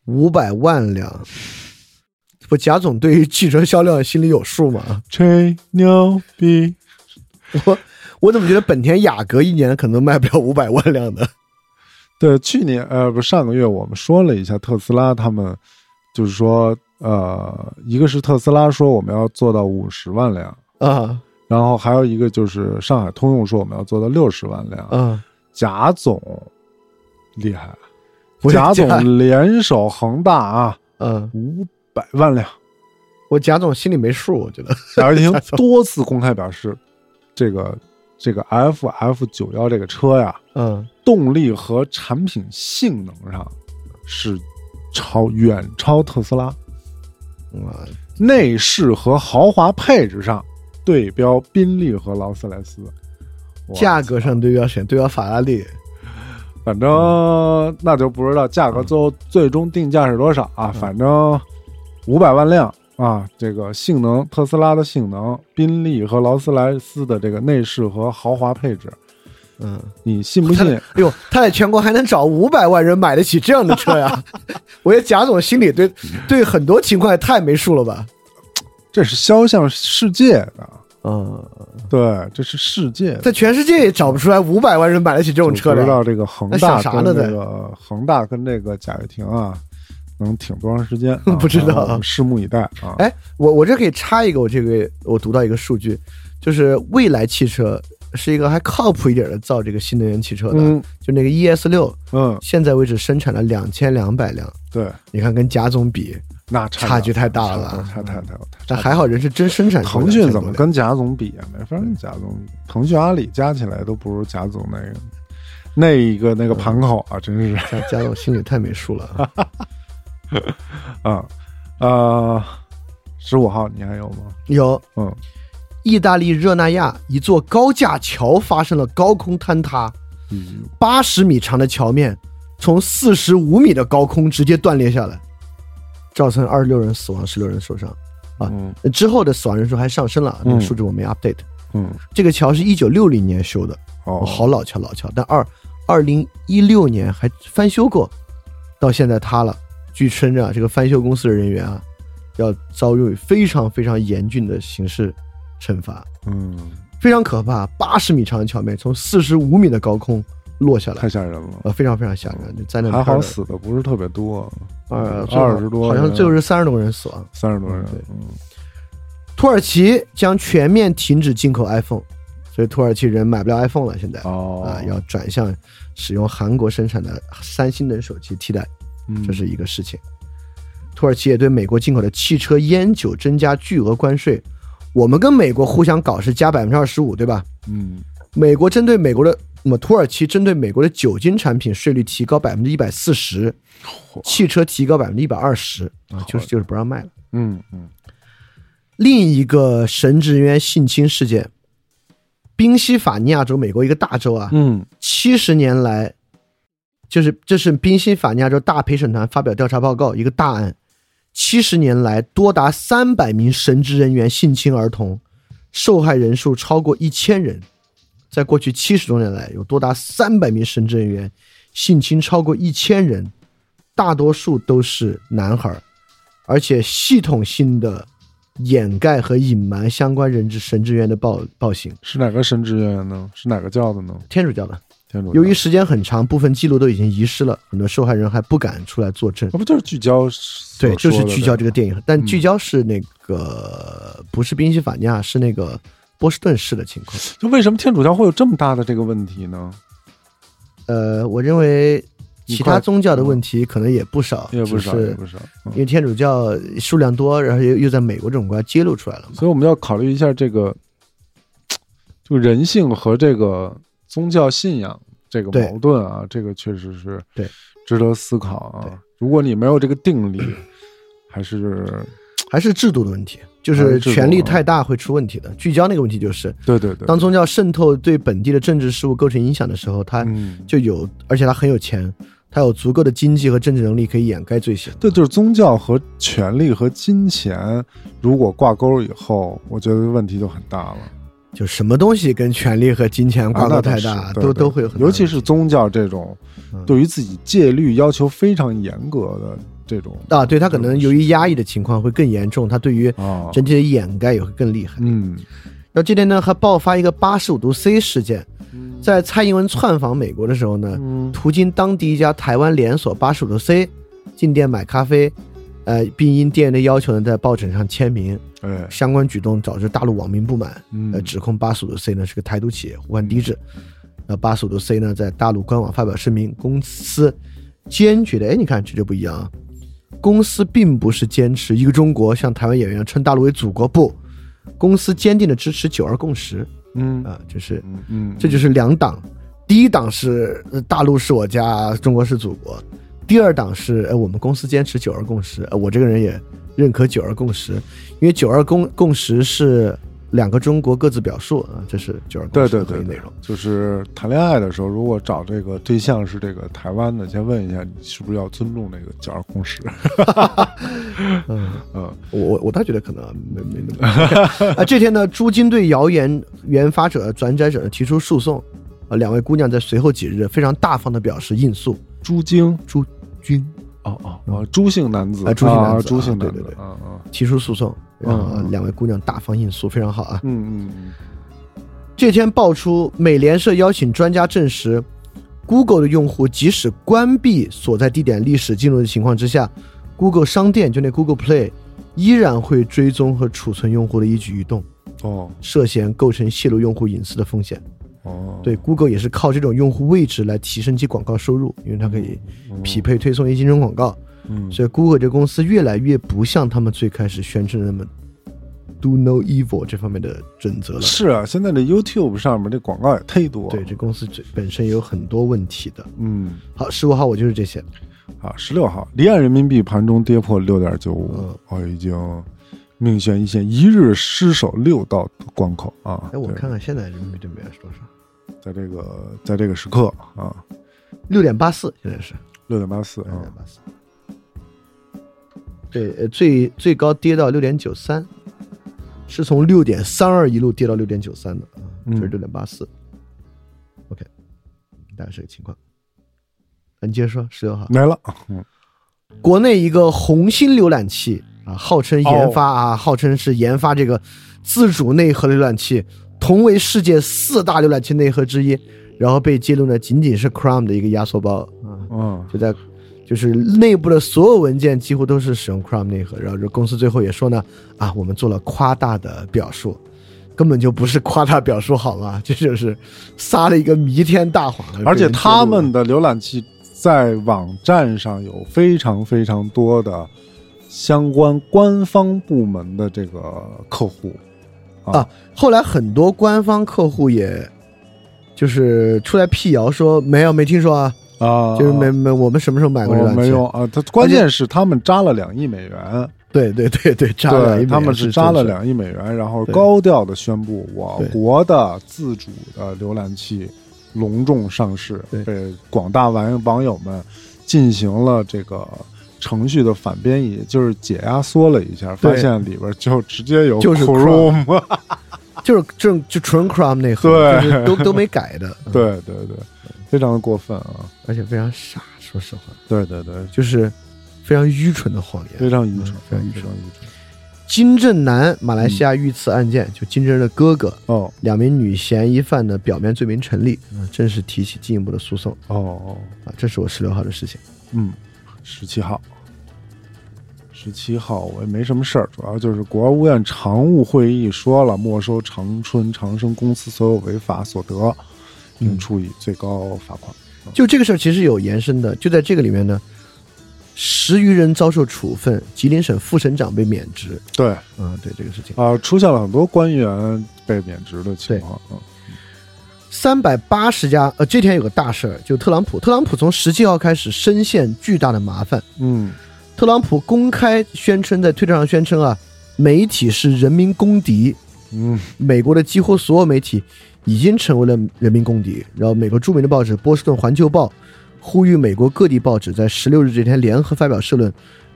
五百万辆。不，贾总对于汽车销量心里有数吗？吹牛逼！我我怎么觉得本田雅阁一年可能卖不了五百万辆呢？对，去年呃不上个月我们说了一下特斯拉，他们就是说呃，一个是特斯拉说我们要做到五十万辆，啊然后还有一个就是上海通用说我们要做到六十万辆。啊，贾总厉害，啊我贾总联手恒大啊，嗯，五百万辆。我贾总心里没数，我觉得。贾跃亭多次公开表示，这个这个 FF 九幺这个车呀，嗯，动力和产品性能上是超远超特斯拉，哇，内饰和豪华配置上对标宾利和劳斯莱斯。哇价格上对标选对标法拉利，反正那就不知道价格最后最终定价是多少嗯啊，反正五百万辆啊，这个性能，特斯拉的性能，宾利和劳斯莱斯的这个内饰和豪华配置，嗯，你信不信？哎呦，他在全国还能找五百万人买得起这样的车 呀！我觉得贾总心里对对很多情况也太没数了吧？这是销向世界的，嗯，对，这是世界的。在全世界也找不出来五百万人买得起这种车就不的知。道这个恒那大想啥跟呢这在个恒大跟这个贾跃亭啊，能挺多长时间啊？不知道我们拭目以待啊！哎，我我这可以插一个，我这个我读到一个数据，就是蔚来汽车是一个还靠谱一点的造这个新能源汽车的，嗯就那个 ES 六，嗯，现在为止生产了两千两百辆，对，你看跟贾总比，那差距太大了吧差太太但还好人是真生产出来腾讯2000怎么多辆跟贾总比啊？没法跟贾总比，腾讯、阿里加起来都不如贾总那个那一个那个盘口啊，真是贾贾哎总心里太没数了啊。 啊呃，十五号你还有吗？有嗯，意大利热那亚一座高架桥发生了高空坍塌，嗯八十米长的桥面从四十五米的高空直接断裂下来，造成二十六人死亡，十六人受伤。啊，嗯之后的死亡人数还上升了，啊那个嗯数字我没 update。嗯，这个桥是一九六零年修的，哦，好老桥老桥，但二二零一六年还翻修过，到现在塌了。据称啊，这个翻修公司的人员啊，要遭遇非常非常严峻的刑事惩罚，嗯，非常可怕。八十米长的桥面从四十五米的高空落下来太，吓人了。呃，非常非常吓人。就灾难还片儿好的死的不是特别多，啊嗯呃最后二十多好人，啊像最后是三十多个人死亡。三十多人嗯对，嗯土耳其将全面停止进口 iPhone，所以土耳其人买不了 iPhone 了。现在啊、哦，要转向使用韩国生产的三星等手机替代，嗯这是一个事情。土耳其也对美国进口的汽车、烟酒增加巨额关税。我们跟美国互相搞是加百分之二十五，对吧？嗯美国针对美国的，那么土耳其针对美国的酒精产品税率提高百分之一百四十，汽车提高百分之一百二十啊，就是就是不让卖了。嗯嗯，另一个神职人员性侵事件，宾夕法尼亚州，美国一个大州啊，嗯七十年来，就是这是宾夕法尼亚州大陪审团发表调查报告一个大案，七十年来多达三百名神职人员性侵儿童，受害人数超过一千人。在过去七十多年来，有多达三百名神职人员性侵超过一千人，大多数都是男孩儿，而且系统性的掩盖和隐瞒相关人质神职人员的暴暴行，是哪个神职人员呢？是哪个教的呢？天主教的。天主教。由于时间很长，部分记录都已经遗失了，很多受害人还不敢出来作证那。不就是聚焦所对，就是说的嗯聚焦这个呗电影，但聚焦是那个、不是宾夕法尼亚，是那个波士顿市的情况。就为什么天主教会有这么大的这个问题呢？呃，我认为一其块他宗教的问题可能也不少，也不少，只也是不少。嗯因为天主教数量多，然后又又在美国这种国家揭露出来了嘛。所以我们要考虑一下这个，就人性和这个宗教信仰这个对矛盾啊，这个确实是对值得思考对啊。如果你没有这个定力，还是还是制度的问题，就还是是制度权力啊太大会出问题的。聚焦那个问题就是，对对对，当宗教渗透对本地的政治事务构成影响的时候，它嗯，就有，而且他很有钱，他有足够的经济和政治能力可以掩盖罪行。对，就是宗教和权力和金钱如果挂钩以后，我觉得问题就很大了。就什么东西跟权力和金钱啊挂那钩倒太是大，对都对都会有很大的尤其问是宗教这种嗯对于自己戒律要求非常严格的这种题啊，对他可能嗯由于压抑的情况会更严重，他对于啊，整体的掩盖也会更厉害。嗯然后今天呢，还爆发一个八十五度 C 事件，在蔡英文窜访美国的时候呢，嗯途经当地一家台湾连锁八十五度 C 进店买咖啡，呃，并因店员的要求呢，在报纸上签名。哎相关举动导致大陆网民不满，嗯呃，指控八十五度 C 呢是个台独企业，胡汉抵制。那八十五度 C 呢，在大陆官网发表声明，公司坚决的，哎，你看这就不一样啊，公司并不是坚持一个中国，像台湾演员一样称大陆为祖国，不，公司坚定的支持九二共识嗯啊，就是嗯嗯，这就是两党，第一党是呃大陆是我家，中国是祖国，第二党是呃我们公司坚持九二共识，呃我这个人也认可九二共识，因为九二共共识是两个中国各自表述啊，这是九二共对识对的会对议内对容。，就是谈恋爱的时候，如果找这个对象是这个台湾的，先问一下你是不是要尊重那个九二共 识。嗯呃我我我倒觉得可能啊没没那么 啊。这天呢，朱金对谣言原发者、转载者提出诉讼，啊，两位姑娘在随后几日非常大方的表示应诉。朱晶，朱军哦哦哦，朱姓男子啊朱姓男子啊啊朱姓男对子对，对啊啊，提出诉讼，然后啊嗯两位姑娘大方应诉，非常好啊。嗯嗯嗯，这天爆出美联社邀请专家证实，Google 的用户即使关闭所在地点历史记录的情况之下，Google 商店就那 Google Play 依然会追踪和储存用户的一举一动，哦涉嫌构成泄露用户隐私的风险。哦，对，Google 也是靠这种用户位置来提升其广告收入，因为它可以匹配推送一些竞争广告。嗯，所以 Google 这公司越来越不像他们最开始宣称的那么 “do no evil” 这方面的准则了。是啊，现在这 YouTube 上面这广告也忒多，对，，这公司这本身也有很多问题的。嗯，好，十五号我就是这些。啊，十六号，离岸人民币盘中跌破六点九五，嗯哦，已经命悬一线，一日失守六道关口啊！哎，我对看看现在人民币对美元是多少？在这个在这个时刻啊，六点八四，现在是六点八四六点啊，八四。对，呃，最最高跌到六点九三，是从六点三二一路跌到六点九三的，啊就是六嗯点八四。OK，大概是个情况。啊你接着说，十六号。来了，嗯，国内一个红星浏览器啊，号称研哦发啊，号称是研发这个自主内核的浏览器，同为世界四大浏览器内核之一，然后被揭露呢，仅仅是 Chrome 的一个压缩包啊，嗯就在就是内部的所有文件几乎都是使用 Chrome 内核，然后这公司最后也说呢，啊，我们做了夸大的表述。根本就不是夸大表述好吗？这就是撒了一个弥天大谎。而且他哎被人揭露了们的浏览器在网站上有非常非常多的相关官方部门的这个客户，啊，后来很多官方客户也，就是出来辟谣说没有没听说啊，啊，就是没没我们什么时候买过这我辆车？没有啊，他关键是他们扎了两亿美元。对对对对，扎了对，一美元他们是是扎了真是两亿美元，然后对高调的宣布我对国的自主的浏览器隆重上市对，被广大网网友们进行了这个程序的反编译，就是解压缩了一下，对发现里边就直接有就是嗯 Chrome，啊就是正就纯 Chrome 内核，对就是都都没改的，嗯，对对对，非常的过分啊！而且非常傻，说实话，对对对，就是非常愚蠢的谎非言。常愚蠢，非常愚愚蠢，愚蠢蠢。金正男马来西亚遇刺案件，就金正恩的哥哥，哦两名女嫌疑犯的表面罪名成立，嗯正式提起进一步的诉讼哦哦，啊，这是我十六号的事情。嗯，十七号，十七号我也没什么事儿，主要就是国务院常务会议说了，没收长春长生公司所有违法所得，嗯并处以最高罚款。就这个事儿其实有延伸的，就在这个里面呢，十余人遭受处分，吉林省副省长被免职。对，啊、啊，对这个事情，出现了很多官员被免职的情况。嗯三百八十家，呃，这天有个大事儿，就特朗普，特朗普从十七号开始深陷巨大的麻烦。嗯，特朗普公开宣称，在推特上宣称啊，媒体是人民公敌。嗯，美国的几乎所有媒体已经成为了人民公敌。然后，美国著名的报纸《波士顿环球报》呼吁美国各地报纸在十六日这天联合发表社论，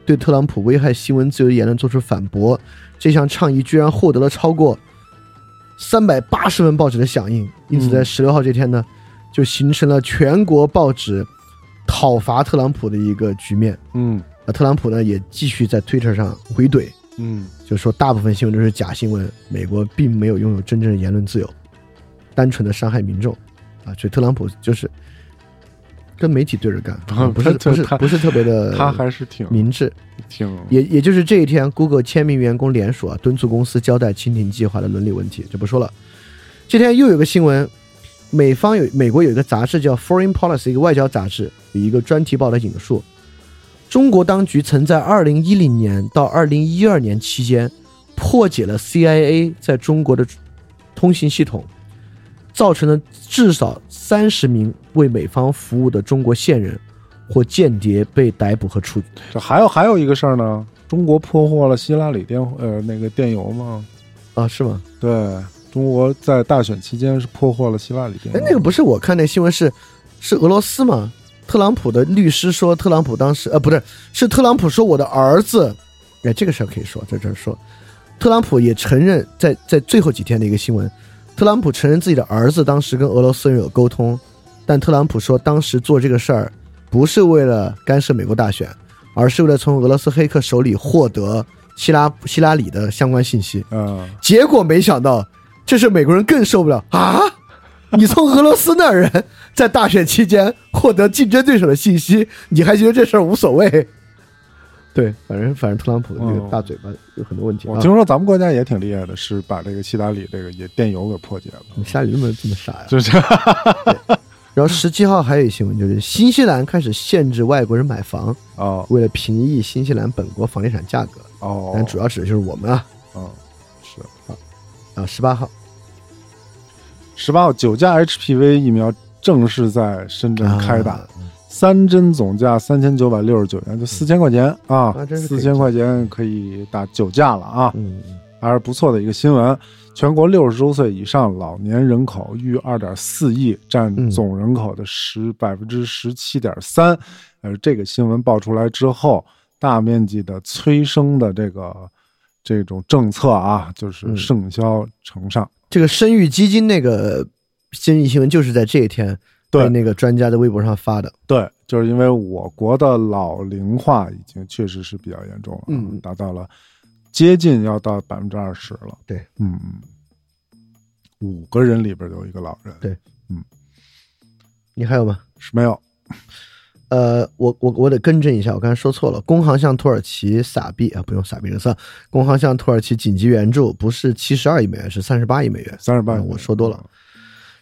对特朗普危害新闻自由的言论做出反驳。这项倡议居然获得了超过三百八十份报纸的响应，因此在十六号这天呢，就形成了全国报纸讨伐特朗普的一个局面。嗯那特朗普呢也继续在 Twitter 上回怼，嗯就说大部分新闻都是假新闻，美国并没有拥有真正的言论自由，单纯的伤害民众啊，所以特朗普就是跟媒体对着干，啊不是他不是他不是特别的，他还是挺明智。挺也也就是这一天，Google 千名员工联署啊，敦促公司交代蜻蜓计划的伦理问题，就不说了。这天又有个新闻，美方有美国有一个杂志叫《Foreign Policy》，一个外交杂志，有一个专题报道引述，中国当局曾在2010年到2012年期间破解了 CIA 在中国的通信系统，造成了至少三十名为美方服务的中国线人或间谍被逮捕和处这还有还有一个事儿呢，中国破获了希拉里电呃那个电邮吗？啊，是吗？对，中国在大选期间是破获了希腊礼宾哎馆。，那个不是我看那新闻是是俄罗斯吗？特朗普的律师说，特朗普当时呃不对，是特朗普说我的儿子，哎，这个事儿可以说在这儿说，特朗普也承认在在最后几天的一个新闻，特朗普承认自己的儿子当时跟俄罗斯人有沟通，但特朗普说当时做这个事儿不是为了干涉美国大选，而是为了从俄罗斯黑客手里获得希拉希拉里的相关信息。嗯，结果没想到，这是美国人更受不了啊！你从俄罗斯那儿人在大选期间获得竞争对手的信息，你还觉得这事儿无所谓？对，反正反正特朗普这个大嘴巴有很多问题啊。哦我听说咱们国家也挺厉害的，是把这个希拉里这个也电邮给破解了，下里那么这么傻呀？ 就是这样。然后十七号还有一新闻，就是新西兰开始限制外国人买房，哦为了平抑新西兰本国房地产价格。哦但，主要指的就是我们啊嗯，是啊！十八号十八号九价 HPV 疫苗正式在深圳嗯开打，啊三针总价三千九百六十九元，就四千块钱啊啊，真是可四以千块钱可以打九价了啊，嗯，还是不错的一个新闻。全国六十周岁以上老年人口逾二点四亿，占嗯总人口的十百分之十七点三。呃，这个新闻爆出来之后，大面积的催生的这个这种政策啊，就是嗯盛嚣成上。这个生育基金那个生育新闻就是在这一天对被那个专家在微博上发的。对，就是因为我国的老龄化已经确实是比较严重了啊，嗯达到了接近要到百分之二十了。对，嗯，嗯五个人里边有一个老人。对你还有吗？是没有。呃，我我我得更正一下，我刚才说错了。工行向土耳其撒币啊，不用撒币这个字，工行向土耳其紧急援助不是七十二亿美元，是三十八亿美元。三十八，嗯我说多了。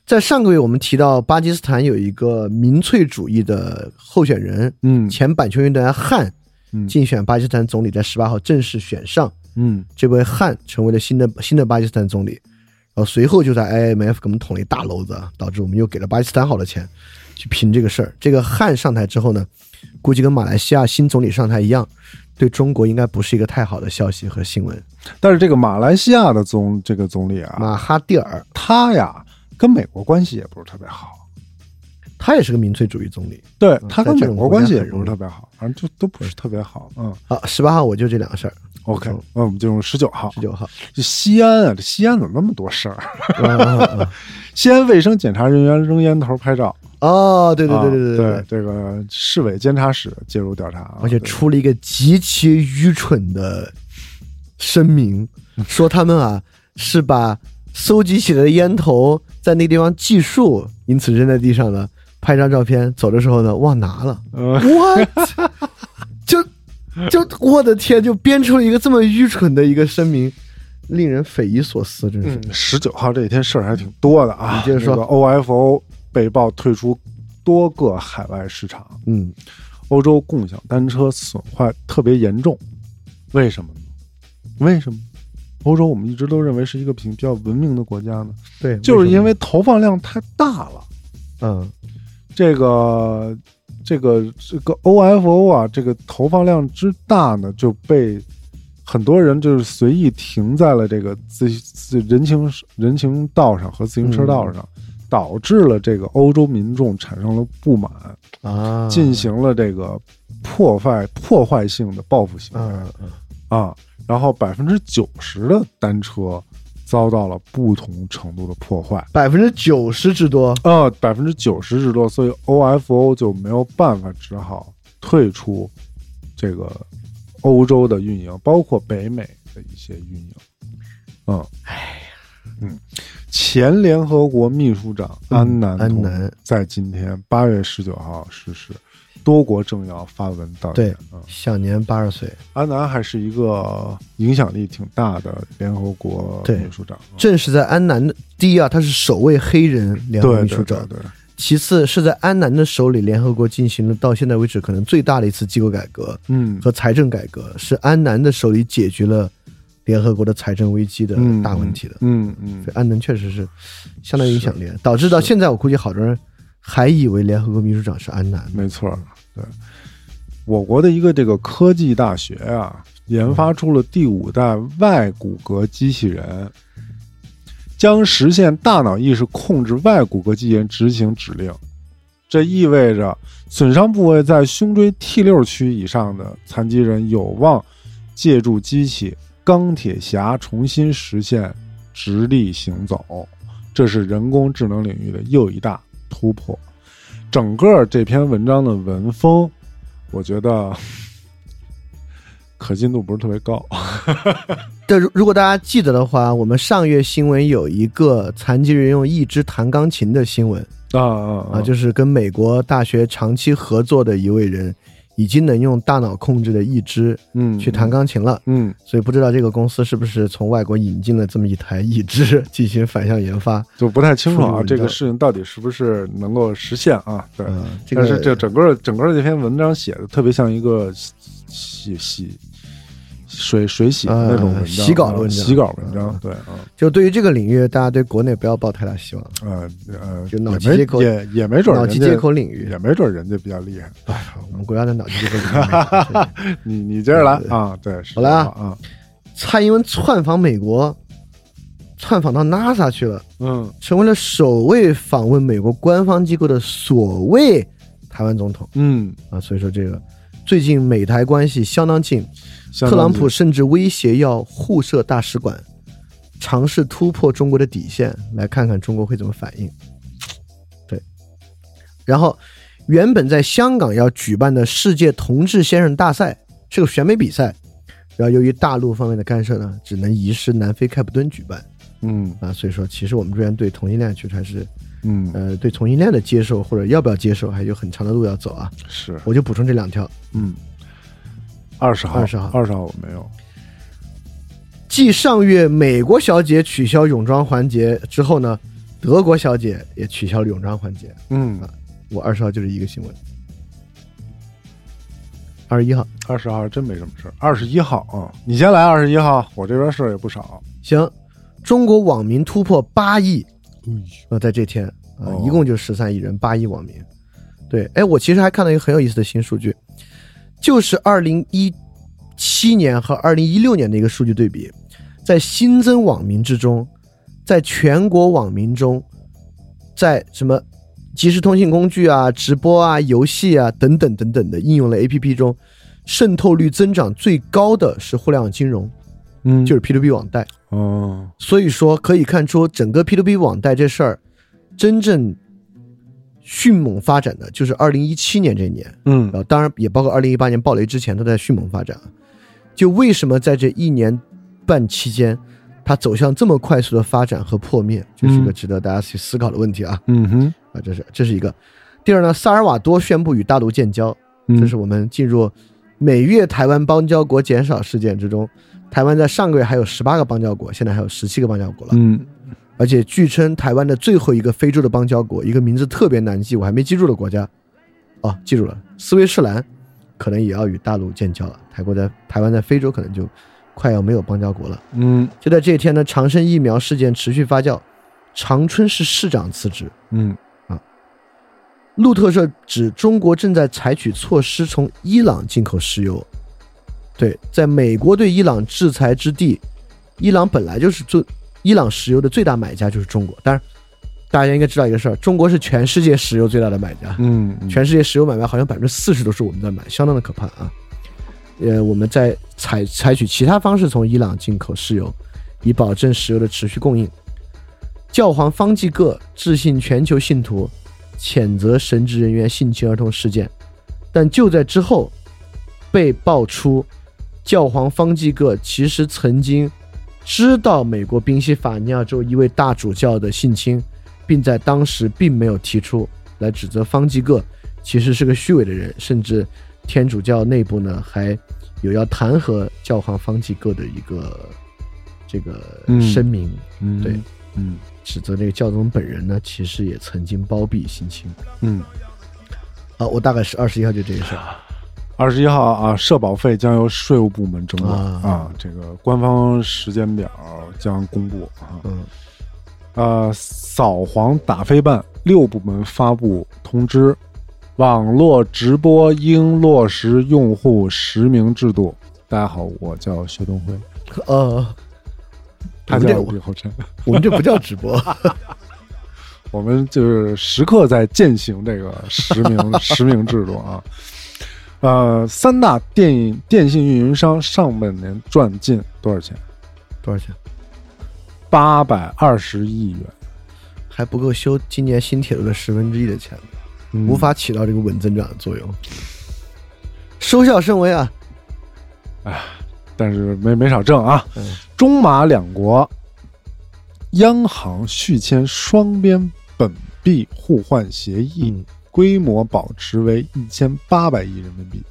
在上个月，我们提到巴基斯坦有一个民粹主义的候选人，嗯前板球运动员汉嗯竞选巴基斯坦总理，在十八号正式选上。嗯这位汉成为了新的新的巴基斯坦总理，然后随后就在 IMF 给我们捅了一大篓子，啊，导致我们又给了巴基斯坦好多钱去拼这个事儿。这个汉上台之后呢，估计跟马来西亚新总理上台一样，对中国应该不是一个太好的消息和新闻。但是这个马来西亚的总这个总理啊，马哈蒂尔他呀跟美国关系也不是特别好，嗯他也是个民粹主义总理。对嗯他在跟这美种国国关家系也很不是容易特别好，反正就都不是特别好。嗯好，十八号我就这两个事儿， ，OK，嗯，我们进入十九号十，九号。就西安啊，这西安怎么那么多事儿？ 嗯嗯嗯嗯西安卫生检查人员扔烟头拍照，哦，对对对对啊对对，这个市委监察室介入调查啊，而且对出了一个极其愚蠢的声明，说他们啊是把搜集起来的烟头在那地方计数，因此扔在地上了，拍张照片，走的时候呢忘拿了。呃 What？就就我的天，就编出了一个这么愚蠢的一个声明，令人匪夷所思，真是。十九号这一天事儿还挺多的啊。嗯你接着说这个 OFO 被曝退出多个海外市场，嗯，欧洲共享单车损坏特别严重，为什么呢？为什么？欧洲我们一直都认为是一个比较文明的国家呢，对，就是因为为投放量太大了。什么嗯这个这个这个 OFO 啊，这个投放量之大呢，就被很多人就是随意停在了这个自自人行人行道上和自行车道上，导致了这个欧洲民众产生了不满，啊，进行了这个破坏破坏性的报复行为嗯嗯啊，然后百分之九十的单车遭到了不同程度的破坏。百分之九十之多，呃，百分之九十之多，所以 OFO 就没有办法，只好退出这个欧洲的运营，包括北美的一些运营。嗯，哎，嗯，前联合国秘书长安南嗯安同南在今天八月十九号逝世，多国政要发文悼念对。嗯，享年八十岁。安南还是一个影响力挺大的联合国对秘书长。嗯正是在安南的第一啊，他是首位黑人联合对秘书对长；对对，其次是在安南的手里，联合国进行了到现在为止可能最大的一次机构改革嗯，和财政改革，是安南的手里解决了联合国的财政危机的嗯大问题的。嗯嗯所以安南确实是相当有影响力，导致到现在我估计好多人还以为联合国秘书长是安南。没错儿，对。我国的一个这个科技大学啊，研发出了第五代外骨骼机器人，将实现大脑意识控制外骨骼肌炎执行指令。这意味着损伤部位在胸椎 T 六区以上的残疾人有望借助机器钢铁侠重新实现直立行走，这是人工智能领域的又一大突破。整个这篇文章的文风，我觉得 可信度不是特别高。啊对，如如果大家记得的话，我们上月新闻有一个残疾人用义肢弹钢琴的新闻啊啊啊，就是跟美国大学长期合作的一位人，已经能用大脑控制的义肢嗯去弹钢琴了。嗯，所以不知道这个公司是不是从外国引进了这么一台义肢 进行反向研发。就不太清楚说啊，明这文个章事情到底是不是能够实现啊？对，嗯，这但是个这整个整个这篇文章写的特别像一个洗洗水水洗的那种文章，啊呃洗稿的文章洗稿文章嗯，对啊，就对于这个领域，大家对国内不要抱太大希望。呃呃，就脑机也接没口也也没准脑人机家接口领域也没准人家比较厉害，我们国家的脑机接口领 域。真是你你接着来对啊，对，是好了啊啊，蔡英文窜访美国，窜访到 NASA 去了，嗯成为了首位访问美国官方机构的所谓台湾总统嗯，啊。所以说这个最近美台关系相当近，相特朗当于普甚至威胁要互设大使馆，尝试突破中国的底线，来看看中国会怎么反应。对，然后原本在香港要举办的世界同志先生大赛是个选美比赛，然后由于大陆方面的干涉呢，只能移师南非开普敦举办嗯啊。所以说，其实我们这边对同性恋确实还是嗯呃对同性恋的接受或者要不要接受，还有很长的路要走啊。是我就补充这两条。嗯。二十号， 20号二十号我没有。继上月美国小姐取消泳装环节之后呢，德国小姐也取消了泳装环节。嗯，我二十号就是一个新闻，二十一号二十号真没什么事儿。二十一号啊，你先来。二十一号，我这边事儿也不少。行，中国网民突破八亿，呃，在这天啊、哦一共就十三亿人，八亿网民。对，哎，我其实还看到一个很有意思的新数据，就是二零一七年和二零一六年的一个数据对比，在新增网民之中，在全国网民中，在什么即时通信工具啊、直播啊、游戏啊等等等等的应用类 APP 中，渗透率增长最高的是互联网金融，嗯就是 P2P 网贷。嗯所以说可以看出，整个 P2P 网贷这事儿真正迅猛发展的就是二零一七年这一年，嗯然后当然也包括二零一八年暴雷之前，它在迅猛发展。啊就为什么在这一年半期间，它走向这么快速的发展和破灭，这是一个嗯值得大家去思考的问题啊！嗯哼，啊，这是这是一个。第二呢，萨尔瓦多宣布与大陆建交，嗯这是我们进入每月台湾邦交国减少事件之中。台湾在上个月还有十八个邦交国，现在还有十七个邦交国了。嗯而且据称台湾的最后一个非洲的邦交国，一个名字特别难记，我还没记住的国家，哦，记住了，斯威士兰，可能也要与大陆建交了。台国在台湾在非洲可能就快要没有邦交国了。嗯就在这一天呢，长生疫苗事件持续发酵，长春市市长辞职。嗯路透社指中国正在采取措施从伊朗进口石油。对，在美国对伊朗制裁之地，伊朗本来就是最伊朗石油的最大买家就是中国。当然，大家应该知道一个事儿，中国是全世界石油最大的买家，嗯嗯全世界石油买卖好像百分之四十都是我们在买，相当的可怕啊。呃，我们在采采取其他方式从伊朗进口石油，以保证石油的持续供应。教皇方济各致信全球信徒，谴责神职人员性侵儿童事件，但就在之后，被爆出教皇方济各其实曾经知道美国宾夕法尼亚州一位大主教的性侵，并在当时并没有提出来指责方济各其实是个虚伪的人，甚至天主教内部呢还有要弹劾教皇方济各的一个这个嗯声明。嗯对嗯指责这个教宗本人呢，其实也曾经包庇性侵。嗯。啊，我大概是二十一号就这个事儿。二十一号啊，社保费将由税务部门征管啊啊，这个官方时间表将公布啊。嗯，呃，扫黄打非办六部门发布通知，网络直播应落实用户实名制度。大家好，我叫薛东辉， 呃，他我们叫这李厚辰，我们这不叫直 播，我们就是时刻在践行这个实 名实名制度啊。呃，三大电影电信运营商上半年赚进多少钱？多少钱？八百二十亿元，还不够修今年新铁路的十分之一的钱，嗯无法起到这个稳增长的作用。收效甚微啊！嗯但是没没少挣啊。嗯中马两国央行续签双边本币互换协议，嗯规模保持为一千八百亿人民币。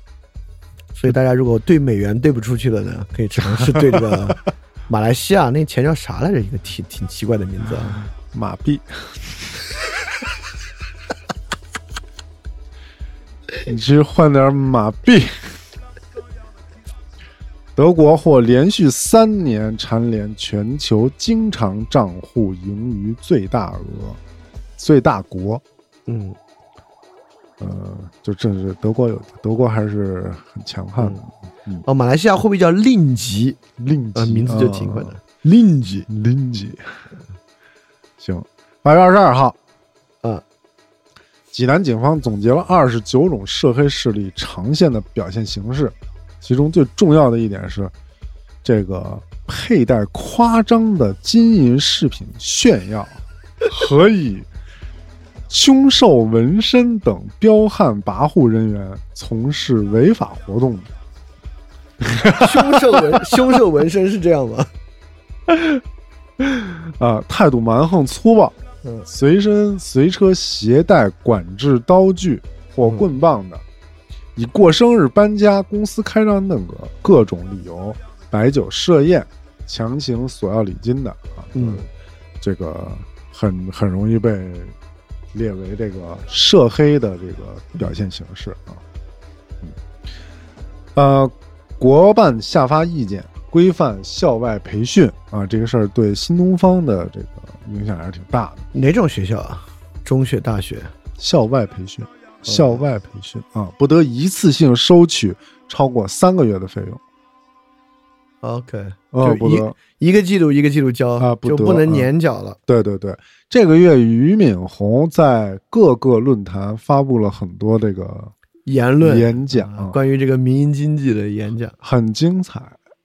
所以大家如果对美元兑不出去了呢，可以尝试对这 个马来西亚那钱叫啥来着？一个挺挺奇怪的名字啊。马币。你去换点马币。德国或连续三年蝉联全球经常账户盈余最大额、最大国，嗯，呃，就这是德国有德国还是很强悍的，哦，马来西亚货币叫令吉，令呃，吉名字就挺怪的啊。令吉，林吉。 行，八月二十二号，嗯，济南警方总结了二十九种涉黑势力常见的表现形式，其中最重要的一点是，这个佩戴夸张的金银饰品炫耀，和以凶兽纹身等彪悍跋扈人员从事违法活动的。凶兽 纹，凶兽纹身是这样吗？啊，态度蛮横粗暴，嗯随身随车携带管制刀具或嗯棍棒的，以过生日、搬家、公司开张等个各种理由摆酒设宴，强行索要礼金的啊，嗯，这个很很容易被列为这个涉黑的这个表现形式啊。嗯，呃，国办下发意见规范校外培训啊，这个事儿对新东方的这个影响还是挺大的。哪种学校啊？中学、大学？校外培训，嗯校外培训啊，不得一次性收取超过三个月的费用。 OK，哦就不得一一个季度一个季度交啊不就得不能嗯年缴了。对对对，这个月俞敏洪在各个论坛发布了很多这个言论演讲啊关于这个民营经济的演讲，很精彩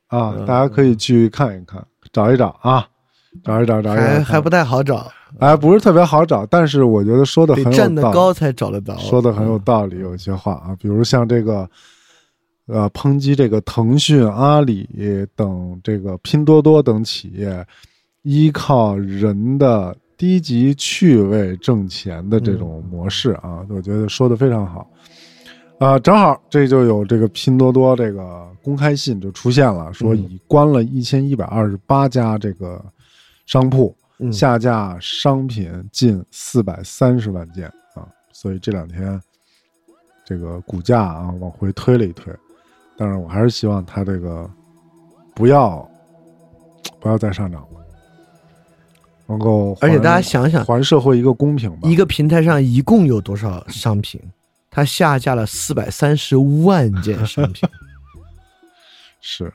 啊，嗯大家可以去看一看，找一找啊，找一找，找一找，还找还不太好找，哎，不是特别好找，但是我觉得说的得 很有站得道理高才找得到。说的很有嗯道理，有些话啊，比如像这个，呃，抨击这个腾讯、阿里等这个拼多多等企业依靠人的低级趣味挣钱的这种模式啊，嗯我觉得说的非常好。啊、正好这就有这个拼多多这个公开信就出现了，说嗯已关了一千一百二十八家这个商铺，嗯下架商品近四百三十万件啊，所以这两天这个股价啊往回推了一推，但是我还是希望它这个不要不要再上涨了，能够还而且大家想想，还社会一个公平吧，嗯一个平台上一共有多少商品？它下架了四百三十万件 商品，是。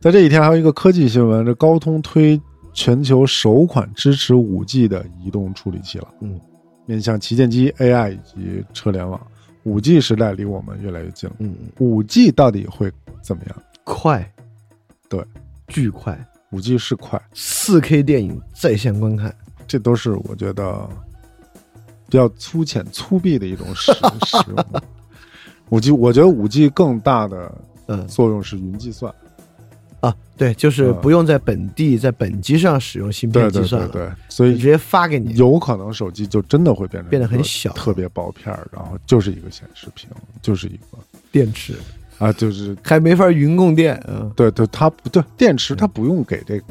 在这一天，还有一个科技新闻，这高通推全球首款支持 5G 的移动处理器了。嗯，面向旗舰机、AI 以及车联网，5G 时代离我们越来越近了。嗯，嗯 5G 到底会怎么样快，对，巨快， ？5G 是快，四 K 电影在线观看，这都是我觉得比较粗浅粗鄙的一种 使使用。5G，我觉得 5G 更大的嗯作用是云计算，啊，对，就是嗯不用在本地在本机上使用芯对片对计算对了，对，所就以直接发给你，有可能手机就真的会变成变得很一个小特别薄片儿，然后就是一个显示屏，就是一个电池啊，就是还没法云供电，嗯，对对，它不对电池，它不用给这个，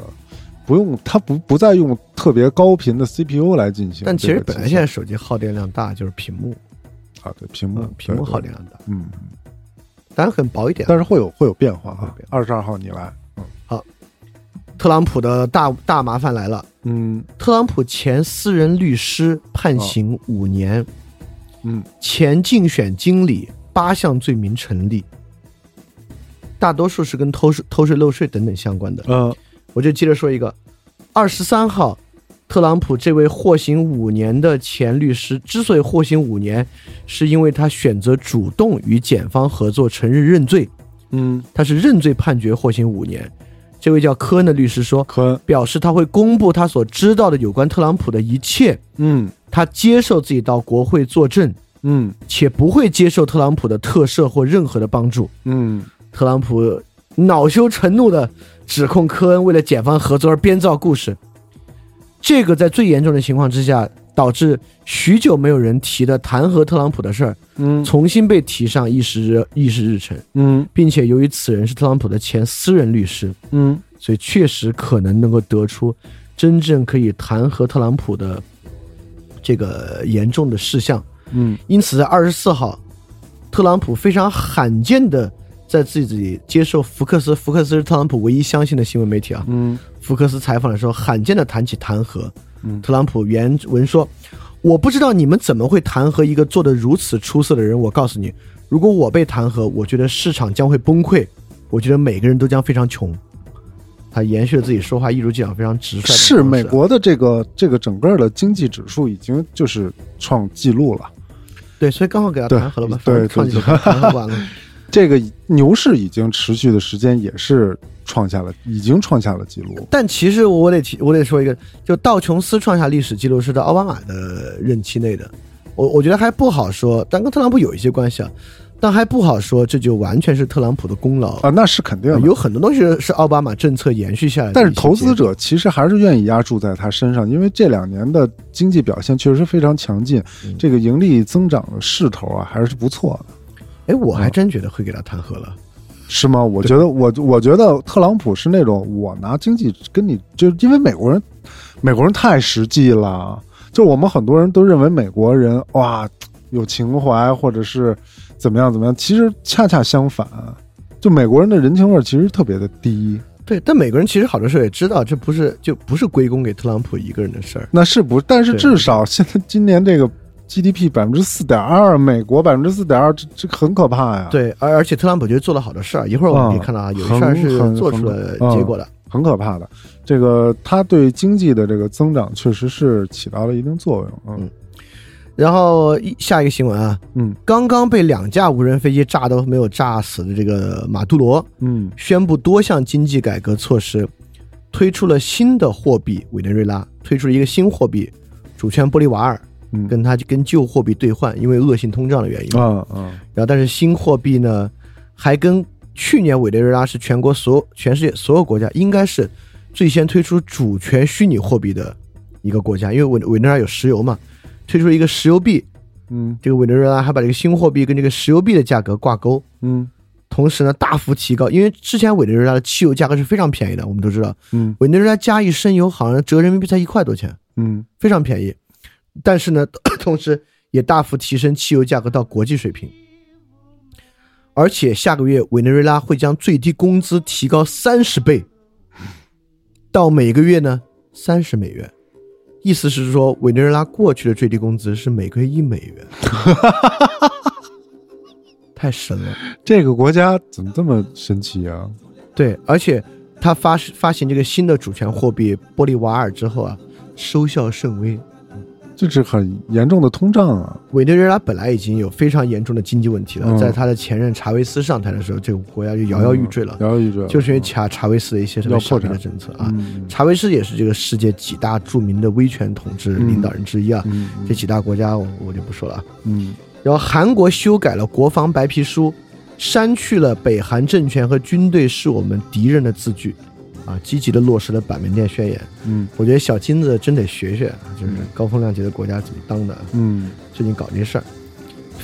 不用它不不再用特别高频的 CPU 来进行这个计算。但其实本来现在手机耗电量大就是屏幕，啊，对屏幕嗯，屏幕对耗对电量大，嗯，当然很薄一点。但是会有会有变化啊会。二十二号你来，嗯特朗普的大大麻烦来了，嗯特朗普前私人律师判刑五年，嗯，前竞选经理八项罪名成立，大多数是跟偷税、偷税漏税等等相关的。呃，我就接着说一个，二十三号，特朗普这位获刑五年的前律师之所以获刑五年，是因为他选择主动与检方合作，承认认罪，嗯，他是认罪判决获刑五年。这位叫科恩的律师说，科恩，表示他会公布他所知道的有关特朗普的一切，嗯他接受自己到国会作证，嗯且不会接受特朗普的特赦或任何的帮助。嗯，特朗普恼羞成怒的指控科恩为了检方合作而编造故事，这个在最严重的情况之下，导致许久没有人提的弹劾特朗普的事儿，嗯重新被提上议事议事日程，嗯并且由于此人是特朗普的前私人律师，嗯所以确实可能能够得出真正可以弹劾特朗普的这个严重的事项。嗯因此，在二十四号，特朗普非常罕见的在自己接受福克斯，福克斯是特朗普唯一相信的新闻媒体啊，嗯福克斯采访的时候，罕见的谈起弹劾。特朗普原文说：“我不知道你们怎么会弹劾一个做得如此出色的人。我告诉你，如果我被弹劾，我觉得市场将会崩溃，我觉得每个人都将非常穷。”他延续了自己说话一如既往非常直率的方式。啊是美国的这个这个整个的经济指数已经就是创纪录了，对，所以刚好给他对弹劾了吧？对反正创纪录弹劾完了。这个牛市已经持续的时间也是创下了，已经创下了记录。但其实我得提，我得说一个，就道琼斯创下历史记录是在奥巴马的任期内的，我我觉得还不好说，但跟特朗普有一些关系啊，但还不好说，这就完全是特朗普的功劳。啊，那是肯定的。有很多东西是奥巴马政策延续下来的，但是投资，者其实还是愿意压注在他身上，因为这两年的经济表现确实非常强劲，这个盈利增长的势头啊还是不错的，哎，我还真觉得会给他弹劾了。是吗？我觉得我我觉得特朗普是那种我拿经济跟你，就是因为美国人，美国人太实际了，就是我们很多人都认为美国人哇有情怀或者是怎么样怎么样，其实恰恰相反，就美国人的人情味儿其实特别的低。对，但美国人其实好多时候也知道，这不是就不是归功给特朗普一个人的事儿。那是不？但是对至少现在今年这个 GDP 百分之四点二，美国百分之四点二，这这很可怕呀。，对，而而且特朗普觉得做了好多事儿，一会儿我们可以看到啊，有一事儿是很做出了结果的。很可怕的。这个它对经济的这个增长确实是起到了一定作用。嗯然后一下一个新闻啊，嗯刚刚被两架无人飞机炸都没有炸死的这个马杜罗，嗯宣布多项经济改革措施，推出了新的货币委内瑞拉，推出了一个新货币主权玻利瓦尔，嗯跟它跟旧货币兑换，因为恶性通胀的原因。啊啊然后，但是新货币呢，还跟去年委内瑞拉是全国所有、全世界所有国家应该是最先推出主权虚拟货币的一个国家，因为委委内瑞拉有石油嘛，推出了一个石油币。嗯这个委内瑞拉还把这个新货币跟这个石油币的价格挂钩，嗯同时呢大幅提高，因为之前委内瑞拉的汽油价格是非常便宜的，我们都知道，嗯委内瑞拉加一升油好像折人民币才一块多钱，嗯非常便宜。但是呢， 同时也大幅提升汽油价格到国际水平，而且下个月委内瑞拉会将最低工资提高三十倍，到每个月呢三十美元。意思是说，委内瑞拉过去的最低工资是每个月一美元，太神了。这个国家怎么这么神奇啊？对，而且他发发行这个新的主权货币玻利瓦尔之后啊，收效甚微。这是很严重的通胀啊！委内瑞拉本来已经有非常严重的经济问题了，嗯在他的前任查韦斯上台的时候，这个国家就摇摇欲坠了，嗯摇摇欲坠了，就是因为查查韦斯的一些什么要破傻逼的产政策啊。嗯查韦斯也是这个世界几大著名的威权统治领导人之一啊，嗯这几大国家我我就不说了啊。嗯然后韩国修改了国防白皮书，删去了“北韩政权和军队是我们敌人”的字句，啊，积极的落实了板门店宣言。嗯我觉得小金子真得学学，啊，就是高风亮节的国家怎么当的啊，嗯最近搞这事儿。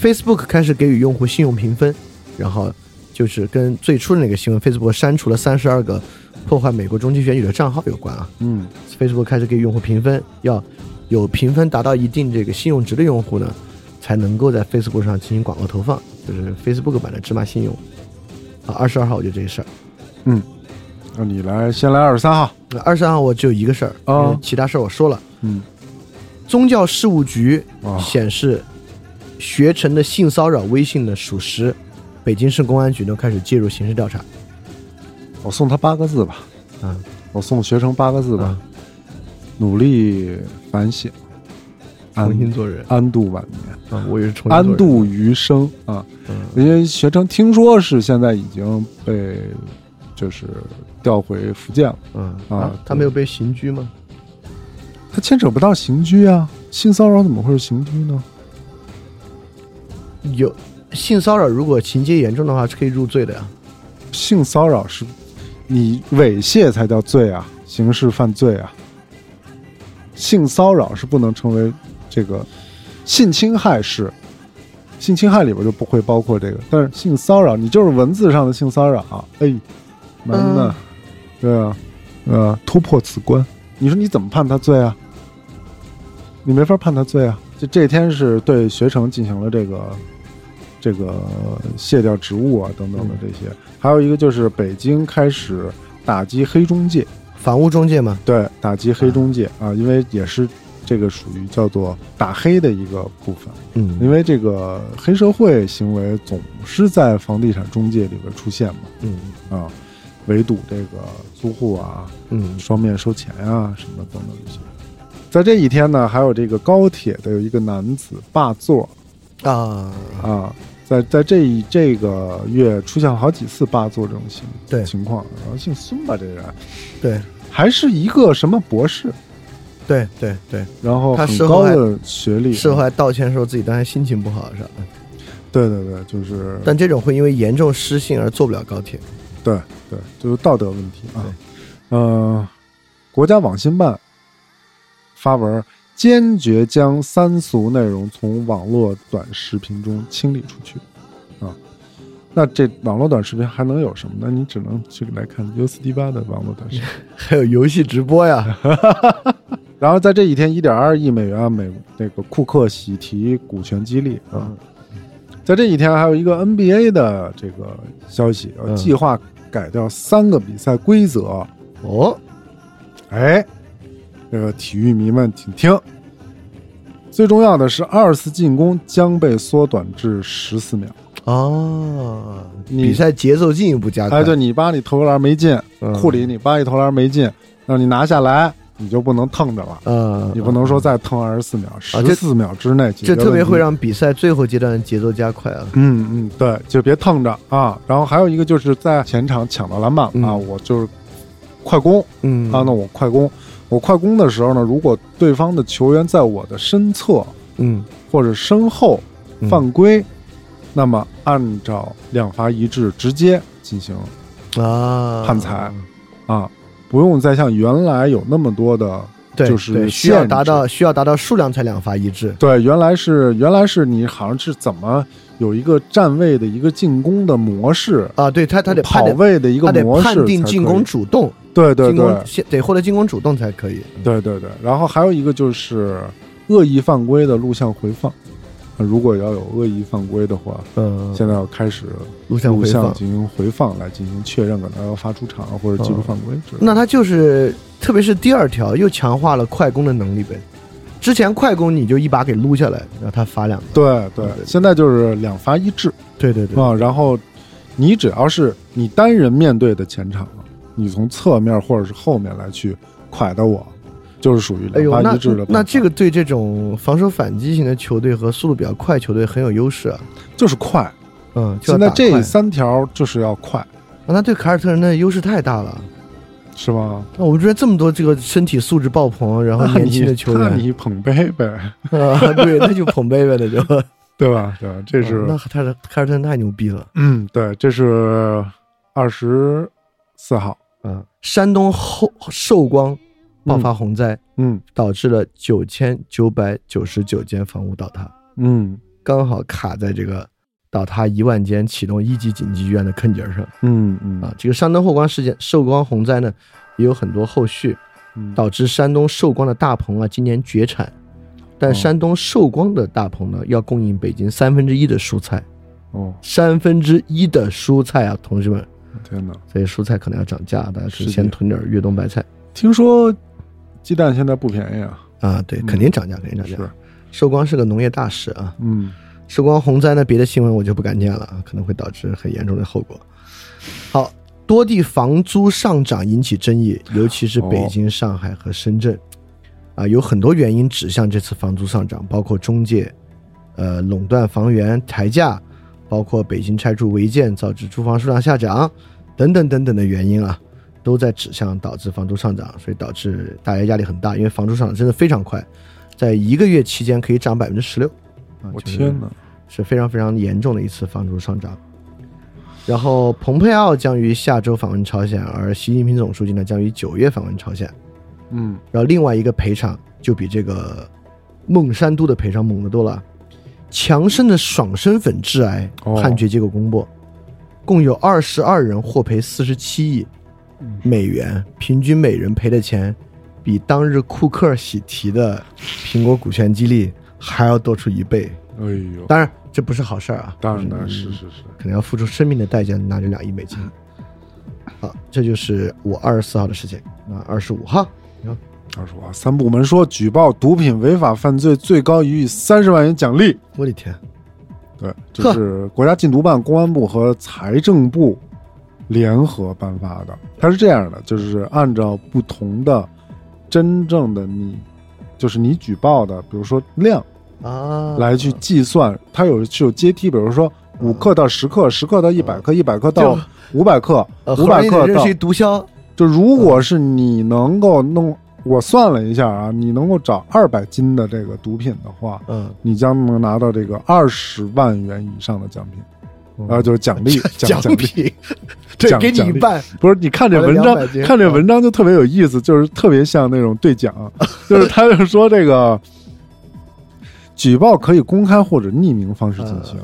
Facebook 开始给予用户信用评分，然后就是跟最初的那个新闻，Facebook 删除了三十二个破坏美国中期选举的账号有关啊。嗯 Facebook 开始给用户评分，要有评分达到一定这个信用值的用户呢，才能够在 Facebook 上进行广告投放，就是 Facebook 版的芝麻信用。啊，二十二号我就这事儿，嗯，那你来先来二十三号，二十二号我只有一个事儿，哦因为其他事儿我说了。嗯宗教事务局哦显示，学成的性骚扰微信呢属实，北京市公安局呢开始介入刑事调查。我送他八个字吧，嗯，我送学生八个字吧，努力反省，安重新做人安度晚年，啊，我也是重新做人哦安度余生啊。嗯因为学成听说是现在已经被就是调回福建了，嗯啊啊，他没有被刑拘吗？他牵扯不到刑拘啊，性骚扰怎么会是刑拘呢？有性骚扰，如果情节严重的话是可以入罪的呀。性骚扰是你猥亵才叫罪啊，刑事犯罪啊。性骚扰是不能成为这个性侵害是，性侵害里边就不会包括这个，但是性骚扰你就是文字上的性骚扰，哎，难呢，对啊，呃，突破此关，你说你怎么判他罪啊？你没法判他罪啊！就这天是对学成进行了这个这个卸掉职务啊等等的这些，还有一个就是北京开始打击黑中介，房屋中介嘛，对，打击黑中介啊，因为也是这个属于叫做打黑的一个部分，因嗯为这个黑社会行为总是在房地产中介里边出现嘛，嗯啊，围堵这个租户啊，嗯双面收钱啊什么等等这些。在这一天呢，还有这个高铁的有一个男子霸座啊，啊，在在这一这个月出现了好几次霸座这种情对情况，然后姓孙吧这人，对还是一个什么博士，对对对，然后他很事后高还的学历，事后还道歉说自己当时心情不好是吧？对对对，就是但这种会因为严重失信而坐不了高铁。对对，就是道德问题啊。呃，国家网信办发文，坚决将三俗内容从网络短视频中清理出去啊。那这网络短视频还能有什么呢？你只能去来看 U 四 D 八的网络短视频。还有游戏直播呀，然后在这一天，一点二亿美元啊美那个库克喜提股权激励嗯啊。在这一天，还有一个 NBA 的这个消息，呃嗯计划改掉三个比赛规则。哦，哎，这个体育迷们请听。最重要的是，二次进攻将被缩短至十四秒。 哦，你比赛节奏进一步加快。哎，对你巴里投篮没进，嗯库里你巴里投篮没进，让你拿下来，你就不能腾着了，嗯，啊你不能说再腾二十四秒，十这四秒之内解决这特别问题会让比赛最后阶段的节奏加快啊。嗯嗯，对，就别腾着啊。然后还有一个就是在前场抢到篮板啊，嗯我就是快攻嗯啊，那我快攻，我快攻的时候呢，如果对方的球员在我的身侧嗯或者身后嗯犯规，那么按照两罚一掷直接进行啊，嗯判裁啊，不用再像原来有那么多的，对，就是对需要限达制到需要达到数量才两罚一致。对，原来是原来是你好像是怎么有一个站位的一个进攻的模式。啊，对他他得跑判定，位的一个他得模式，判定进攻主动，对对进对攻先得获得进攻主动才可以。对对对，然后还有一个就是恶意犯规的录像回放，呃如果要有恶意犯规的话，嗯，现在要开始录像录回像放，进行回放来进行确认，可能要发出场或者技术犯规之类的。嗯那他就是特别是第二条又强化了快攻的能力呗。之前快攻你就一把给撸下来，然后他罚两个。对对对，对现在就是两罚一制对对对，啊，然后你只要是你单人面对的前场，你从侧面或者是后面来去蒯到我，就是属于哎两呦，罚那一制的那办这法个对这种防守反击型的球队和速度比较快球队很有优势啊。就是快，嗯，就要现在打快这三条就是要快，啊那对凯尔特人的优势太大了。是吧？那我们这边这么多这个身体素质爆棚，然后那啊年你轻的球那员，你捧杯呗，啊，对，那就捧杯呗，那就。对吧？对吧，这 啊是那他的凯尔特人太牛逼了。嗯，对，这是二十四号，嗯，山东后寿光爆发洪灾，嗯导致了九千九百九十九间房屋倒塌，嗯刚好卡在这个倒塌一万间启动一级紧急医院的坑节上嗯嗯啊。这个山东后光事件，寿光洪灾呢，也有很多后续，嗯，导致山东寿光的大棚啊今年绝产，但哦山东寿光的大棚呢要供应北京三分之一的蔬菜，哦，三分之一的蔬菜啊，同志们，天哪！所以蔬菜可能要涨价，大家是是的先囤点儿越冬白菜。听说鸡蛋现在不便宜啊，啊，对，嗯肯定涨价，肯定涨价。是，寿光是个农业大市啊，嗯时光洪灾呢，别的新闻我就不敢念了啊，可能会导致很严重的后果。好，多地房租上涨引起争议，尤其是北京、上海和深圳，啊，有很多原因指向这次房租上涨，包括中介、呃垄断房源抬价，包括北京拆除违建导致住房数量下涨，等等等等的原因啊，都在指向导致房租上涨，所以导致大家压力很大，因为房租上涨真的非常快，在一个月期间可以涨百分之十六，啊，我就是天哪！是非常非常严重的一次房租上涨。然后，蓬佩奥将于下周访问朝鲜，而习近平总书记呢将于九月访问朝鲜。嗯，然后另外一个赔偿就比这个孟山都的赔偿猛得多了。强生的爽身粉致癌哦判决结果公布，共有二十二人获赔四十七亿美元，平均每人赔的钱比当日库克喜提的苹果股权激励还要多出一倍。哎呦，当然，这不是好事儿啊，当然就当然是是是，可能要付出生命的代价拿这两亿 美金。好，这就是我二十四号的事情。那二十五号，他说啊，三部门说举报毒品违法犯罪最高予以三十万元奖励。我的天，对，这是国家禁毒办、公安部和财政部联合颁发的。它是这样的，就是按照不同的真正的你，就是你举报的，比如说量啊，来去计算，它有是有阶梯，比如说五克到十克，十克到一百克，一百克到就五百克，呃，五百克认到识一毒枭，就如果是你能够弄，我算了一下啊，你能够找二百斤的这个毒品的话，嗯，你将能拿到这个二十万元以上的奖品，啊、就是奖 励奖嗯奖励。品， 这奖给你奖一励半， 不是，你看这我的文章200斤，看这文章就特别有意思，就是特别像那种兑奖， 就是他就说这个举报可以公开或者匿名方式进行。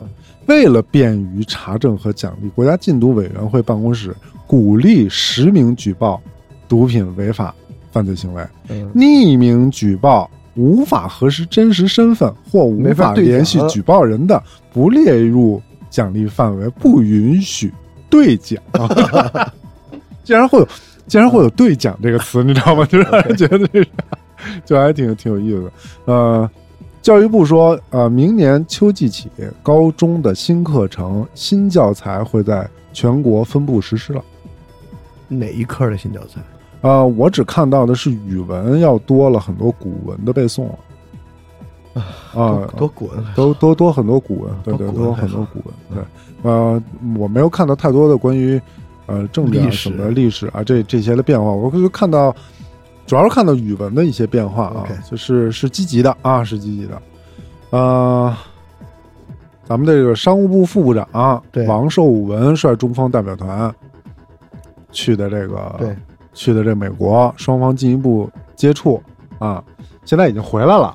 为了便于查证和奖励，国家禁毒委员会办公室鼓励实名举报毒品违法犯罪行为，嗯，匿名举报无法核实真实身份或无没法法对联系奖举报人的，不列入奖励范围，不允许兑奖。 竟然会有，竟然会有“兑奖”这个词，你知道吗？就 让人觉得这是，就还挺挺有意思的。呃，教育部说，呃，明年秋季起，高中的新课程、新教材会在全国分布实施了。哪一科的新教材？呃，我只看到的是语文要多了很多古文的背诵了，啊、多滚，都多多很多古文，对对，多古文嗯多还很多好古文，对，呃，我没有看到太多的关于呃政治啊历什史么历史啊这这些的变化，我就看到主要是看到语文的一些变化啊 OK，就是是积极的啊，是积极的，呃。咱们这个商务部副部长、啊对王寿文率中方代表团去的这个对，去的这美国，双方进一步接触啊，现在已经回来了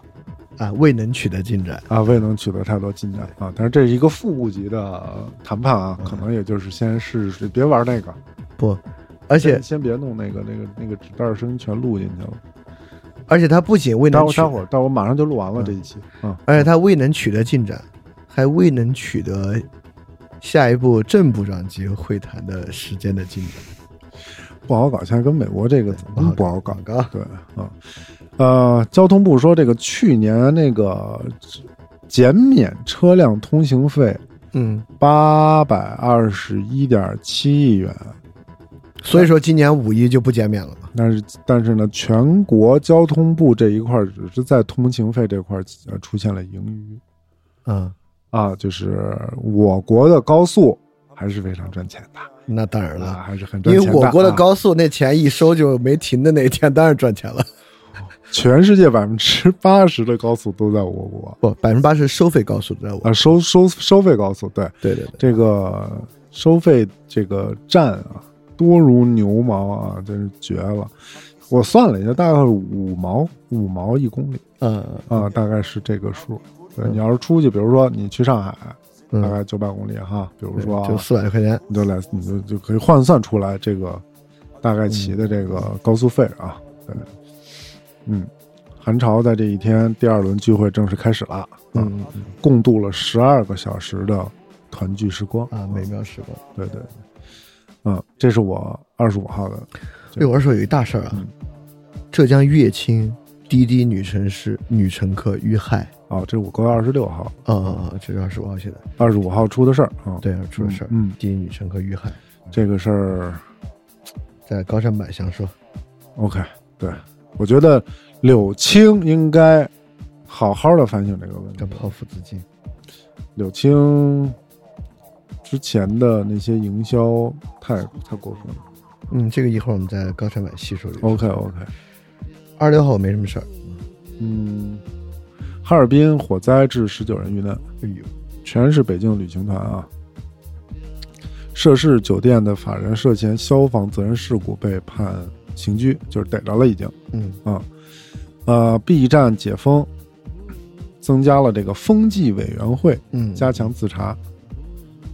啊，未能取得进展，啊，未能取得太多进展啊。但是这是一个副部级的呃谈判啊，嗯可能也就是先试试，别玩那个，不，而且先先别弄那个那个那个纸袋声全录进去了。而且他不仅未待能会儿取待，会儿待会儿马上就录完了嗯这一期啊，而且他未能取得进展，还未能取得下一步正部长级会谈的时间的进展。不好搞。现在跟美国这个怎么不好搞？广告对啊，呃，交通部说这个去年那个减免车辆通行费嗯，八百二十一点七亿元。所以说今年五一就不减免了嘛。但是但是呢，全国交通部这一块儿只是在通勤费这块儿呃出现了盈余嗯，啊，就是我国的高速还是非常赚钱的那当然啊，了，还是很因赚为钱的。啊我国的、高速那钱一收就没停的那一天，当然赚钱了。全世界百分之八十的高速都在我国不，百分之八十收费高速在我。啊，收收收费高速，对对对对，这个收费这个站啊，多如牛毛啊，真是绝了。我算了一下，大概是五毛五毛一公里。嗯啊、大概是这个数。对你要是出去，比如说你去上海，嗯大概九百公里哈，比如对说啊就四百块钱。你就来，你就就可以换算出来这个大概嗯骑的这个高速费啊。对，嗯，韩朝在这一天第二轮聚会正式开始了，啊，嗯共度了十二个小时的团聚时光啊，美妙时光。对对，对嗯，这是我二十五号的，对我二手有一大事儿啊，嗯浙江乐清滴滴女乘是女乘客遇害。啊，这是我高月二十六号、啊啊啊！这个二十五号写的，二十五号出的事儿啊。，对，出了事儿。嗯嗯滴滴女乘客遇害，这个事儿在高山百祥说， OK，对，我觉得柳青应该好好的反省这个问题要。剖腹自尽。柳青之前的那些营销太太过分了。嗯，这个一会儿我们在高山百细说这个。 OK OK，二十六号我没什么事儿。嗯，哈尔滨火灾致十九人遇难，哎呦，全是北京旅行团啊。涉事酒店的法人涉嫌消防责任事故被判刑拘，就是逮着了已经。嗯，啊，呃，B 站解封，增加了这个风纪委员会，嗯加强自查，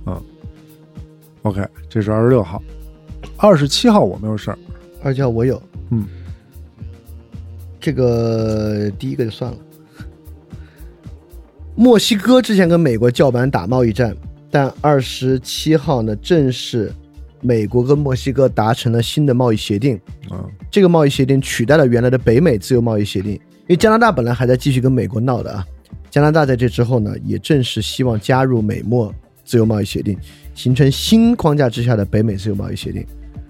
啊，OK，这是二十六号，二十七号我没有事儿，二十七号我有。嗯，这个第一个就算了。墨西哥之前跟美国叫板打贸易战，但二十七号呢，正式美国跟墨西哥达成了新的贸易协定。啊，这个贸易协定取代了原来的北美自由贸易协定，因为加拿大本来还在继续跟美国闹的啊。加拿大在这之后呢，也正式希望加入美墨自由贸易协定，形成新框架之下的北美自由贸易协定。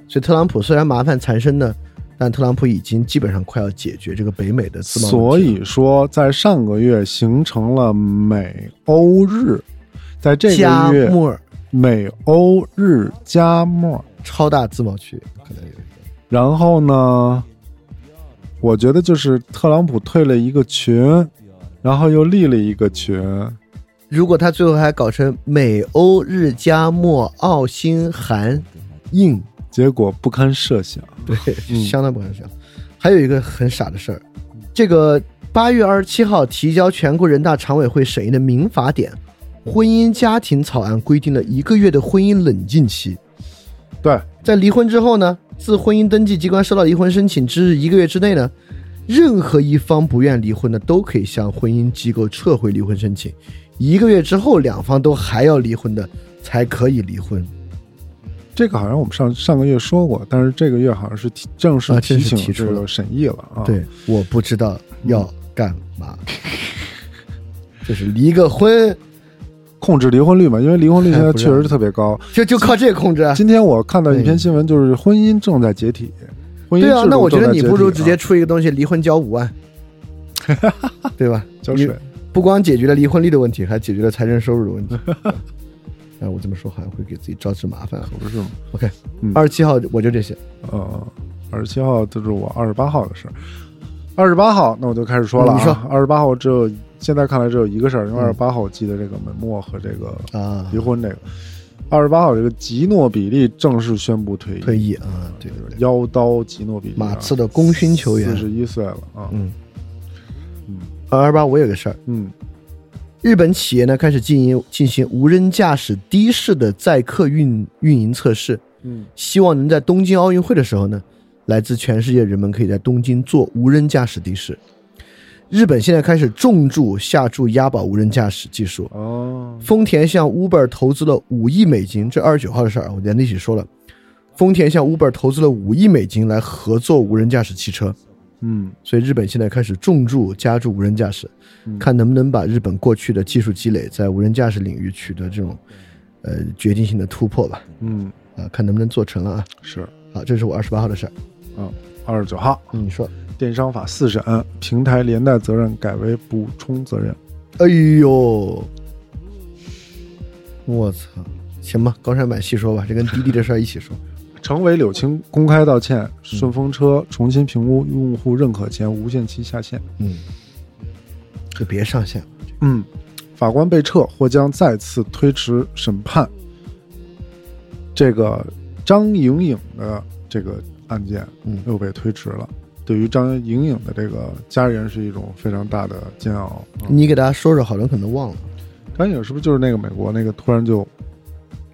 所以特朗普虽然麻烦缠身呢，但特朗普已经基本上快要解决这个北美的自贸所问题了。以说在上个月形成了美欧日，在这加个月莫尔美欧日加墨，超大自贸区可能有一个然后呢，我觉得就是特朗普退了一个群，然后又立了一个群，如果他最后还搞成美欧日加墨澳新韩印，结果不堪设想。对，相当不可想。还有一个很傻的事儿，这个八月二十七号提交全国人大常委会审议的民法典《婚姻家庭草案》规定了一个月的婚姻冷静期，对，在离婚之后呢，自婚姻登记机关收到离婚申请之日一个月之内呢，任何一方不愿离婚的都可以向婚姻机构撤回离婚申请，一个月之后两方都还要离婚的才可以离婚。这个好像我们上上个月说过，但是这个月好像是提正式啊提正式请提出这了个审议了啊。对，我不知道要干嘛， 就是离个婚，控制离婚率嘛，因为离婚率现在哎不确让实是特别高。就就靠这控制啊。今天我看到一篇新闻，就是婚姻正在解体，婚姻对啊，制那度我觉得正在你解不如体直啊接出一个东西，离婚交五 万，对吧？交你税。不光解决了离婚率的问题，还解决了财政收入的问题。哎，我这么说好像会给自己招致麻烦啊。不是吗？ OK，嗯二十七号我就这些，呃，二十七号就是我二十八号的事儿。二十八号，那我就开始说了、啊。嗯你说嗯二十八号只有现在看来只有一个事儿，因为二十八号我记得这个美墨和这个啊离婚这个。二十八号这个吉诺比利正式宣布退役，退役啊，对对对，妖刀吉诺比利、啊，马刺的功勋球员四。十一岁了啊。嗯二十八，我有个事儿，嗯日本企业呢开始进行进行无人驾驶的士的载客运运营测试，嗯希望能在东京奥运会的时候呢，来自全世界人们可以在东京坐无人驾驶的士。日本现在开始重注下注押宝无人驾驶技术，哦，丰田向 Uber 投资了五亿美金，这二十九号的事儿啊，我连在一起说了。丰田向 Uber 投资了五亿美金来合作无人驾驶汽车，嗯所以日本现在开始重注加注无人驾驶，嗯看能不能把日本过去的技术积累在无人驾驶领域取得这种呃决定性的突破吧，嗯啊，看能不能做成了啊。是好，这是我二十八号的事儿，啊。二十九号，你说。电商法四审，平台连带责任改为补充责任。哎呦，我操！行吧，高山版细说吧，这跟滴滴的事儿一起说。成为柳青公开道歉，顺风车重新评估用户认可前无限期下线。 嗯，就别上线了。嗯，法官被撤或将再次推迟审判。这个张莹莹的这个案件嗯又被推迟了，对于张莹莹的这个家人是一种非常大的煎熬。啊你给大家说说，好多人可能忘了。张莹莹是不是就是那个美国那个突然就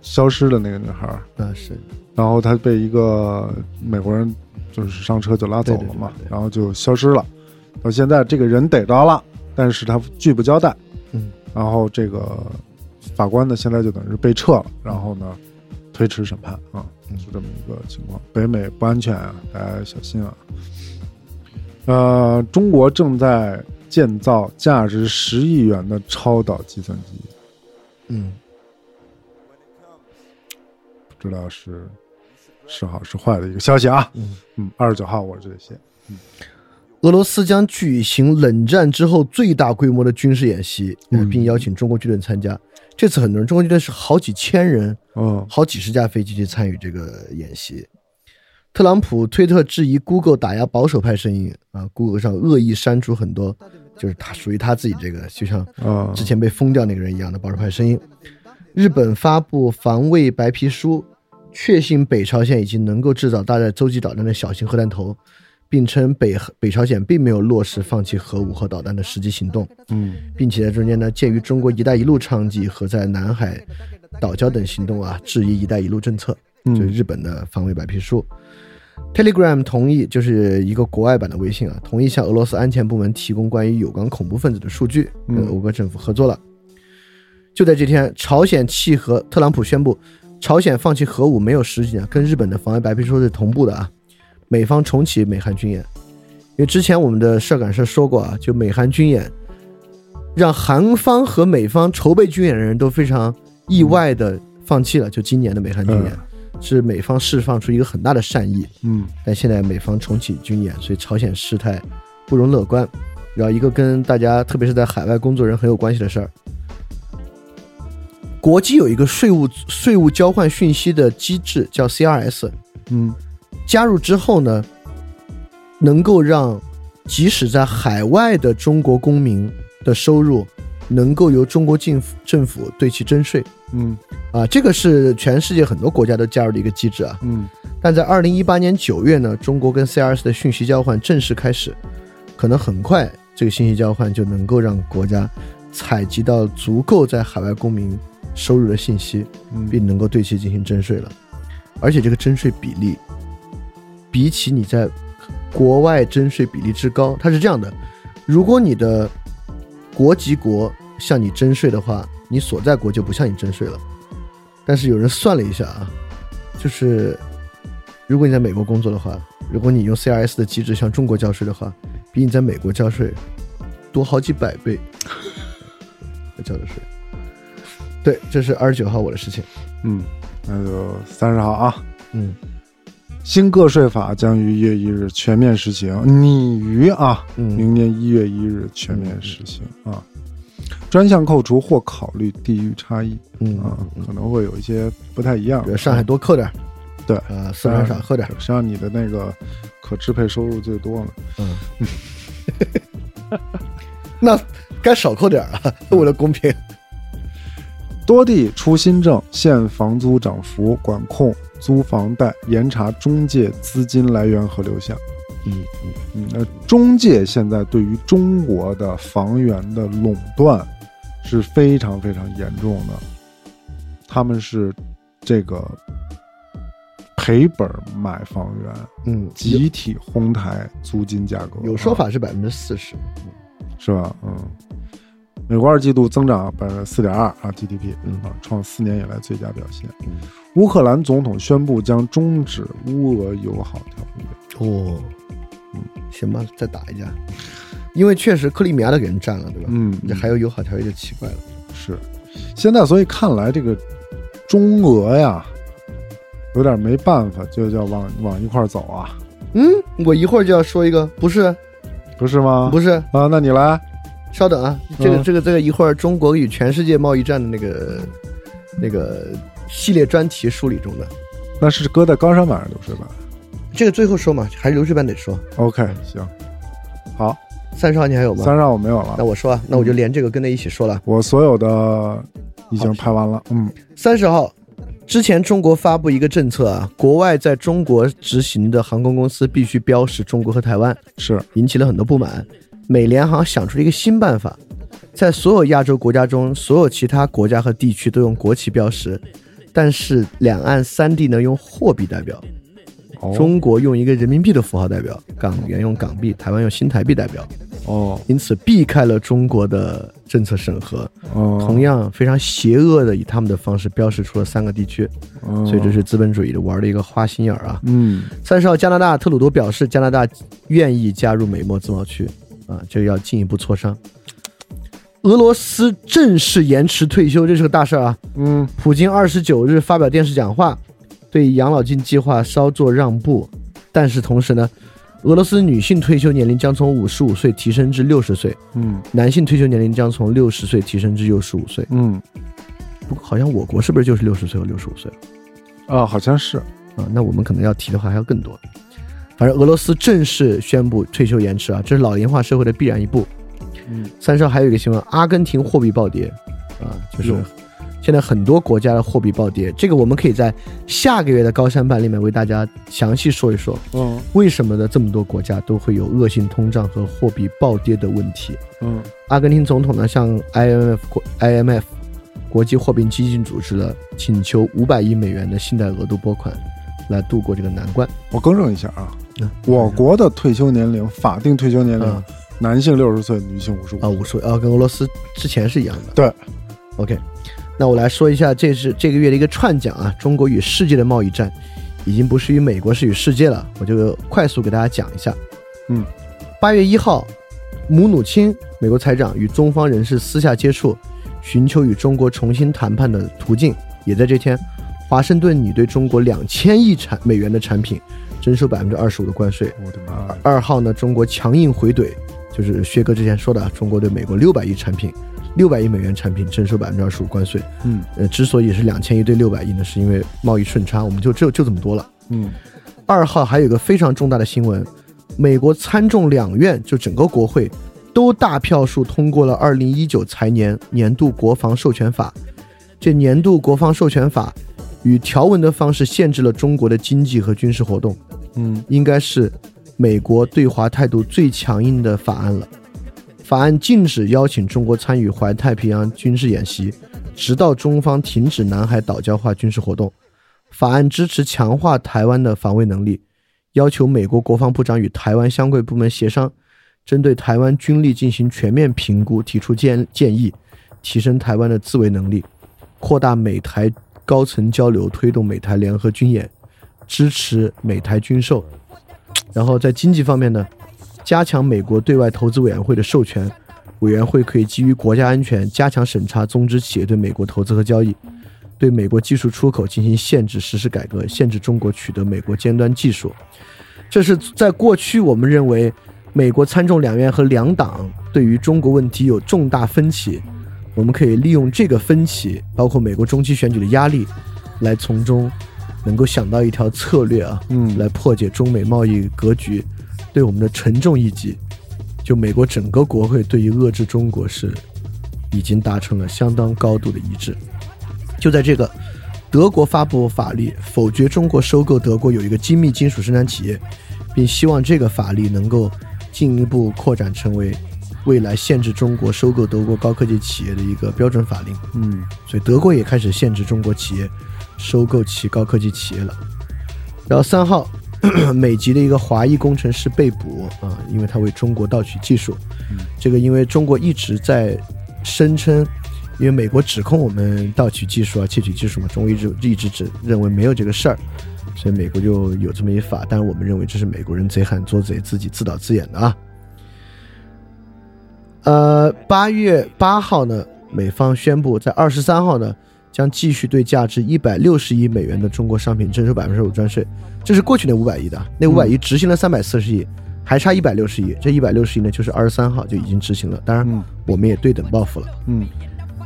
消失的那个女孩儿？啊，是然后她被一个美国人就是上车就拉走了嘛，对对对对对然后就消失了。到现在这个人逮着了，但是他拒不交代。嗯，然后这个法官呢，现在就等于是被撤了，然后呢推迟审判啊，嗯是这么一个情况。北美不安全啊，大家小心啊。呃，中国正在建造价值十亿元的超导计算机，嗯，不知道是是好是坏的一个消息啊。嗯，二十九号我是这些。俄罗斯将举行冷战之后最大规模的军事演习，呃并邀请中国军队参加。这次很多人，中国军队是好几千人，嗯好几十架飞机去参与这个演习。特朗普推特质疑 Google 打压保守派声音啊，Google 上恶意删除很多，就是他属于他自己这个，就像啊之前被封掉那个人一样的保守派声音。日本发布防卫白皮书，确信北朝鲜已经能够制造搭载洲际导弹的小型核弹头，并称北北朝鲜并没有落实放弃核武和导弹的实际行动。嗯并且在中间呢，鉴于中国“一带一路”倡议和在南海岛礁等行动啊，质疑“一带一路”政策，就是嗯日本的防卫白皮书。Telegram 同意，就是一个国外版的微信啊，同意向俄罗斯安全部门提供关于有关恐怖分子的数据，跟嗯俄国政府合作了。就在这天，朝鲜弃核，特朗普宣布，朝鲜放弃核武没有十几年，跟日本的防卫白皮书是同步的啊。美方重启美韩军演，因为之前我们的事儿赶事儿说过啊，就美韩军演，让韩方和美方筹备军演的人都非常意外的放弃了，就今年的美韩军演、是美方释放出一个很大的善意，嗯但现在美方重启军演，所以朝鲜事态不容乐观。然后一个跟大家，特别是在海外工作人很有关系的事儿，国际有一个税务税务交换讯息的机制叫 CRS，嗯加入之后呢，能够让即使在海外的中国公民的收入能够由中国政府政府对其征税嗯啊，这个是全世界很多国家都加入的一个机制啊。嗯但在二零一八年九月呢，中国跟 CRS 的讯息交换正式开始，可能很快这个信息交换就能够让国家采集到足够在海外公民收入的信息，并能够对其进行征税了。而且这个征税比例，比起你在国外征税比例之高，它是这样的：如果你的国籍国向你征税的话，你所在国就不向你征税了。但是有人算了一下啊，就是如果你在美国工作的话，如果你用 CRS 的机制向中国交税的话，比你在美国交税多好几百 倍交的税。对，这是二十九号我的事情。嗯，那就三十号啊。嗯新个税法将于一月一日全面实行，拟于啊，嗯明年一月一日全面实行啊。专项扣除或考虑地域差异嗯啊，可能会有一些不太一样比如。上海多扣点儿，对呃，四川少喝点儿。谁让你的那个可支配收入最多呢？嗯，那该少扣点儿啊，嗯为了公平。多地出新政，限房租涨幅，管控租房贷，严查中介资金来源和流向。嗯嗯，那中介现在对于中国的房源的垄断是非常非常严重的，他们是这个赔本买房源，嗯，集体哄抬租金价格，有说啊法是百分之四十。是吧？嗯，美国二季度增长百分之四点二啊 GDP 嗯啊，创四年以来最佳表现嗯。乌克兰总统宣布将终止乌俄友好条约。哦，嗯，行吧，再打一架，因为确实克里米亚都给人占了，对吧？嗯这还有友好条约就奇怪了。是，现在所以看来这个中俄呀，有点没办法，就要往往一块儿走啊，嗯，我一会儿就要说一个，不是，不是吗？不是，啊，那你来，稍等啊，这个嗯这个这个一会儿中国与全世界贸易战的那个那个系列专题梳理中的，那是搁在高山版还是流水版这个最后说嘛，还是流水版得说。 ？OK，行，好，三十号你还有吗？三让我没有了那，我说啊，那我就连这个跟着一起说了。我所有的已经拍完了，嗯三十号之前，中国发布一个政策啊，国外在中国执行的航空公司必须标识中国和台湾。是，引起了很多不满。美联航想出了一个新办法，在所有亚洲国家中，所有其他国家和地区都用国旗标识，但是两岸三地呢用货币代表，哦中国用一个人民币的符号代表，港元用港币，台湾用新台币代表。哦因此避开了中国的政策审核。哦，同样非常邪恶的以他们的方式标识出了三个地区，哦所以这是资本主义的玩的一个花心眼儿啊。嗯三十号，加拿大特鲁多表示，加拿大愿意加入美墨自贸区，啊，这个要进一步磋商。俄罗斯正式延迟退休，这是个大事儿啊！嗯普京二十九日发表电视讲话，对养老金计划稍作让步，但是同时呢，俄罗斯女性退休年龄将从五十五岁提升至六十岁，嗯男性退休年龄将从六十岁提升至六十五岁。嗯不过好像我国是不是就是六十岁和六十五岁了啊，好像是啊？那我们可能要提的话还要更多。反正俄罗斯正式宣布退休延迟啊，这是老龄化社会的必然一步。嗯，三十号还有一个新闻，阿根廷货币暴跌啊，就是哟现在很多国家的货币暴跌，这个我们可以在下个月的高山版里面为大家详细说一说，嗯为什么呢？这么多国家都会有恶性通胀和货币暴跌的问题。嗯阿根廷总统呢向 IMF 国 IMF 国际货币基金组织呢请求五百亿美元的信贷额度拨款，来度过这个难关。我更正一下啊嗯，我国的退休年龄法定退休年龄嗯，男性六十岁，女性五十啊，五。我说啊，跟俄罗斯之前是一样的。对， OK，那我来说一下，这是这个月的一个串讲啊，中国与世界的贸易战，已经不是与美国，是与世界了。我就快速给大家讲一下。嗯，八月一号，姆努钦美国财长与中方人士私下接触，寻求与中国重新谈判的途径。也在这天，华盛顿拟对中国两千亿产美元的产品征收百分之二十五的关税。我的妈呀！二号呢，中国强硬回怼，就是薛哥之前说的，中国对美国六百亿产品、六百亿美元产品征收百分之二十五关税。嗯呃，之所以是两千亿对六百亿呢，是因为贸易顺差，我们就就就这么多了。嗯二号还有一个非常重大的新闻，美国参众两院就整个国会都大票数通过了二零一九财年年度国防授权法。这年度国防授权法以条文的方式限制了中国的经济和军事活动。嗯应该是美国对华态度最强硬的法案了。法案禁止邀请中国参与环太平洋军事演习，直到中方停止南海岛礁化军事活动。法案支持强化台湾的防卫能力，要求美国国防部长与台湾相关部门协商，针对台湾军力进行全面评估，提出建建议，提升台湾的自卫能力，扩大美台高层交流，推动美台联合军演，支持美台军售。然后在经济方面呢，加强美国对外投资委员会的授权，委员会可以基于国家安全加强审查中资企业对美国投资和交易，对美国技术出口进行限制，实施改革，限制中国取得美国尖端技术。这是在过去我们认为美国参众两院和两党对于中国问题有重大分歧，我们可以利用这个分歧，包括美国中期选举的压力，来从中能够想到一条策略啊，嗯来破解中美贸易格局对我们的沉重一击。就美国整个国会对于遏制中国是已经达成了相当高度的一致。就在这个，德国发布法律否决中国收购德国有一个精密金属生产企业，并希望这个法律能够进一步扩展成为未来限制中国收购德国高科技企业的一个标准法令。嗯所以德国也开始限制中国企业收购其高科技企业了。然后三号， 美籍的一个华裔工程师被捕啊，因为他为中国盗取技术。这个因为中国一直在声称，因为美国指控我们盗取技术啊、窃取技术嘛，中国一直一直只认为没有这个事儿，所以美国就有这么一法，但是我们认为这是美国人贼喊捉贼，自己自导自演的啊。呃，八月八号呢，美方宣布在二十三号呢，将继续对价值一百六十亿美元的中国商品征收百分之五专税，这是过去那五百亿的啊，那五嗯百亿执行了三百四十亿，还差一百六十亿，这一百六十亿呢，就是二十三号就已经执行了，当嗯然我们也对等报复了。嗯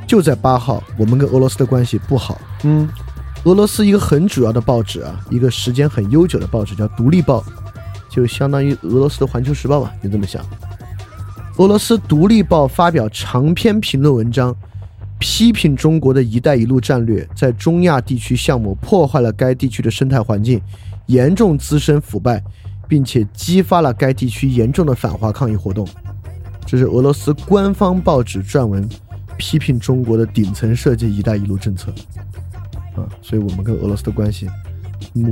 就在八号，我们跟俄罗斯的关系不好，嗯俄罗斯一个很主要的报纸啊，一个时间很悠久的报纸叫《独立报》，就相当于俄罗斯的《环球时报》吧，你这么想。俄罗斯《独立报》发表长篇评论文章，批评中国的一带一路战略在中亚地区项目破坏了该地区的生态环境，严重滋生腐败，并且激发了该地区严重的反华抗议活动。这是俄罗斯官方报纸撰文，批评中国的顶层设计“一带一路”政策。啊，所以我们跟俄罗斯的关系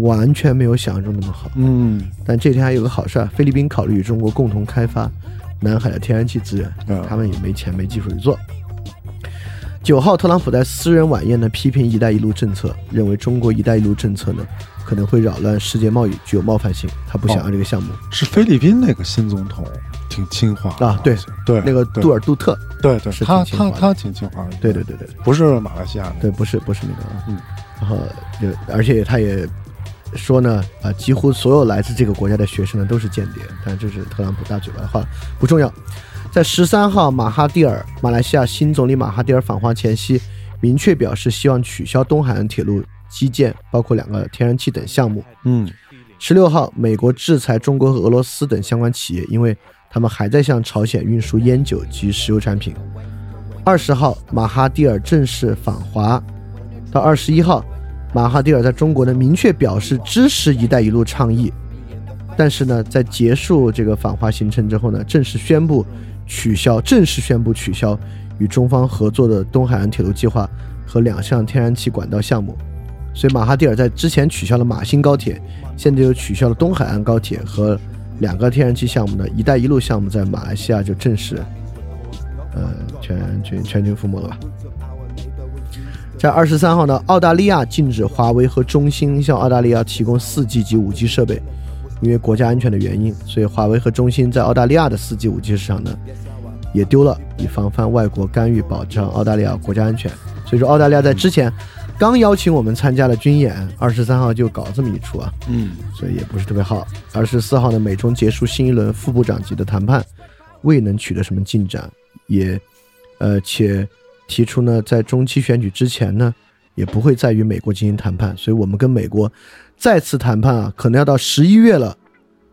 完全没有想象中那么好。嗯但这天还有个好事儿，菲律宾考虑与中国共同开发南海的天然气资源嗯，他们也没钱没技术去做。九号，特朗普在私人晚宴呢批评“一带一路”政策，认为中国“一带一路”政策呢可能会扰乱世界贸易，具有冒犯性，他不想让这个项目、是菲律宾那个新总统挺亲华的啊对对，那个对杜尔杜特，对对，是他挺亲他华的他挺亲华的，对对对对对不是马来西亚的，对，不是不是那个，嗯，然后就而且他也说呢，啊，几乎所有来自这个国家的学生呢都是间谍，但这是特朗普大嘴巴的话，不重要。在十三号马哈蒂尔马来西亚新总理马哈蒂尔访华前夕，明确表示希望取消东海岸铁路基建，包括两个天然气等项目。嗯十六号，美国制裁中国和俄罗斯等相关企业，因为他们还在向朝鲜运输烟酒及石油产品。二十号，马哈蒂尔正式访华。到二十一号，马哈蒂尔在中国呢明确表示支持“一带一路”倡议，但是呢，在结束这个访华行程之后呢，正式宣布取消，正式宣布取消与中方合作的东海岸铁路计划和两项天然气管道项目。所以马哈蒂尔在之前取消了马新高铁，现在又取消了东海岸高铁和两个天然气项目呢，“一带一路”项目在马来西亚就正式，呃，全全全军覆没了吧？在二十三号呢，澳大利亚禁止华为和中兴向澳大利亚提供四 G 及五 G 设备，因为国家安全的原因，所以华为和中兴在澳大利亚的四 G、五 G 市场呢也丢了，以防范外国干预，保障澳大利亚国家安全。所以说，澳大利亚在之前刚邀请我们参加了军演，二十三号就搞这么一出啊。嗯，所以也不是特别好。二十四号呢，美中结束新一轮副部长级的谈判，未能取得什么进展，也呃且提出呢，在中期选举之前呢，也不会再与美国进行谈判，所以我们跟美国再次谈判啊，可能要到十一月了。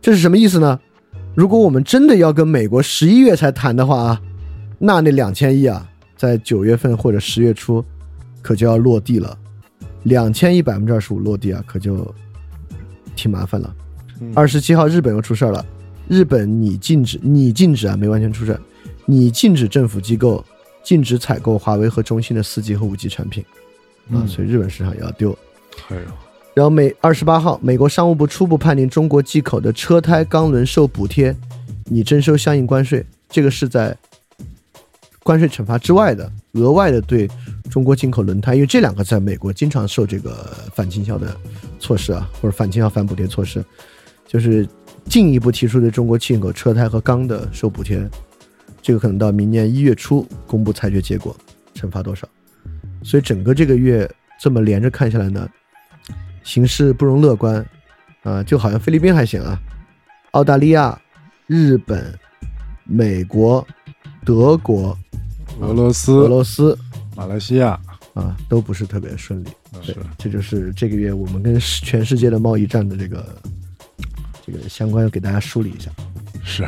这是什么意思呢？如果我们真的要跟美国十一月才谈的话啊，那那两千亿啊，在九月份或者十月初，可就要落地了。两千亿百分之二十五落地啊，可就挺麻烦了。二十七号日本又出事儿了，日本拟禁止拟禁止啊，没完全出事儿，拟禁止政府机构禁止采购华为和中兴的四 G 和五 G 产品啊，所以日本市场也要丢。哎啊呦，然后美二十八号，美国商务部初步判定中国进口的车胎、钢轮受补贴，拟征收相应关税。这个是在关税惩罚之外的额外的对中国进口轮胎，因为这两个在美国经常受这个反倾销的措施啊，或者反倾销反补贴措施，就是进一步提出对中国进口车胎和钢的受补贴。这个可能到明年一月初公布裁决结果，惩罚多少。所以整个这个月这么连着看下来呢，形势不容乐观啊、就好像菲律宾还行啊，澳大利亚、日本、美国、德国、俄罗俄斯、罗斯马来西亚啊，都不是特别顺利。对是，这就是这个月我们跟世全世界的贸易战的这个这个相关，给大家梳理一下。是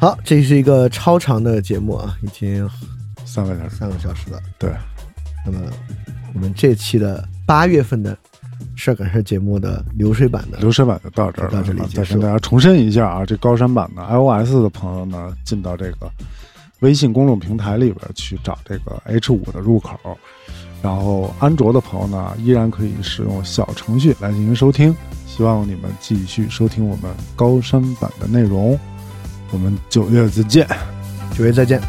好，这是一个超长的节目啊，已经三百小时，三个小时了。对，那么我们这期的八月份的事儿赶事儿节目的流水版的流水版就到这儿到了这里啊。结再束跟大家重申一下啊，这高山版的 iOS 的朋友呢，进到这个微信公众平台里边去找这个 H 五的入口，然后安卓的朋友呢，依然可以使用小程序来进行收听。希望你们继续收听我们高山版的内容，我们九月再见。九月再见。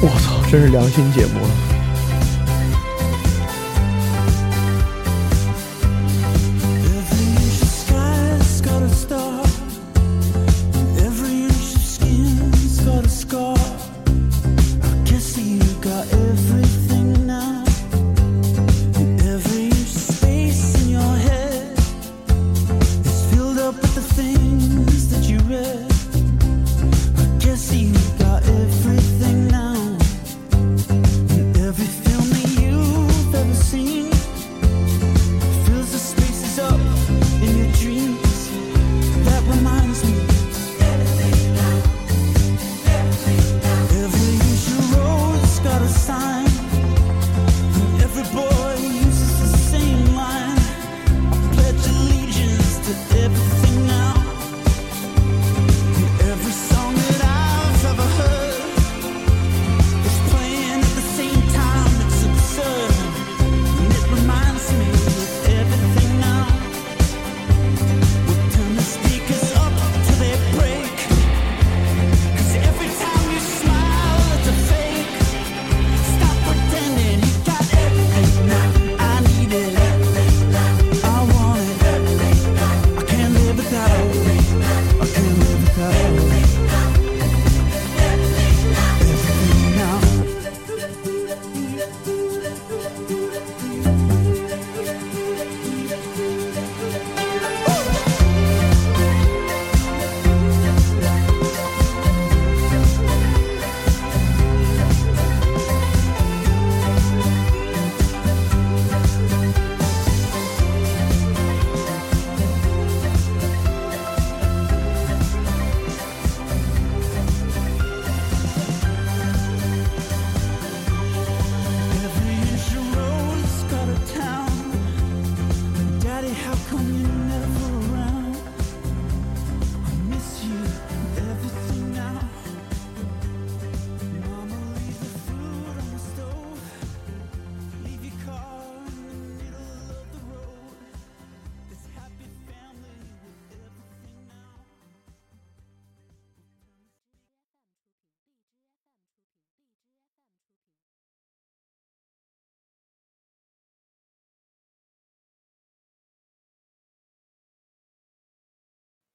我操，真是良心节目啊！ Every inch of sky's got a star, and every inch of skin's got a scar. I guess you got everything now, and every inch of space in your head is filled up with the things that you read. I guess you got everything now, and every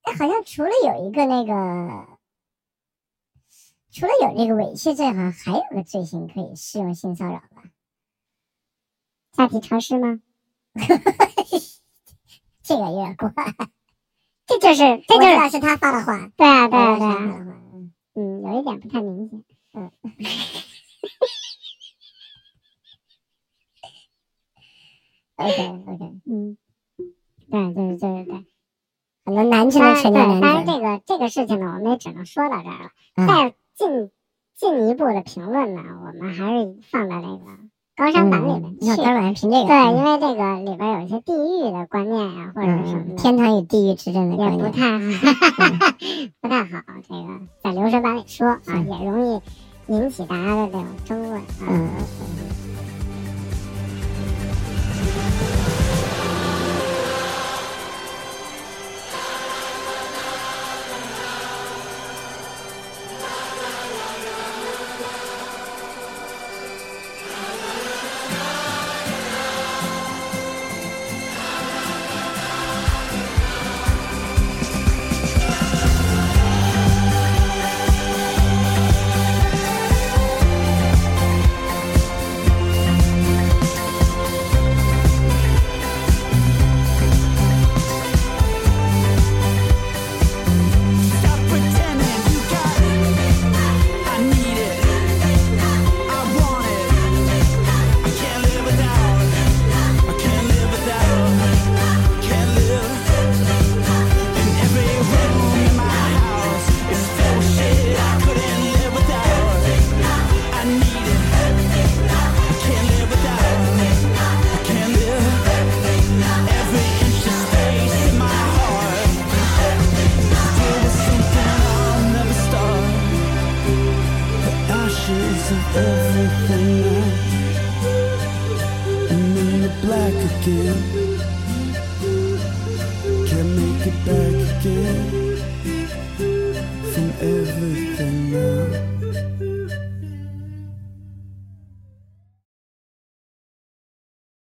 好像除了有一个那个，除了有那个猥亵罪，好像还有个罪行可以适用性骚扰吧？下体潮湿吗？ 这个有点过， 这就是这就是是他发的话，对啊对啊对啊，嗯，有一点不太明显， 嗯。OK OK，嗯，对，就是就是对，很多男性的成年男当然这个这个事情呢，我们也只能说到这儿了。再进进一步的评论呢，我们还是放到那个高山版里面去。高山版评这个，嗯对，因为这个里边有一些地域的观念呀、或者是什么、嗯天堂与地狱之争的观念，也不太好，不太好。这个在留声版里说啊，也容易引起大家的这种争论。嗯。 Stop pretending you got it. I need it. I want it. I can't live without. I can't live without. Can't live. And every room in my house is full of shit I couldn't live without. I need it. I can't live without. I can't live. Every inch of space in my heart. There was something I'll never start. The ashes of everything else, and then the black again. Can't make it back again.